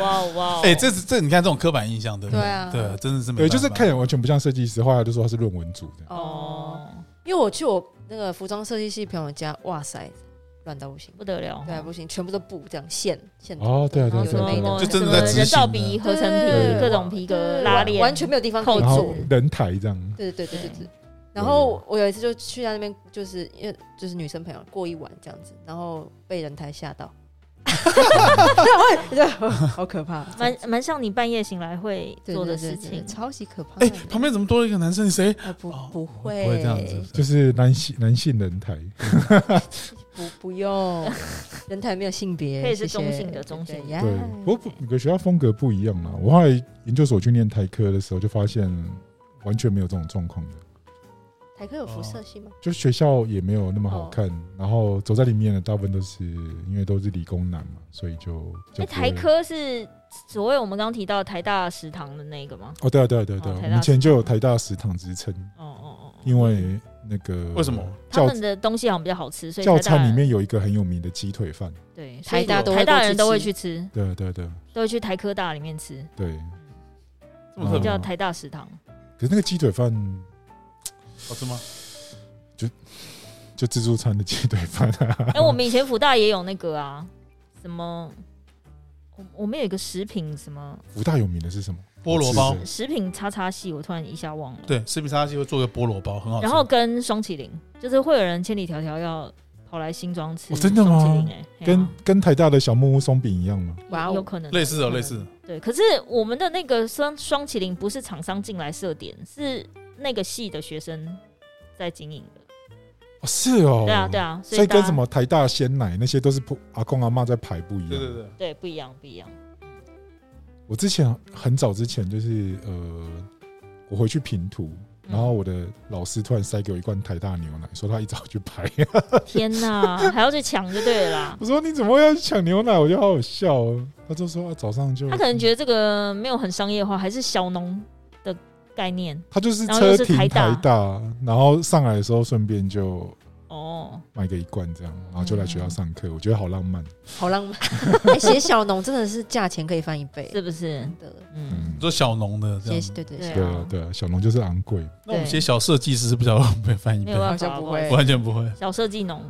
[SPEAKER 2] 哇哦哇哦！
[SPEAKER 4] 哎，这是这你看这种刻板印象对不
[SPEAKER 3] 对啊
[SPEAKER 4] 对，真的是没
[SPEAKER 1] 对，
[SPEAKER 4] 办法
[SPEAKER 1] 就是看起来完全不像设计师，后来就说他是论文组这样。
[SPEAKER 3] 哦，
[SPEAKER 2] 哦，
[SPEAKER 3] 因为我去我那个服装设计系朋友家，哇塞，乱到不行，
[SPEAKER 2] 不得了。
[SPEAKER 3] 对啊，不行，全部都布这样线线条，
[SPEAKER 1] 哦，对啊，对
[SPEAKER 2] 然
[SPEAKER 1] 啊，
[SPEAKER 2] 后
[SPEAKER 1] 对
[SPEAKER 2] 什
[SPEAKER 1] 啊，对啊
[SPEAKER 2] 么
[SPEAKER 4] 就真的在
[SPEAKER 2] 什么
[SPEAKER 4] 执
[SPEAKER 2] 人造
[SPEAKER 4] 行的
[SPEAKER 2] 皮、合成皮、
[SPEAKER 3] 对
[SPEAKER 2] 各种皮革
[SPEAKER 3] 对
[SPEAKER 2] 拉链，
[SPEAKER 3] 完全没有地方可以
[SPEAKER 2] 扣
[SPEAKER 1] 然后
[SPEAKER 3] 做
[SPEAKER 2] 子。
[SPEAKER 1] 人台这样，
[SPEAKER 3] 对对对对对对。
[SPEAKER 1] 有
[SPEAKER 3] 然后我有一次就去他那边，就是因为就是女生朋友过一晚这样子，然后被人台吓
[SPEAKER 2] <laughs>
[SPEAKER 3] 到，对，好可怕，
[SPEAKER 2] 蛮蛮像你半夜醒来会
[SPEAKER 3] 对
[SPEAKER 2] 做的
[SPEAKER 3] 对
[SPEAKER 2] 事
[SPEAKER 3] 对对
[SPEAKER 2] 情。
[SPEAKER 3] 超级可怕的。
[SPEAKER 4] 哎，旁边怎么多了一个男生？你谁？
[SPEAKER 3] 啊不
[SPEAKER 4] 哦
[SPEAKER 3] 不会
[SPEAKER 4] 不会这样子，
[SPEAKER 1] 就是男性男性人台，
[SPEAKER 3] 不
[SPEAKER 2] <laughs>
[SPEAKER 3] 不用，人台没有性别，
[SPEAKER 2] 可以是
[SPEAKER 3] 谢谢
[SPEAKER 2] 中性的中性
[SPEAKER 3] 对呀
[SPEAKER 1] 对，不过每个学校风格不一样啦。我后来研究所去念台科的时候，就发现完全没有这种状况的，
[SPEAKER 3] 台科有辐射系吗？
[SPEAKER 1] 就学校也没有那么好
[SPEAKER 2] 哦
[SPEAKER 1] 看，然后走在里面的大部分都是因为都是理工男嘛，所以就就
[SPEAKER 2] 哎，台科是所谓我们刚刚提到台大食堂的那个吗？
[SPEAKER 1] 哦，对啊，对啊，对啊，对
[SPEAKER 2] 哦
[SPEAKER 1] 啊，
[SPEAKER 2] 台大
[SPEAKER 1] 我们以前就有台大食堂之称，
[SPEAKER 2] 哦哦哦，
[SPEAKER 1] 因为那个
[SPEAKER 4] 为什么
[SPEAKER 2] 他
[SPEAKER 1] 教
[SPEAKER 2] 们的东西好像比较好吃，所以
[SPEAKER 1] 教
[SPEAKER 2] 台大
[SPEAKER 1] 材里面有一个很有名的鸡腿饭，
[SPEAKER 2] 对
[SPEAKER 3] 台
[SPEAKER 2] 所
[SPEAKER 3] 大
[SPEAKER 2] 以
[SPEAKER 3] 都会
[SPEAKER 2] 台大
[SPEAKER 3] 过去
[SPEAKER 2] 人都会
[SPEAKER 3] 吃
[SPEAKER 2] 去吃，
[SPEAKER 1] 对啊，对啊，对啊，
[SPEAKER 2] 都会去台科大里面吃，
[SPEAKER 1] 对。
[SPEAKER 4] 这么特别
[SPEAKER 2] 叫
[SPEAKER 1] 嗯
[SPEAKER 2] 台大食堂。 <laughs>
[SPEAKER 1] 可是那个鸡腿饭
[SPEAKER 4] 好吃哦吗？
[SPEAKER 1] 就自助餐的鸡腿饭
[SPEAKER 2] <laughs>
[SPEAKER 1] 啊，
[SPEAKER 2] 哎，我们以前福大也有那个啊，什么？我我们有一个食品什么
[SPEAKER 1] 福大有名的是什么？
[SPEAKER 4] 菠萝包
[SPEAKER 1] 是，
[SPEAKER 2] 食品叉叉系，我突然一下忘了。
[SPEAKER 4] 对，吃必杀鸡会做个菠萝包，很好吃。
[SPEAKER 2] 然后跟双麒麟，就是会有人千里迢迢要跑来新庄吃
[SPEAKER 1] 哦真的吗
[SPEAKER 2] 双麒麟哎、嘿啊啊
[SPEAKER 1] 跟跟台大的小木屋松饼一样吗？
[SPEAKER 3] 哇
[SPEAKER 2] 有
[SPEAKER 3] 哦，
[SPEAKER 2] 可能嗯
[SPEAKER 4] 类似的类似的，
[SPEAKER 2] 对，可是我们的那个双双麒麟不是厂商进来设点，是那个系的学生在经营的。
[SPEAKER 1] 哦是哦，
[SPEAKER 2] 对啊，对。啊，
[SPEAKER 1] 所以
[SPEAKER 2] 大
[SPEAKER 1] 跟
[SPEAKER 2] 家
[SPEAKER 1] 什么台大鲜奶那些都是婆阿公阿妈在排不一
[SPEAKER 2] 嗯
[SPEAKER 1] 样。
[SPEAKER 4] 对对对，
[SPEAKER 2] 对不一样，不一样。
[SPEAKER 1] 我之前很早之前就是呃，我回去平图，
[SPEAKER 2] 嗯
[SPEAKER 1] 然后我的老师突然塞给我一罐台大牛奶，说他一早去排。
[SPEAKER 2] 天
[SPEAKER 1] <laughs>
[SPEAKER 2] 哪，还要去抢就对了啦。
[SPEAKER 1] 我说你怎么会要去抢牛奶？我就好好笑哦。他就说、啊、早上就
[SPEAKER 2] 他可能觉得这个没有很商业化，还是小农的概念
[SPEAKER 1] 他就是
[SPEAKER 2] 然后又
[SPEAKER 1] 车
[SPEAKER 2] 是
[SPEAKER 1] 停
[SPEAKER 2] 台
[SPEAKER 1] 台
[SPEAKER 2] 大
[SPEAKER 1] 大，然后上来的时候顺便就
[SPEAKER 2] 哦。
[SPEAKER 1] 买个一罐这样，然后就来学校上课，我觉得好浪漫。
[SPEAKER 3] 好浪漫。 <laughs> 哎，写小农真的是价钱可以翻一倍，
[SPEAKER 2] 是不是？
[SPEAKER 3] 真的。
[SPEAKER 2] 嗯
[SPEAKER 1] 嗯，
[SPEAKER 4] 做小农的
[SPEAKER 3] 写
[SPEAKER 4] 这样。
[SPEAKER 3] 对对
[SPEAKER 2] 对
[SPEAKER 3] 对，
[SPEAKER 1] 对啊，对啊，小农就是昂贵。
[SPEAKER 4] 那我们
[SPEAKER 2] 对
[SPEAKER 4] 写小设计师是不是要被翻一
[SPEAKER 2] 没
[SPEAKER 4] 倍
[SPEAKER 2] 有？办法，
[SPEAKER 3] 好像不会
[SPEAKER 4] 完全不会。
[SPEAKER 2] 小设计农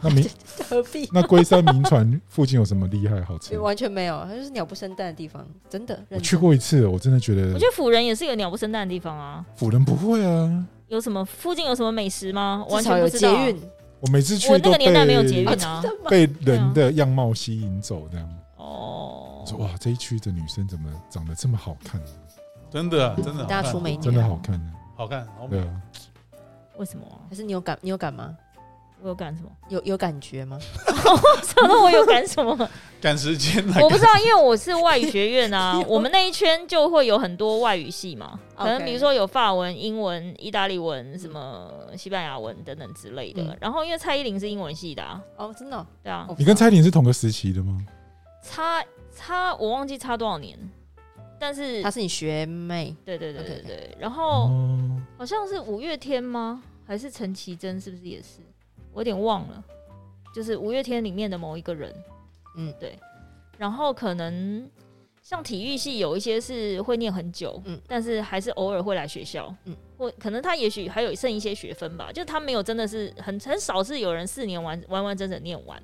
[SPEAKER 1] 那明
[SPEAKER 3] <laughs> 何必
[SPEAKER 1] 那龟山名传附近有什么厉害好
[SPEAKER 2] <laughs>
[SPEAKER 1] 吃？
[SPEAKER 3] 完全没有，它就是鸟不生蛋的地方，真的。
[SPEAKER 1] 我
[SPEAKER 3] 认
[SPEAKER 1] 去
[SPEAKER 3] 真，
[SPEAKER 1] 过一次，我真的觉
[SPEAKER 2] 我
[SPEAKER 1] 得
[SPEAKER 2] 觉得辅仁也是一个鸟不生蛋的地方啊。
[SPEAKER 1] 辅仁不会啊，
[SPEAKER 2] 有什么附近有什么美食吗？我
[SPEAKER 3] 至
[SPEAKER 2] 完
[SPEAKER 3] 少
[SPEAKER 2] 全
[SPEAKER 3] 有
[SPEAKER 2] 不知
[SPEAKER 3] 捷
[SPEAKER 2] 道啊。
[SPEAKER 3] 运，
[SPEAKER 1] 我每次去
[SPEAKER 2] 我那
[SPEAKER 1] 都
[SPEAKER 2] 个
[SPEAKER 1] 被
[SPEAKER 2] 年代没有捷运啊。
[SPEAKER 3] 真的吗？
[SPEAKER 1] 被人的样貌吸引走，这样
[SPEAKER 2] 哦哦
[SPEAKER 1] 我，说哇，这一区的女生怎么长得这么好看，
[SPEAKER 4] 真的啊真的好看
[SPEAKER 3] 大叔美女，
[SPEAKER 1] 真的好看呢？
[SPEAKER 4] 好看，好美
[SPEAKER 1] 对。啊，
[SPEAKER 2] 为什么啊、
[SPEAKER 3] 还是你有感，你有感吗？
[SPEAKER 2] 我有干什么？ <laughs>
[SPEAKER 3] 有有感觉吗？
[SPEAKER 2] 想到我有干什么？
[SPEAKER 4] 赶时间来
[SPEAKER 2] 我
[SPEAKER 4] 赶
[SPEAKER 2] 不知道，因为我是外语学
[SPEAKER 1] <laughs>
[SPEAKER 2] 院啊
[SPEAKER 3] 有，
[SPEAKER 2] 我们那一圈就会有很多外语系嘛，可能
[SPEAKER 3] OK
[SPEAKER 2] 比如说有法文、英文、意大利文、什么西班牙文等等之类的
[SPEAKER 3] 嗯。
[SPEAKER 2] 然后因为蔡依林是英文系的、啊，
[SPEAKER 3] 哦，真的哦，
[SPEAKER 2] 对啊
[SPEAKER 3] 我，
[SPEAKER 1] 你跟蔡依林是同个时期的吗？
[SPEAKER 2] 差差我忘记差多少年，但是
[SPEAKER 3] 她是你学妹，
[SPEAKER 2] 对对对对
[SPEAKER 3] OK，OK
[SPEAKER 2] 对，然后。
[SPEAKER 1] 哦，
[SPEAKER 2] 好像是五月天吗？还是陈绮贞？是不是也是？我有点忘了，就是五月天里面的某一个人。
[SPEAKER 3] 嗯，
[SPEAKER 2] 对。然后可能像体育系有一些是会念很久，
[SPEAKER 3] 嗯
[SPEAKER 2] 但是还是偶尔会来学校，
[SPEAKER 3] 嗯，
[SPEAKER 2] 或可能他也许还有剩一些学分吧，就他没有真的是很很少是有人四年完完完整整念完。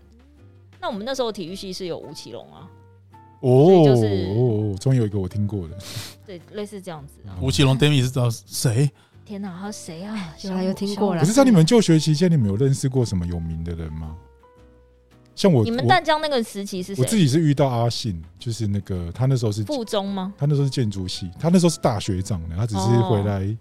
[SPEAKER 2] 那我们那时候体育系是有吴奇隆啊，以
[SPEAKER 1] 哦
[SPEAKER 2] 就是
[SPEAKER 1] 哦，哦终于有一个我听过的，
[SPEAKER 2] 对，类似这样子啊。
[SPEAKER 4] 吴奇隆 Demi 是知道谁？
[SPEAKER 2] 天哪，还有谁啊？
[SPEAKER 3] 有啊有听过啦
[SPEAKER 1] 可是，在你们就学期间，你们有认识过什么有名的人吗？像我，
[SPEAKER 2] 你们
[SPEAKER 1] 我
[SPEAKER 2] 淡江那个时期是
[SPEAKER 1] 我自
[SPEAKER 2] 谁？
[SPEAKER 1] 己是遇到阿信，就是那个他那时候是
[SPEAKER 2] 附中吗？
[SPEAKER 1] 他那时候是建筑系，他那时候是大学长呢，他只是
[SPEAKER 2] 哦
[SPEAKER 1] 回来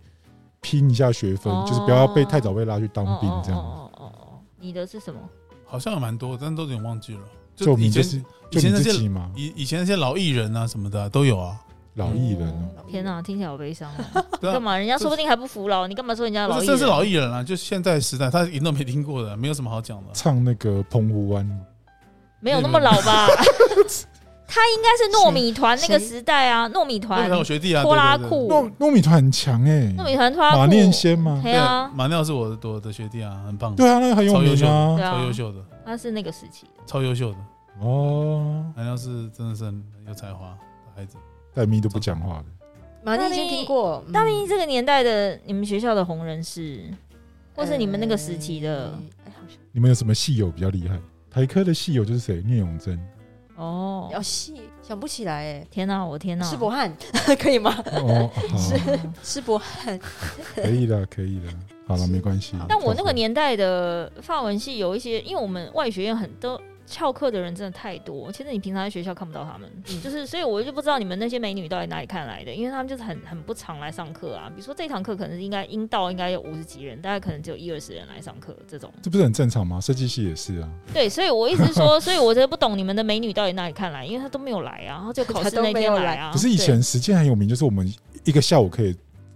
[SPEAKER 1] 拼一下学分，
[SPEAKER 2] 哦
[SPEAKER 1] 就是不要被太早被拉去当兵这样。
[SPEAKER 2] 哦哦哦哦哦，你的是什么？
[SPEAKER 4] 好像有蛮多，但都有点忘记了。
[SPEAKER 1] 就
[SPEAKER 4] 就
[SPEAKER 1] 我
[SPEAKER 4] 以
[SPEAKER 1] 们就
[SPEAKER 4] 前
[SPEAKER 1] 是
[SPEAKER 2] 哦
[SPEAKER 4] 以
[SPEAKER 1] 就
[SPEAKER 4] 前
[SPEAKER 1] 你
[SPEAKER 4] 那
[SPEAKER 1] 自
[SPEAKER 4] 些
[SPEAKER 1] 己嘛，
[SPEAKER 4] 以以前那些老艺人啊什么的啊都
[SPEAKER 2] <laughs>
[SPEAKER 4] 有啊，
[SPEAKER 1] 老艺人哦，
[SPEAKER 2] 天哪，听起来好悲伤哦。
[SPEAKER 4] 对
[SPEAKER 2] 干
[SPEAKER 4] 啊，
[SPEAKER 2] 嘛？人家说不定还不服老，你干嘛说人家老
[SPEAKER 4] 不
[SPEAKER 2] 艺
[SPEAKER 4] 是
[SPEAKER 2] 人？
[SPEAKER 4] 这是老艺人啊，就现在时代，他一定都没听过的，没有什么好讲的。
[SPEAKER 1] 唱那个澎湖湾，
[SPEAKER 2] 没有那么老吧？他应该是糯米团那个
[SPEAKER 3] 谁
[SPEAKER 2] 时代啊，糯米
[SPEAKER 4] 那
[SPEAKER 2] 团
[SPEAKER 4] 个、我学弟啊，
[SPEAKER 2] 拖拉
[SPEAKER 4] 对对对
[SPEAKER 2] 裤，
[SPEAKER 1] 糯糯米团很强哎，
[SPEAKER 2] 哦糯米团拖拉裤，
[SPEAKER 1] 马念先嘛，
[SPEAKER 2] 对
[SPEAKER 4] 对
[SPEAKER 2] 啊，
[SPEAKER 4] 马尿是我的我的学弟啊，很棒，
[SPEAKER 1] 对啊，那个很有名
[SPEAKER 2] 对
[SPEAKER 1] 啊，
[SPEAKER 2] 啊
[SPEAKER 4] 超优秀的，
[SPEAKER 2] 他是那个时期的。
[SPEAKER 4] 超优秀的。
[SPEAKER 1] 哦，
[SPEAKER 4] 马尿是真的是很很有才华的孩子，
[SPEAKER 1] 戴咪都不讲话的，
[SPEAKER 3] 马丽已经听过，嗯
[SPEAKER 2] 大明这个年代的你们学校的红人是，或是你们那个时期的
[SPEAKER 3] 呃哎，好像
[SPEAKER 1] 你们有什么戏友比较厉害？台科的戏友就是谁？聂永
[SPEAKER 2] <laughs>
[SPEAKER 1] 贞
[SPEAKER 2] 哦，
[SPEAKER 3] 要细想不起来
[SPEAKER 2] 天哪，我天
[SPEAKER 3] 哎，
[SPEAKER 2] 哪，
[SPEAKER 3] 施伯汉 <laughs> 可以吗？
[SPEAKER 1] 哦，好，
[SPEAKER 2] 哦
[SPEAKER 3] 施伯汉
[SPEAKER 1] 可以的，可以的，好了，没关系。
[SPEAKER 2] 但我那个年代的法文系有一些，因为我们外语学院很多翘课的人真的太多，其实你平常在学校看不到他们，
[SPEAKER 3] 嗯
[SPEAKER 2] 就是所以我就不知道你们那些美女到底哪里看来的，因为他们就是很很不常来上课啊。比如说这堂课可能是应该阴道应该有五十几人，大概可能只有一二十人来上课这种。
[SPEAKER 1] 这不是很正常吗？设计系也是啊，
[SPEAKER 2] 对，所以我一直说，所以我真的不懂你们的美女到底哪里看来，因为她都没有来啊，然后就考试那
[SPEAKER 3] 她都没
[SPEAKER 2] 天
[SPEAKER 3] 有
[SPEAKER 2] 啊。
[SPEAKER 1] 可是以
[SPEAKER 2] 对
[SPEAKER 1] 前实践很有名，就是我们一个下午可以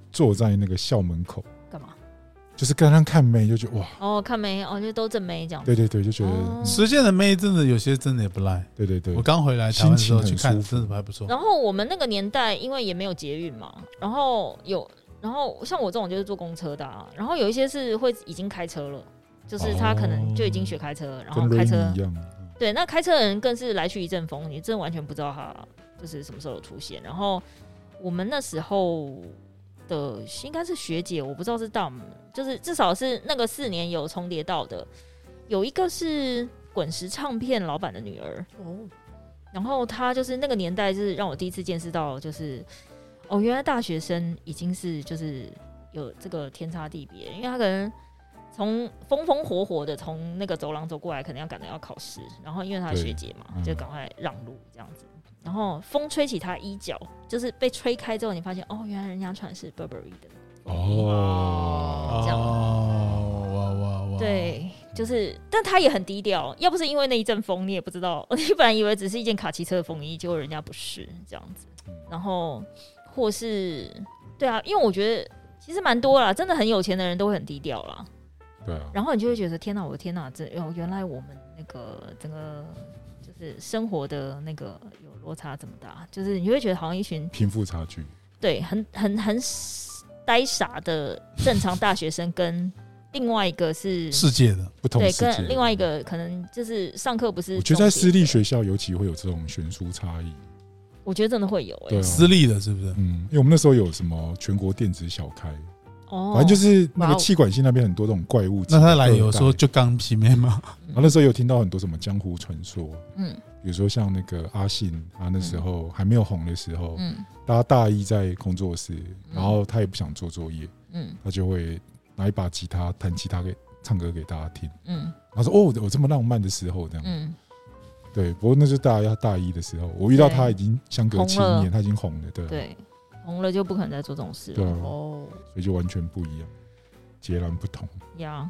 [SPEAKER 1] 坐在那个校门口，
[SPEAKER 2] 干嘛？
[SPEAKER 1] 就是跟他看妹，就觉得哇，
[SPEAKER 2] 哦，看没哦，就都正没这样。
[SPEAKER 1] 对对对，就觉得、
[SPEAKER 2] 哦
[SPEAKER 4] 实践的妹真的有些真的也不赖。
[SPEAKER 1] 对对对
[SPEAKER 4] 我，刚回来台湾的时候
[SPEAKER 1] 心
[SPEAKER 4] 去
[SPEAKER 1] 情很
[SPEAKER 4] 看，
[SPEAKER 1] 舒服
[SPEAKER 4] 真的还不错。
[SPEAKER 2] 然后我们那个年代，因为也没有捷运嘛，然后有，然后像我这种就是坐公车的、啊，然后有一些是会已经开车了，就是他可能就已经学开车了，然后
[SPEAKER 1] 跟
[SPEAKER 2] 开
[SPEAKER 1] 瑞
[SPEAKER 2] 车
[SPEAKER 1] 尼一，样，
[SPEAKER 2] 对，那开车的人更是来去一阵风，你真的完全不知道他就是什么时候有出现。然后我们那时候的应该是学姐，我不知道是到我们，就是至少是那个四年有重叠到的，有一个是滚石唱片老板的女儿，
[SPEAKER 3] 哦，
[SPEAKER 2] 然后他就是那个年代，就是让我第一次见识到，就是哦，原来大学生已经是就是有这个天差地别，因为他可能从风风火火的从那个走廊走过来，可能要赶着要考试，然后因为他的
[SPEAKER 1] 对
[SPEAKER 2] 学姐嘛，
[SPEAKER 1] 嗯
[SPEAKER 2] 就赶快让路这样子。然后风吹起他衣角，就是被吹开之后，你发现哦，原来人家穿的是 Burberry 的
[SPEAKER 1] 哦
[SPEAKER 2] 这样
[SPEAKER 4] 哦，哇哇哇！，
[SPEAKER 2] 对，就是，但他也很低调。要不是因为那一阵风，你也不知道。 <laughs> 你本来以为只是一件卡其车的风衣，结果人家不是这样子
[SPEAKER 1] 嗯。
[SPEAKER 2] 然后，或是对啊，因为我觉得其实蛮多啦，真的很有钱的人都会很低调啦。
[SPEAKER 1] 对啊，
[SPEAKER 2] 然后你就会觉得天哪，我的天哪，这哦，原来我们那个整个就是生活的那个有落差这么大，就是你会觉得好像一群
[SPEAKER 1] 贫富差距，
[SPEAKER 2] 对，很很很呆傻的正常大学生跟另外一个是
[SPEAKER 4] 世界的
[SPEAKER 1] 不同
[SPEAKER 2] 对，
[SPEAKER 1] 世界。
[SPEAKER 2] 跟另外一，个可能就是上课不是，
[SPEAKER 1] 我觉得在私立，学校尤其会有这种悬殊差异，
[SPEAKER 2] 我觉得真的会有哎、
[SPEAKER 1] 对啊，
[SPEAKER 4] 私立的，是不是？
[SPEAKER 1] 嗯，因为我们那时候有什么全国电子小开，
[SPEAKER 2] 哦，
[SPEAKER 1] 反正就是那
[SPEAKER 3] 哇
[SPEAKER 1] 个
[SPEAKER 3] 哦
[SPEAKER 1] 气管系那边很多这种怪物。
[SPEAKER 4] 那他来有说，就刚皮面吗？ <laughs>
[SPEAKER 1] 然后那时候有听到很多什么江湖传说，
[SPEAKER 2] 嗯
[SPEAKER 1] 比如说像那个阿信，他那时候还没有红的时候，
[SPEAKER 2] 嗯
[SPEAKER 1] 大家大一在工作室，然后他也不想做作业，
[SPEAKER 2] 嗯
[SPEAKER 1] 他就会拿一把吉他弹吉他给唱歌给大家听。
[SPEAKER 2] 嗯
[SPEAKER 1] 他说：“哦，有这么浪漫的时候，这样。
[SPEAKER 2] 嗯，
[SPEAKER 1] 对，不过那是大家大一的时候，我遇到他
[SPEAKER 2] 对
[SPEAKER 1] 已经相隔七
[SPEAKER 2] 红了
[SPEAKER 1] 年，他已经红了，对啊
[SPEAKER 2] 对，红了就不可能再做这种事
[SPEAKER 1] 对
[SPEAKER 2] 了
[SPEAKER 1] 啊，所
[SPEAKER 3] 哦，
[SPEAKER 1] 以就完全不一样，截然不同。
[SPEAKER 2] 呀。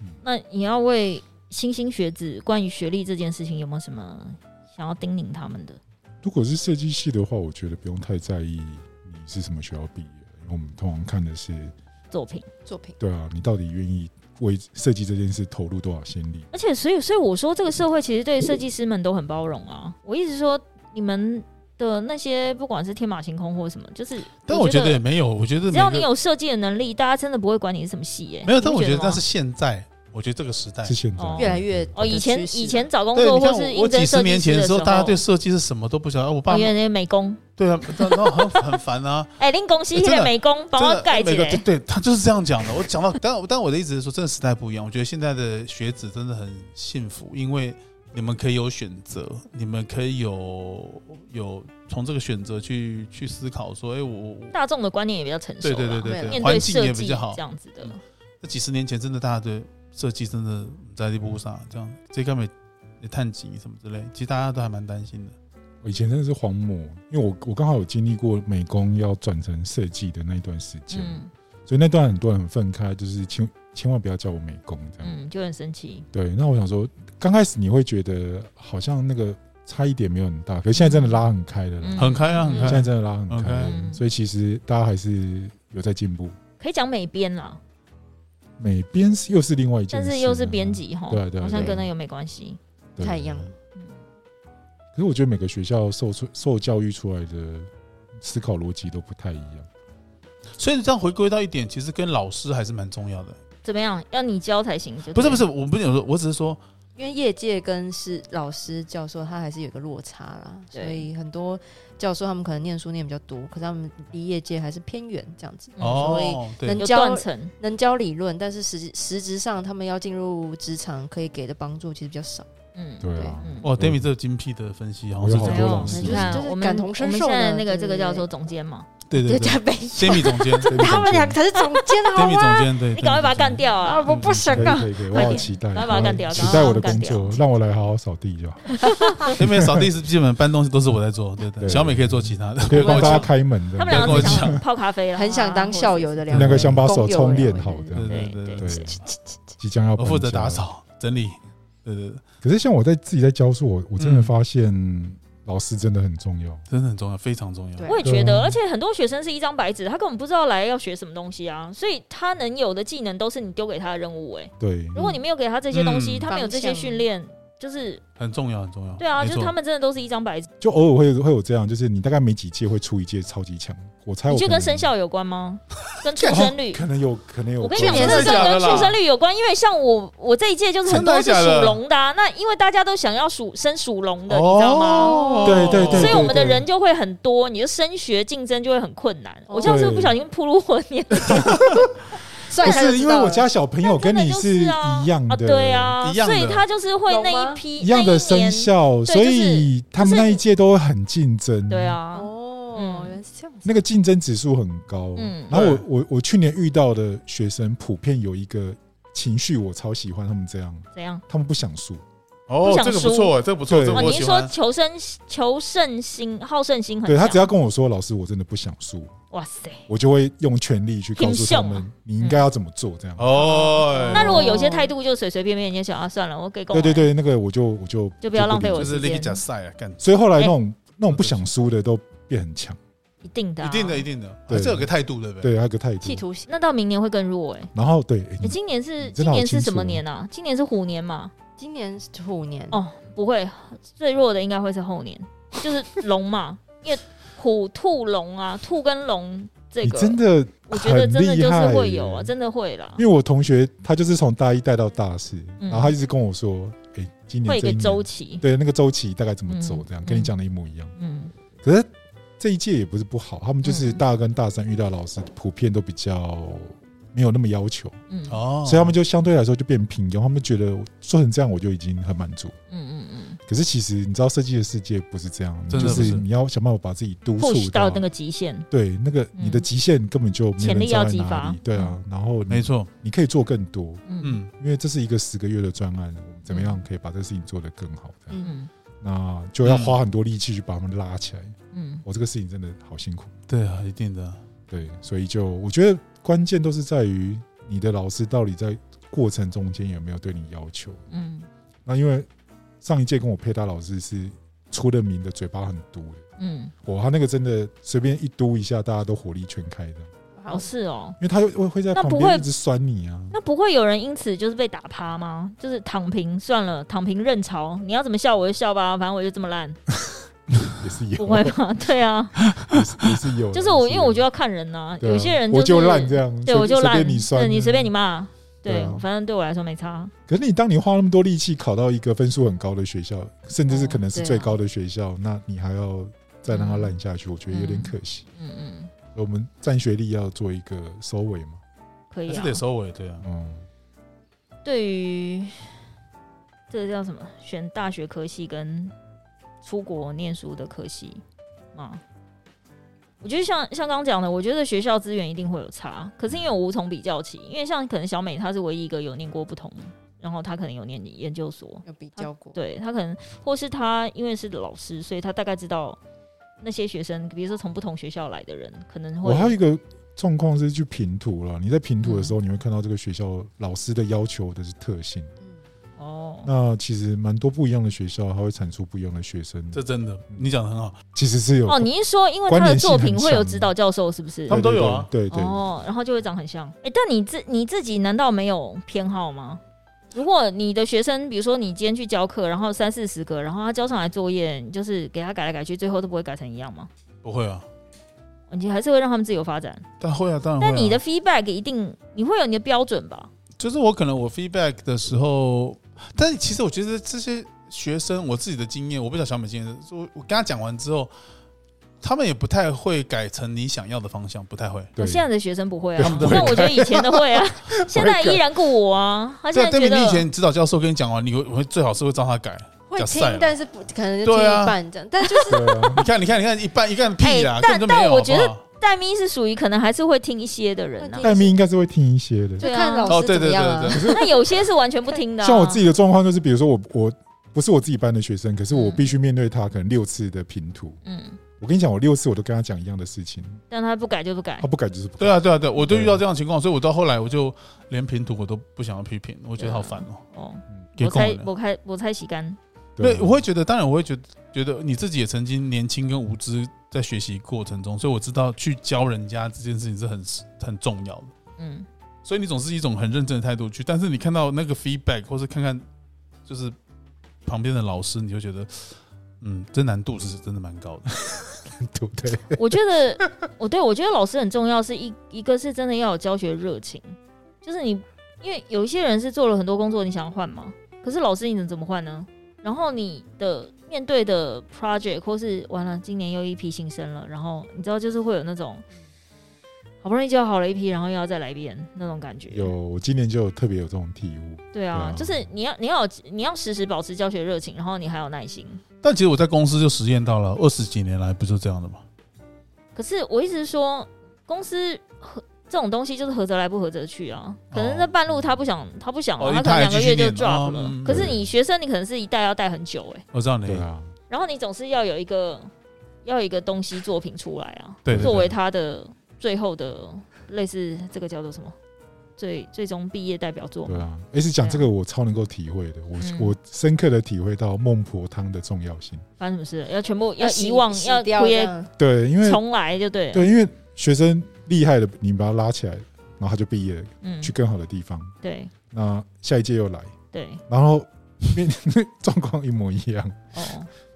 [SPEAKER 1] 嗯
[SPEAKER 2] 那你要为新兴学子关于学历这件事情有没有什么想要叮咛他们的？
[SPEAKER 1] 如果是设计系的话，我觉得不用太在意你是什么学校毕业，因为我们通常看的是，
[SPEAKER 2] 作品，
[SPEAKER 3] 作品
[SPEAKER 1] 对啊，你到底愿意为设计这件事投入多少心力？
[SPEAKER 2] 而且所以所以我说，这个社会其实对设计师们都很包容啊。我一直说你们的那些不管是天马行空或什么，就是
[SPEAKER 4] 但我觉得也没有，我觉得
[SPEAKER 2] 只要
[SPEAKER 4] 每
[SPEAKER 2] 你
[SPEAKER 4] 个
[SPEAKER 2] 有设计的能力，大家真的不会管你是什么系耶、
[SPEAKER 4] 没有，但我觉得
[SPEAKER 2] 那
[SPEAKER 4] 那是现在，我觉得这个时代
[SPEAKER 1] 是。现在
[SPEAKER 2] 哦
[SPEAKER 3] 越来越
[SPEAKER 2] 哦，以前
[SPEAKER 3] 的趋势啊
[SPEAKER 2] 以前找工
[SPEAKER 4] 对，
[SPEAKER 2] 作
[SPEAKER 4] 你
[SPEAKER 2] 或
[SPEAKER 4] 看
[SPEAKER 2] 是
[SPEAKER 4] 我我
[SPEAKER 2] 应征
[SPEAKER 4] 几
[SPEAKER 2] 设
[SPEAKER 4] 十
[SPEAKER 2] 计
[SPEAKER 4] 年
[SPEAKER 2] 师
[SPEAKER 4] 前
[SPEAKER 2] 的
[SPEAKER 4] 的时
[SPEAKER 2] 时
[SPEAKER 4] 候，
[SPEAKER 2] 候，
[SPEAKER 4] 大家对设计是什么都不晓得。啊我爸
[SPEAKER 2] <laughs> 哦原来美工，
[SPEAKER 4] 对啊，那那很很烦啊。
[SPEAKER 2] 哎，林公西
[SPEAKER 4] 真
[SPEAKER 2] 的
[SPEAKER 4] 的
[SPEAKER 2] 美工 <laughs> 帮
[SPEAKER 4] 真
[SPEAKER 2] 我
[SPEAKER 4] 的
[SPEAKER 2] 盖
[SPEAKER 4] 每
[SPEAKER 2] 起
[SPEAKER 4] 个
[SPEAKER 2] 来
[SPEAKER 4] 对，，对他就是这样讲的。我讲到，但但我的意思是说，真的时代不一样。我觉得现在的学子真的很幸福，因为你们可以有选择，你们可以有有从这个选择去去思考说，哎、我我
[SPEAKER 2] 大众的观念也比较成熟啦，
[SPEAKER 4] 对对对
[SPEAKER 3] 对对
[SPEAKER 2] 面
[SPEAKER 4] 环
[SPEAKER 2] 对
[SPEAKER 4] 境也
[SPEAKER 2] 设
[SPEAKER 4] 比
[SPEAKER 2] 计
[SPEAKER 4] 较好
[SPEAKER 2] 这样子的，
[SPEAKER 4] 嗯这几十年前真的大家对设计真的在一步上这样，这根本也探景什么之类，其实大家都还蛮担心的。
[SPEAKER 1] 我以前真的是荒漠，因为我我刚好有经历过美工要转成设计的那一段时间，
[SPEAKER 2] 嗯
[SPEAKER 1] 所以那段很多人很愤慨，就是千千万不要叫我美工这样。
[SPEAKER 2] 嗯，就很神奇。
[SPEAKER 1] 对，那我想说，刚开始你会觉得好像那个差一点没有很大，可是现在真的拉很开了啦，
[SPEAKER 2] 嗯
[SPEAKER 4] 很开啊很
[SPEAKER 1] 现
[SPEAKER 4] 开
[SPEAKER 1] 在真的拉很开
[SPEAKER 4] OK
[SPEAKER 1] 了，所以其实大家还是有在进步。
[SPEAKER 2] 可以讲美编啦，
[SPEAKER 1] 美编是又是另外一件
[SPEAKER 2] 但
[SPEAKER 1] 事啊，
[SPEAKER 2] 是又
[SPEAKER 4] 嗯
[SPEAKER 2] 是编辑哈，
[SPEAKER 1] 对啊对啊
[SPEAKER 2] 好像
[SPEAKER 1] 对啊
[SPEAKER 2] 跟那个没关系。
[SPEAKER 1] 对
[SPEAKER 3] 不太一样
[SPEAKER 2] 嗯
[SPEAKER 1] 可是我觉得每个学校受出受教育出来的思考逻辑都不太一样。
[SPEAKER 4] 嗯所以这样回归到一点，其实跟老师还是蛮重要的。
[SPEAKER 2] 怎么样？要你教才行，就
[SPEAKER 4] 不是
[SPEAKER 2] 对
[SPEAKER 4] 不是，我不是有说，我只是说，
[SPEAKER 3] 因为业界跟是老师教授，他还是有个落差啦，所
[SPEAKER 2] 对
[SPEAKER 3] 以很多教授他们可能念书念比较多，可是他们离业界还是偏远这样子，
[SPEAKER 2] 嗯
[SPEAKER 3] 所以
[SPEAKER 4] 哦，对
[SPEAKER 3] 能，
[SPEAKER 2] 有
[SPEAKER 3] 教
[SPEAKER 2] 断层，
[SPEAKER 3] 能教理论，但是实实质上他们要进入职场可以给的帮助其实比
[SPEAKER 2] <laughs>
[SPEAKER 3] 较少。
[SPEAKER 2] 嗯，
[SPEAKER 1] 对啊
[SPEAKER 2] 嗯，
[SPEAKER 4] 哇，Demi 这精辟的分析，好
[SPEAKER 1] 我有
[SPEAKER 4] 像
[SPEAKER 1] 好多
[SPEAKER 2] 还
[SPEAKER 4] 是这
[SPEAKER 2] 有
[SPEAKER 4] 样
[SPEAKER 1] 老师
[SPEAKER 2] 你
[SPEAKER 3] 就是
[SPEAKER 2] 看
[SPEAKER 3] 就是
[SPEAKER 2] 我们
[SPEAKER 3] 感同身
[SPEAKER 2] 我们
[SPEAKER 3] 受
[SPEAKER 2] 现在
[SPEAKER 3] 的
[SPEAKER 2] 那个这个
[SPEAKER 3] 对
[SPEAKER 2] 叫做总监嘛，
[SPEAKER 4] 对对对
[SPEAKER 3] 加倍，
[SPEAKER 4] ，Demi 总监
[SPEAKER 1] <laughs>
[SPEAKER 3] 他们俩才是总监好啊
[SPEAKER 4] ，Demi 总
[SPEAKER 3] 吗？
[SPEAKER 4] 监，对，
[SPEAKER 2] 你赶快把他干掉
[SPEAKER 3] 哦啊，
[SPEAKER 2] 啊！
[SPEAKER 3] 我不行
[SPEAKER 1] 可以
[SPEAKER 3] 啊！
[SPEAKER 1] 可以可以，我
[SPEAKER 2] 快
[SPEAKER 1] 好
[SPEAKER 2] 点
[SPEAKER 1] 期待，
[SPEAKER 2] 赶快把它干掉
[SPEAKER 1] 期
[SPEAKER 2] 赶快
[SPEAKER 1] 待
[SPEAKER 2] 把
[SPEAKER 1] 我的
[SPEAKER 2] 它
[SPEAKER 1] 工
[SPEAKER 2] 干
[SPEAKER 1] 作，让我来好好扫地
[SPEAKER 2] <laughs>
[SPEAKER 1] 就好，
[SPEAKER 4] Demi 扫地是基本搬东西都是我在做，对对，
[SPEAKER 1] 对
[SPEAKER 4] 小美可以做其他的，
[SPEAKER 1] 可以帮大家
[SPEAKER 4] 我
[SPEAKER 1] 开门的
[SPEAKER 2] 他。们两
[SPEAKER 4] 不要
[SPEAKER 2] 个
[SPEAKER 4] 跟
[SPEAKER 2] 只
[SPEAKER 4] 我
[SPEAKER 2] 想泡咖啡了，啊
[SPEAKER 3] <laughs> 很想当校友的两
[SPEAKER 1] 那
[SPEAKER 3] 个
[SPEAKER 1] 个想把手冲练好
[SPEAKER 3] 工友
[SPEAKER 1] 这
[SPEAKER 3] 啊
[SPEAKER 1] 样，
[SPEAKER 4] 对
[SPEAKER 2] 对
[SPEAKER 4] 对对
[SPEAKER 1] 对
[SPEAKER 2] 对，，
[SPEAKER 1] 即将要
[SPEAKER 4] 我负责
[SPEAKER 1] 搬家
[SPEAKER 4] 打。扫整理，对对对，
[SPEAKER 1] 可是像我在自己在教书，我我真的
[SPEAKER 4] 嗯
[SPEAKER 1] 发现老师真的很重要。
[SPEAKER 4] 真的很重要，非常重要。
[SPEAKER 3] 对
[SPEAKER 2] 我也觉
[SPEAKER 1] 对啊
[SPEAKER 2] 得，而且很多学生是一张白纸，他根本不知道来要学什么东西啊，所以他能有的技能都是你丢给他的任务。哎，
[SPEAKER 1] 对，
[SPEAKER 2] 如果你没有给他这些东西，
[SPEAKER 4] 嗯
[SPEAKER 2] 他没有这些
[SPEAKER 3] 方向
[SPEAKER 2] 训练，就是
[SPEAKER 4] 很重要，很重要。
[SPEAKER 2] 对啊，
[SPEAKER 4] 没
[SPEAKER 2] 就
[SPEAKER 4] 错
[SPEAKER 2] 是他们真的都是一张白纸。
[SPEAKER 1] 就偶尔会会有这样，就是你大概每几届会出一届超级强。我
[SPEAKER 4] 哎
[SPEAKER 1] 猜
[SPEAKER 2] 你
[SPEAKER 1] 我
[SPEAKER 2] 觉
[SPEAKER 1] 就
[SPEAKER 2] 得跟生效有关吗？跟
[SPEAKER 4] <laughs>
[SPEAKER 2] 出生
[SPEAKER 4] 哦
[SPEAKER 2] 率？
[SPEAKER 1] 可能有可能有。
[SPEAKER 2] 我跟你讲，
[SPEAKER 3] 真
[SPEAKER 2] 这
[SPEAKER 3] 的
[SPEAKER 2] 个
[SPEAKER 4] 假的
[SPEAKER 2] 跟
[SPEAKER 4] 啦
[SPEAKER 2] 出生率有关，因为像我，我这一届就是很多是
[SPEAKER 4] 真的假的
[SPEAKER 2] 属龙的啊、那因为大家都想要属生属龙的，
[SPEAKER 4] 哦
[SPEAKER 2] 你知道吗？
[SPEAKER 1] 对对对
[SPEAKER 2] 所以我们
[SPEAKER 1] 对
[SPEAKER 2] 的人就会很多，你的升学竞争就会很困难。
[SPEAKER 3] 哦
[SPEAKER 2] 我这样是不是不小心铺路我年龄
[SPEAKER 3] 算
[SPEAKER 1] 不
[SPEAKER 3] 了，他就是知
[SPEAKER 1] 因为
[SPEAKER 3] 道
[SPEAKER 1] 我
[SPEAKER 3] 了
[SPEAKER 1] 家小朋友跟你
[SPEAKER 2] 就是啊
[SPEAKER 1] 一样的，
[SPEAKER 2] 啊，对，啊，
[SPEAKER 4] 一样
[SPEAKER 2] 所
[SPEAKER 4] 的
[SPEAKER 2] 以他就是会那一批
[SPEAKER 1] 一样的
[SPEAKER 2] 那一
[SPEAKER 1] 生
[SPEAKER 2] 年
[SPEAKER 1] 肖，
[SPEAKER 2] 对
[SPEAKER 1] 所以他们那一届都很竞争。
[SPEAKER 2] 对，啊，
[SPEAKER 3] 哦，
[SPEAKER 2] 嗯
[SPEAKER 3] 原来是这样子。
[SPEAKER 1] 那个竞争指数很高。
[SPEAKER 2] 嗯
[SPEAKER 1] 然后我我我去年遇到的学生，普遍有一个情绪，我超喜欢他们这样，
[SPEAKER 2] 怎样？
[SPEAKER 1] 他们不想输。
[SPEAKER 4] 哦
[SPEAKER 2] 不想输
[SPEAKER 4] 哎，这个不
[SPEAKER 1] 对
[SPEAKER 2] 哦，
[SPEAKER 1] 我
[SPEAKER 2] 你是说求生求胜心、好胜心很
[SPEAKER 1] 对
[SPEAKER 2] 强？
[SPEAKER 1] 他只要跟我说：“老师，我真的不想输。
[SPEAKER 2] 哇塞！”
[SPEAKER 1] 我就会用全力去告诉他
[SPEAKER 2] 挺像
[SPEAKER 1] 们
[SPEAKER 2] 啊，
[SPEAKER 1] 你应该要怎么做这样。
[SPEAKER 2] 嗯
[SPEAKER 4] 哦
[SPEAKER 2] 那如果有些态度就随随便便，你就想啊，算了，我给够
[SPEAKER 1] 对
[SPEAKER 2] 了，
[SPEAKER 1] 对对，那个我就我就
[SPEAKER 2] 就不要浪费我
[SPEAKER 4] 就
[SPEAKER 2] 的哎
[SPEAKER 4] 是
[SPEAKER 2] 时
[SPEAKER 4] 那个假
[SPEAKER 2] 间，
[SPEAKER 4] 赛啊，干
[SPEAKER 1] 所以后来那种那种不想输的都变很强，
[SPEAKER 2] 一定的、啊
[SPEAKER 4] 一定的，一。定的，啊
[SPEAKER 1] 对
[SPEAKER 4] 这有个态度，对不对？
[SPEAKER 1] 对，还有个态
[SPEAKER 3] 企
[SPEAKER 1] 度。
[SPEAKER 3] 图型，
[SPEAKER 2] 那到明年会更弱哎、欸
[SPEAKER 1] 然后对，诶
[SPEAKER 2] 诶今年是
[SPEAKER 1] 你真
[SPEAKER 2] 今
[SPEAKER 1] 的好
[SPEAKER 2] 年是
[SPEAKER 1] 清
[SPEAKER 2] 什么
[SPEAKER 1] 楚哦
[SPEAKER 2] 年啊？今年是虎年嘛？
[SPEAKER 3] 今年是虎年
[SPEAKER 2] 哦，不会，最弱的应该会是后年，就是龙嘛，因为虎、兔、龙啊，兔跟龙这
[SPEAKER 1] 你
[SPEAKER 2] 个，
[SPEAKER 1] 真的
[SPEAKER 2] 我觉得
[SPEAKER 1] 很
[SPEAKER 2] 真的
[SPEAKER 1] 厉
[SPEAKER 2] 就是
[SPEAKER 1] 害
[SPEAKER 2] 会
[SPEAKER 1] 耶
[SPEAKER 2] 有啊，真的会啦
[SPEAKER 1] 因，为我同学他就是从大一带到大四，
[SPEAKER 2] 嗯
[SPEAKER 1] 然后他一直跟我说，哎，今
[SPEAKER 2] 会
[SPEAKER 1] 年
[SPEAKER 2] 有一
[SPEAKER 1] 这
[SPEAKER 2] 个
[SPEAKER 1] 一
[SPEAKER 2] 周
[SPEAKER 1] 年
[SPEAKER 2] 期，
[SPEAKER 1] 对那个周期大概怎么走
[SPEAKER 2] 嗯，
[SPEAKER 1] 这样跟你讲的一模一样。
[SPEAKER 2] 嗯，
[SPEAKER 1] 可是这一届也不是不好，他们就是
[SPEAKER 2] 嗯
[SPEAKER 1] 大二跟大三遇到老师普遍都比较没有那么要求，
[SPEAKER 2] 嗯嗯
[SPEAKER 4] 哦，
[SPEAKER 1] 所以他们就相对来说就变平庸，他们觉得做成这样我就已经很满足。
[SPEAKER 2] 嗯嗯
[SPEAKER 1] 可是其实你知道，设计的世界不是这样，
[SPEAKER 4] 真的
[SPEAKER 1] 就
[SPEAKER 4] 不是
[SPEAKER 1] 是你要想办法把自己督
[SPEAKER 2] 嗯
[SPEAKER 1] 促
[SPEAKER 2] ，push 到那
[SPEAKER 1] 个
[SPEAKER 2] 个极限，
[SPEAKER 1] 对那个
[SPEAKER 2] 嗯
[SPEAKER 1] 你的极限根本就没有
[SPEAKER 2] 潜
[SPEAKER 1] 人
[SPEAKER 2] 力
[SPEAKER 1] 知道
[SPEAKER 2] 要
[SPEAKER 1] 在
[SPEAKER 2] 激
[SPEAKER 1] 哪
[SPEAKER 2] 发
[SPEAKER 1] 里，对啊，然后你
[SPEAKER 4] 没，错，
[SPEAKER 1] 你可以做更多，
[SPEAKER 2] 嗯
[SPEAKER 4] 嗯，
[SPEAKER 1] 因为这是一个十个月的专案，我们怎么样可以把这事情做得更好？这样，
[SPEAKER 2] 嗯
[SPEAKER 1] 那就要花很多力气去把他们拉起来。
[SPEAKER 2] 嗯
[SPEAKER 1] 我这个事情真的好辛苦，
[SPEAKER 4] 对啊，一定的，
[SPEAKER 1] 对，所以就我觉得关键都是在于你的老师到底在过程中间有没有对你要求。
[SPEAKER 2] 嗯
[SPEAKER 1] 那因为上一届跟我配搭老师是出了名的嘴巴很毒的。
[SPEAKER 2] 嗯，
[SPEAKER 1] 哇，他那个真的随便一嘟一下，大家都火力全开的，因
[SPEAKER 2] 哦是哦。
[SPEAKER 1] 为他又会会在
[SPEAKER 2] 那
[SPEAKER 1] 旁
[SPEAKER 2] 不
[SPEAKER 1] 边
[SPEAKER 2] 会
[SPEAKER 1] 一直酸你啊。
[SPEAKER 2] 那不会有人因此就是被打趴吗？就是躺平算了，躺平认潮，你要怎么笑我就笑吧，反正我就这么烂，
[SPEAKER 1] 也是有，
[SPEAKER 2] <laughs> 不会吧？对啊，
[SPEAKER 1] 也是也是有的，
[SPEAKER 2] 就是我，因为我觉
[SPEAKER 1] 得
[SPEAKER 2] 得要看人呐、有些人
[SPEAKER 1] 啊我就是烂这样，随
[SPEAKER 2] 对我就
[SPEAKER 1] 随
[SPEAKER 2] 烂，
[SPEAKER 1] 便你
[SPEAKER 2] 对
[SPEAKER 1] 酸，
[SPEAKER 2] 你随便你。骂，
[SPEAKER 1] 对
[SPEAKER 2] 对
[SPEAKER 1] 啊，
[SPEAKER 2] 反正对我来说没差。
[SPEAKER 1] 可是你当你花那么多力气考到一个分数很高的学校，甚至是可能是
[SPEAKER 3] 哦对啊
[SPEAKER 1] 最高的学校，那你还要再让它烂下去，我觉得有点可惜。
[SPEAKER 2] 嗯嗯，
[SPEAKER 1] 我们占学历要做一个收尾嘛，
[SPEAKER 2] 可
[SPEAKER 4] 还
[SPEAKER 2] 以
[SPEAKER 4] 是
[SPEAKER 2] 啊
[SPEAKER 4] 得。收尾，对啊，
[SPEAKER 1] 嗯，
[SPEAKER 2] 对于这个叫什么？选大学科系跟出国念书的科系啊。我觉得像像刚讲的，我觉得学校资源一定会有差，可是因为我无从比较起，因为像可能小美她是唯一一个有念过不同，然后她可能有念研究所，
[SPEAKER 3] 有比较过，
[SPEAKER 2] 对她可能或是她因为是老师，所以她大概知道那些学生，比如说从不同学校来的人，可能会
[SPEAKER 1] 我还有一个状况是去评图了，你在评图的
[SPEAKER 2] 嗯
[SPEAKER 1] 时候，你会看到这个学校老师的要求的是特性。
[SPEAKER 3] 嗯，
[SPEAKER 2] 哦，
[SPEAKER 1] 那其实蛮多不一样的学校，它会产出不一样的学生，
[SPEAKER 4] 这真的，你讲的很好。
[SPEAKER 1] 其实是有
[SPEAKER 2] 哦，你一说，因为
[SPEAKER 1] 关
[SPEAKER 2] 他的
[SPEAKER 1] 联性
[SPEAKER 2] 作
[SPEAKER 1] 很
[SPEAKER 2] 品会有
[SPEAKER 1] 强
[SPEAKER 2] 指导教授，是不是
[SPEAKER 4] 他？们都有啊
[SPEAKER 1] 对对对，
[SPEAKER 2] 哦，然后就会长很像。哎、但你自你自己难道没有偏好吗？如果你的学生，比如说你今天去教课，然后三四十个，然后他交上来作业，你就是给他改来改去，最后都不会改成一样吗？
[SPEAKER 4] 不会啊，
[SPEAKER 2] 你还是会让他们自由发展，
[SPEAKER 4] 但会啊，当然会、啊。
[SPEAKER 2] 但你的 feedback 一定你会有你的标准吧？
[SPEAKER 4] 就是我可能我 feedback 的时候，但是其实我觉得这些学生我自己的经验，我不知道小美经验，我我跟他讲完之后，他们也不太会改成你想要的方向，不太会。
[SPEAKER 1] 对
[SPEAKER 2] 现在的学生不会
[SPEAKER 1] 他
[SPEAKER 2] 啊
[SPEAKER 1] 们都，会
[SPEAKER 2] 但我觉得以前的会
[SPEAKER 1] <laughs>
[SPEAKER 2] 啊，现在依然故我啊，他现在
[SPEAKER 4] 对
[SPEAKER 2] 觉
[SPEAKER 4] 比
[SPEAKER 2] 得
[SPEAKER 4] 你以前指导教授跟你讲完，你会我会最好是会照他改。
[SPEAKER 3] 会
[SPEAKER 4] 假赛
[SPEAKER 3] 听
[SPEAKER 4] 了，
[SPEAKER 3] 但是不可能就听
[SPEAKER 4] 对啊
[SPEAKER 3] 一半这样，但就是
[SPEAKER 1] 对
[SPEAKER 2] <laughs>
[SPEAKER 1] 啊，
[SPEAKER 4] 你看，你看，你看，一半一半屁啦，
[SPEAKER 2] 哎
[SPEAKER 4] 根本就没
[SPEAKER 2] 但
[SPEAKER 4] 有，
[SPEAKER 2] 但我觉得
[SPEAKER 4] 好不好
[SPEAKER 2] 戴咪是属于可能还是会听一些的人
[SPEAKER 3] 会
[SPEAKER 2] 啊
[SPEAKER 3] 听，
[SPEAKER 1] 戴咪应该是会听一些的。
[SPEAKER 2] 对啊
[SPEAKER 3] 就看
[SPEAKER 4] 哦，
[SPEAKER 3] 老师
[SPEAKER 4] 对
[SPEAKER 3] 怎么
[SPEAKER 4] 对对
[SPEAKER 3] 样啊
[SPEAKER 4] 对，。
[SPEAKER 2] 那有些是完全不听的、啊。
[SPEAKER 1] 像我自己的状况就是，比如说我我不是我自己班的学生，可是我
[SPEAKER 2] 嗯
[SPEAKER 1] 必须面对他可能六次的评图。
[SPEAKER 2] 嗯，
[SPEAKER 1] 我跟你讲，我六次我都跟他讲一样的事情，
[SPEAKER 2] 但他不改就不改
[SPEAKER 1] 他。不改就是不改。
[SPEAKER 4] 对啊，对啊，对，我就遇到这样的情况，所以我到后来我就连评图我都不想要批评，我觉得好烦哦、
[SPEAKER 2] 哦，
[SPEAKER 4] 给
[SPEAKER 2] 我
[SPEAKER 4] 空
[SPEAKER 2] 猜
[SPEAKER 4] 了。
[SPEAKER 2] 我开我猜洗干，
[SPEAKER 1] 啊
[SPEAKER 4] 对，啊我会觉得，当然我会觉得，觉得你自己也曾经年轻跟无知，在学习过程中，所以我知道去教人家这件事情是很很重要的。
[SPEAKER 2] 嗯，
[SPEAKER 4] 所以你总是一种很认真的态度去，但是你看到那个 feedback 或是看看就是旁边的老师，你就觉得，嗯，这难度是真的蛮高的。
[SPEAKER 1] <laughs>
[SPEAKER 4] <laughs>
[SPEAKER 1] 对不对？
[SPEAKER 2] <laughs> 我觉得我对我觉得老师很重要，是一一个是真的要有教学热情，就是你因为有一些人是做了很多工作，你想换嘛，可是老师你能怎么换呢？然后你的面对的 project 或是完了，今年又一批新生了，然后你知道就是会有那种好不容易教好了一批，然后又要再来一遍那种感觉。
[SPEAKER 1] 有，我今年就有特别有这种体悟。
[SPEAKER 2] 对啊，
[SPEAKER 1] 对啊
[SPEAKER 2] 就是你要你要有你要时时保持教学热情，然后你还有耐心。
[SPEAKER 4] 但其实我在公司就实验到了，二十几年来不就这样的吗？
[SPEAKER 2] 可是我一直说，公司合这种东西就是合则来，不合则去啊。可能在半路他不想，他不想了，啊
[SPEAKER 4] 哦
[SPEAKER 2] 他可能两个月就
[SPEAKER 4] 一
[SPEAKER 2] drop
[SPEAKER 4] 太还继续念
[SPEAKER 2] 了。
[SPEAKER 4] 哦嗯
[SPEAKER 2] 可是你学生，你可能是一带要带很久哎、
[SPEAKER 4] 我知道你
[SPEAKER 1] 对啊，
[SPEAKER 2] 然后你总是要有一个要有一个东西作品出来啊，
[SPEAKER 4] 对对对
[SPEAKER 2] 作为他的最后的类似这个叫做什么最最终毕业代表作
[SPEAKER 1] 对
[SPEAKER 2] 嘛。
[SPEAKER 1] 啊。而是讲这个我超能够体会的，我
[SPEAKER 2] 嗯
[SPEAKER 1] 我深刻的体会到孟婆汤的重要性。
[SPEAKER 2] 发生什么事？要全部
[SPEAKER 3] 要
[SPEAKER 2] 要
[SPEAKER 3] 洗
[SPEAKER 2] 遗忘，
[SPEAKER 3] 洗
[SPEAKER 2] 要
[SPEAKER 3] 掉
[SPEAKER 2] 不
[SPEAKER 3] 这
[SPEAKER 2] 也
[SPEAKER 3] 样
[SPEAKER 1] 对，因为
[SPEAKER 2] 重来就对了。
[SPEAKER 1] 对，因为学生厉害的，你把他拉起来，然后他就毕业了，
[SPEAKER 2] 嗯，
[SPEAKER 1] 去更好的地方。
[SPEAKER 2] 对
[SPEAKER 1] 那下一届又来，
[SPEAKER 2] 对
[SPEAKER 1] 然后面 <laughs> 状况一模一样，
[SPEAKER 2] 哦，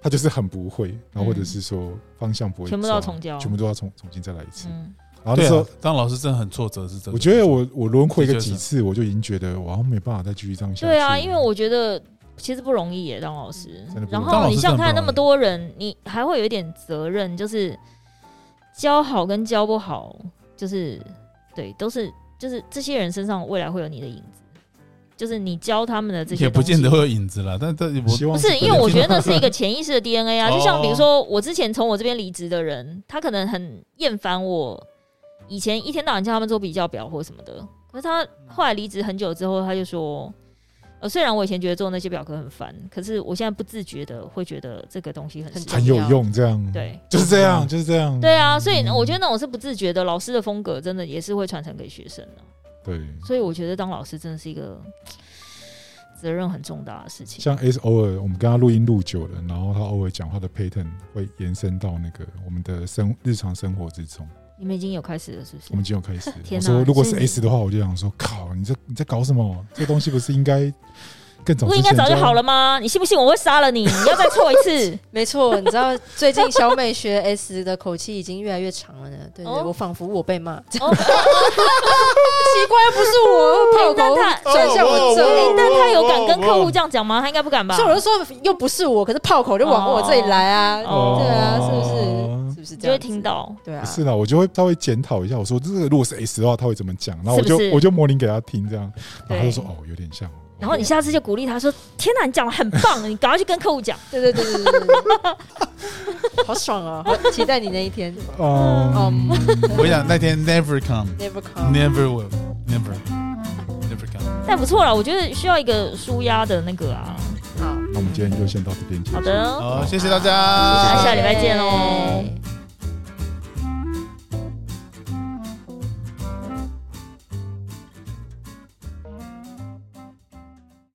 [SPEAKER 1] 他就是很不会，然后或者
[SPEAKER 2] 嗯
[SPEAKER 1] 是说方向不会抓，
[SPEAKER 2] 全部都要重教
[SPEAKER 1] 全部都要重重新再来一次。
[SPEAKER 2] 嗯
[SPEAKER 1] 然后那
[SPEAKER 4] 对
[SPEAKER 1] 时候
[SPEAKER 4] 啊，当老师真的很挫折，是真的。
[SPEAKER 1] 我觉得我我轮回个
[SPEAKER 4] 的确是
[SPEAKER 1] 几次，我就已经觉得我好像没办法再继续这样下去了。
[SPEAKER 2] 对啊，因为我觉得其实不容易耶，当老师
[SPEAKER 1] 真的。不容易
[SPEAKER 2] 然
[SPEAKER 4] 当
[SPEAKER 2] 后
[SPEAKER 4] 老
[SPEAKER 2] 你
[SPEAKER 4] 师
[SPEAKER 2] 想想看
[SPEAKER 4] 嗯真的
[SPEAKER 2] 那
[SPEAKER 4] 不容易
[SPEAKER 2] 么多人，你还会有一点责任，就是教好跟教不好，就是对，都是就是这些人身上未来会有你的影子，就是你教他们的这些
[SPEAKER 4] <laughs> 也不见得
[SPEAKER 2] 东
[SPEAKER 4] 会
[SPEAKER 2] 西。
[SPEAKER 4] 有影子啦，但但我
[SPEAKER 1] 希望
[SPEAKER 2] 不是，
[SPEAKER 1] 不
[SPEAKER 2] 因为
[SPEAKER 1] 能
[SPEAKER 2] 我
[SPEAKER 1] 这
[SPEAKER 2] 觉
[SPEAKER 1] 样
[SPEAKER 2] 得那是一个潜意识的 DNA 啊，就像比如
[SPEAKER 4] 哦
[SPEAKER 2] 说我之前从我这边离职的人，他可能很厌烦我以前一天到晚叫他们做比较表或什么的，可是他后来离职很久之后，他就说，呃，虽然我以前觉得做那些表格很烦，可是我现在不自觉的会觉得这个东西很
[SPEAKER 3] 很
[SPEAKER 2] 实
[SPEAKER 3] 重
[SPEAKER 2] 用
[SPEAKER 1] 很嗯有用，这样
[SPEAKER 2] 对
[SPEAKER 1] 就是这样，就是这样。
[SPEAKER 2] 对啊，所以我觉得那种是不自觉的，老师的风格真的也是会传承给学生的、
[SPEAKER 1] 对，
[SPEAKER 2] 所以我觉得当老师真的是一个责任很重大的事情。
[SPEAKER 1] 像 S 偶尔我们跟他录音录久了，然后他偶尔讲话的 pattern 会延伸到那个我们的生日常生活之中。
[SPEAKER 2] 你们已经有开始了，是不是
[SPEAKER 1] 我？们今天有开始了，我
[SPEAKER 2] <laughs> 天哪
[SPEAKER 1] 说如果是
[SPEAKER 2] 所以你
[SPEAKER 1] S 的话，我就想说，靠，你这你在 <laughs> 搞什么？这东西不是应该更早？
[SPEAKER 2] 不应该早就好。了吗？你信不信我会杀了你？你要再错一次？
[SPEAKER 3] 没错，你知道最近小美学 <laughs> S 的口气已经越来越长了呢。对对
[SPEAKER 2] 哦
[SPEAKER 3] 对，我仿佛我被骂， <laughs> 奇
[SPEAKER 2] 哦，
[SPEAKER 3] 怪不是 <laughs> 我炮
[SPEAKER 2] 但
[SPEAKER 3] 口
[SPEAKER 2] 他
[SPEAKER 3] 转向我这里，
[SPEAKER 2] 但他有敢跟客户这样讲吗？他应该不敢吧
[SPEAKER 3] 所？以我就说又不是我，可是炮口就往我这里来啊，
[SPEAKER 2] 哦
[SPEAKER 3] 对啊，是不是？是不是
[SPEAKER 2] 你
[SPEAKER 3] 这
[SPEAKER 2] 就会
[SPEAKER 3] 样？
[SPEAKER 2] 听，到，
[SPEAKER 3] 对啊
[SPEAKER 1] 不，是啦，我就会稍微检讨一下，我说这个如果是 S 的话，他会怎么讲？然后我
[SPEAKER 2] 是不
[SPEAKER 1] 就是我就模拟给他听，这样，然后他
[SPEAKER 2] 对
[SPEAKER 1] 就说哦，有点像，
[SPEAKER 2] 然后你下次就鼓励他说：“天哪，你讲的很棒，你赶快去跟客户讲。
[SPEAKER 3] 对对对对对对
[SPEAKER 2] <laughs>
[SPEAKER 3] 对，好爽啊！好期待你那一天
[SPEAKER 1] 嗯，
[SPEAKER 4] 我跟你讲，那天 never
[SPEAKER 3] ，Never
[SPEAKER 4] come，never
[SPEAKER 3] come。
[SPEAKER 4] will，never never come。”
[SPEAKER 2] 但不错啦，我觉得需要一个舒压的那个啊。
[SPEAKER 3] 好，
[SPEAKER 1] 那我们今天就先到这边结束。
[SPEAKER 2] 好的，
[SPEAKER 4] 好，谢谢大家，
[SPEAKER 2] 那下礼拜见喽。
[SPEAKER 3] 拜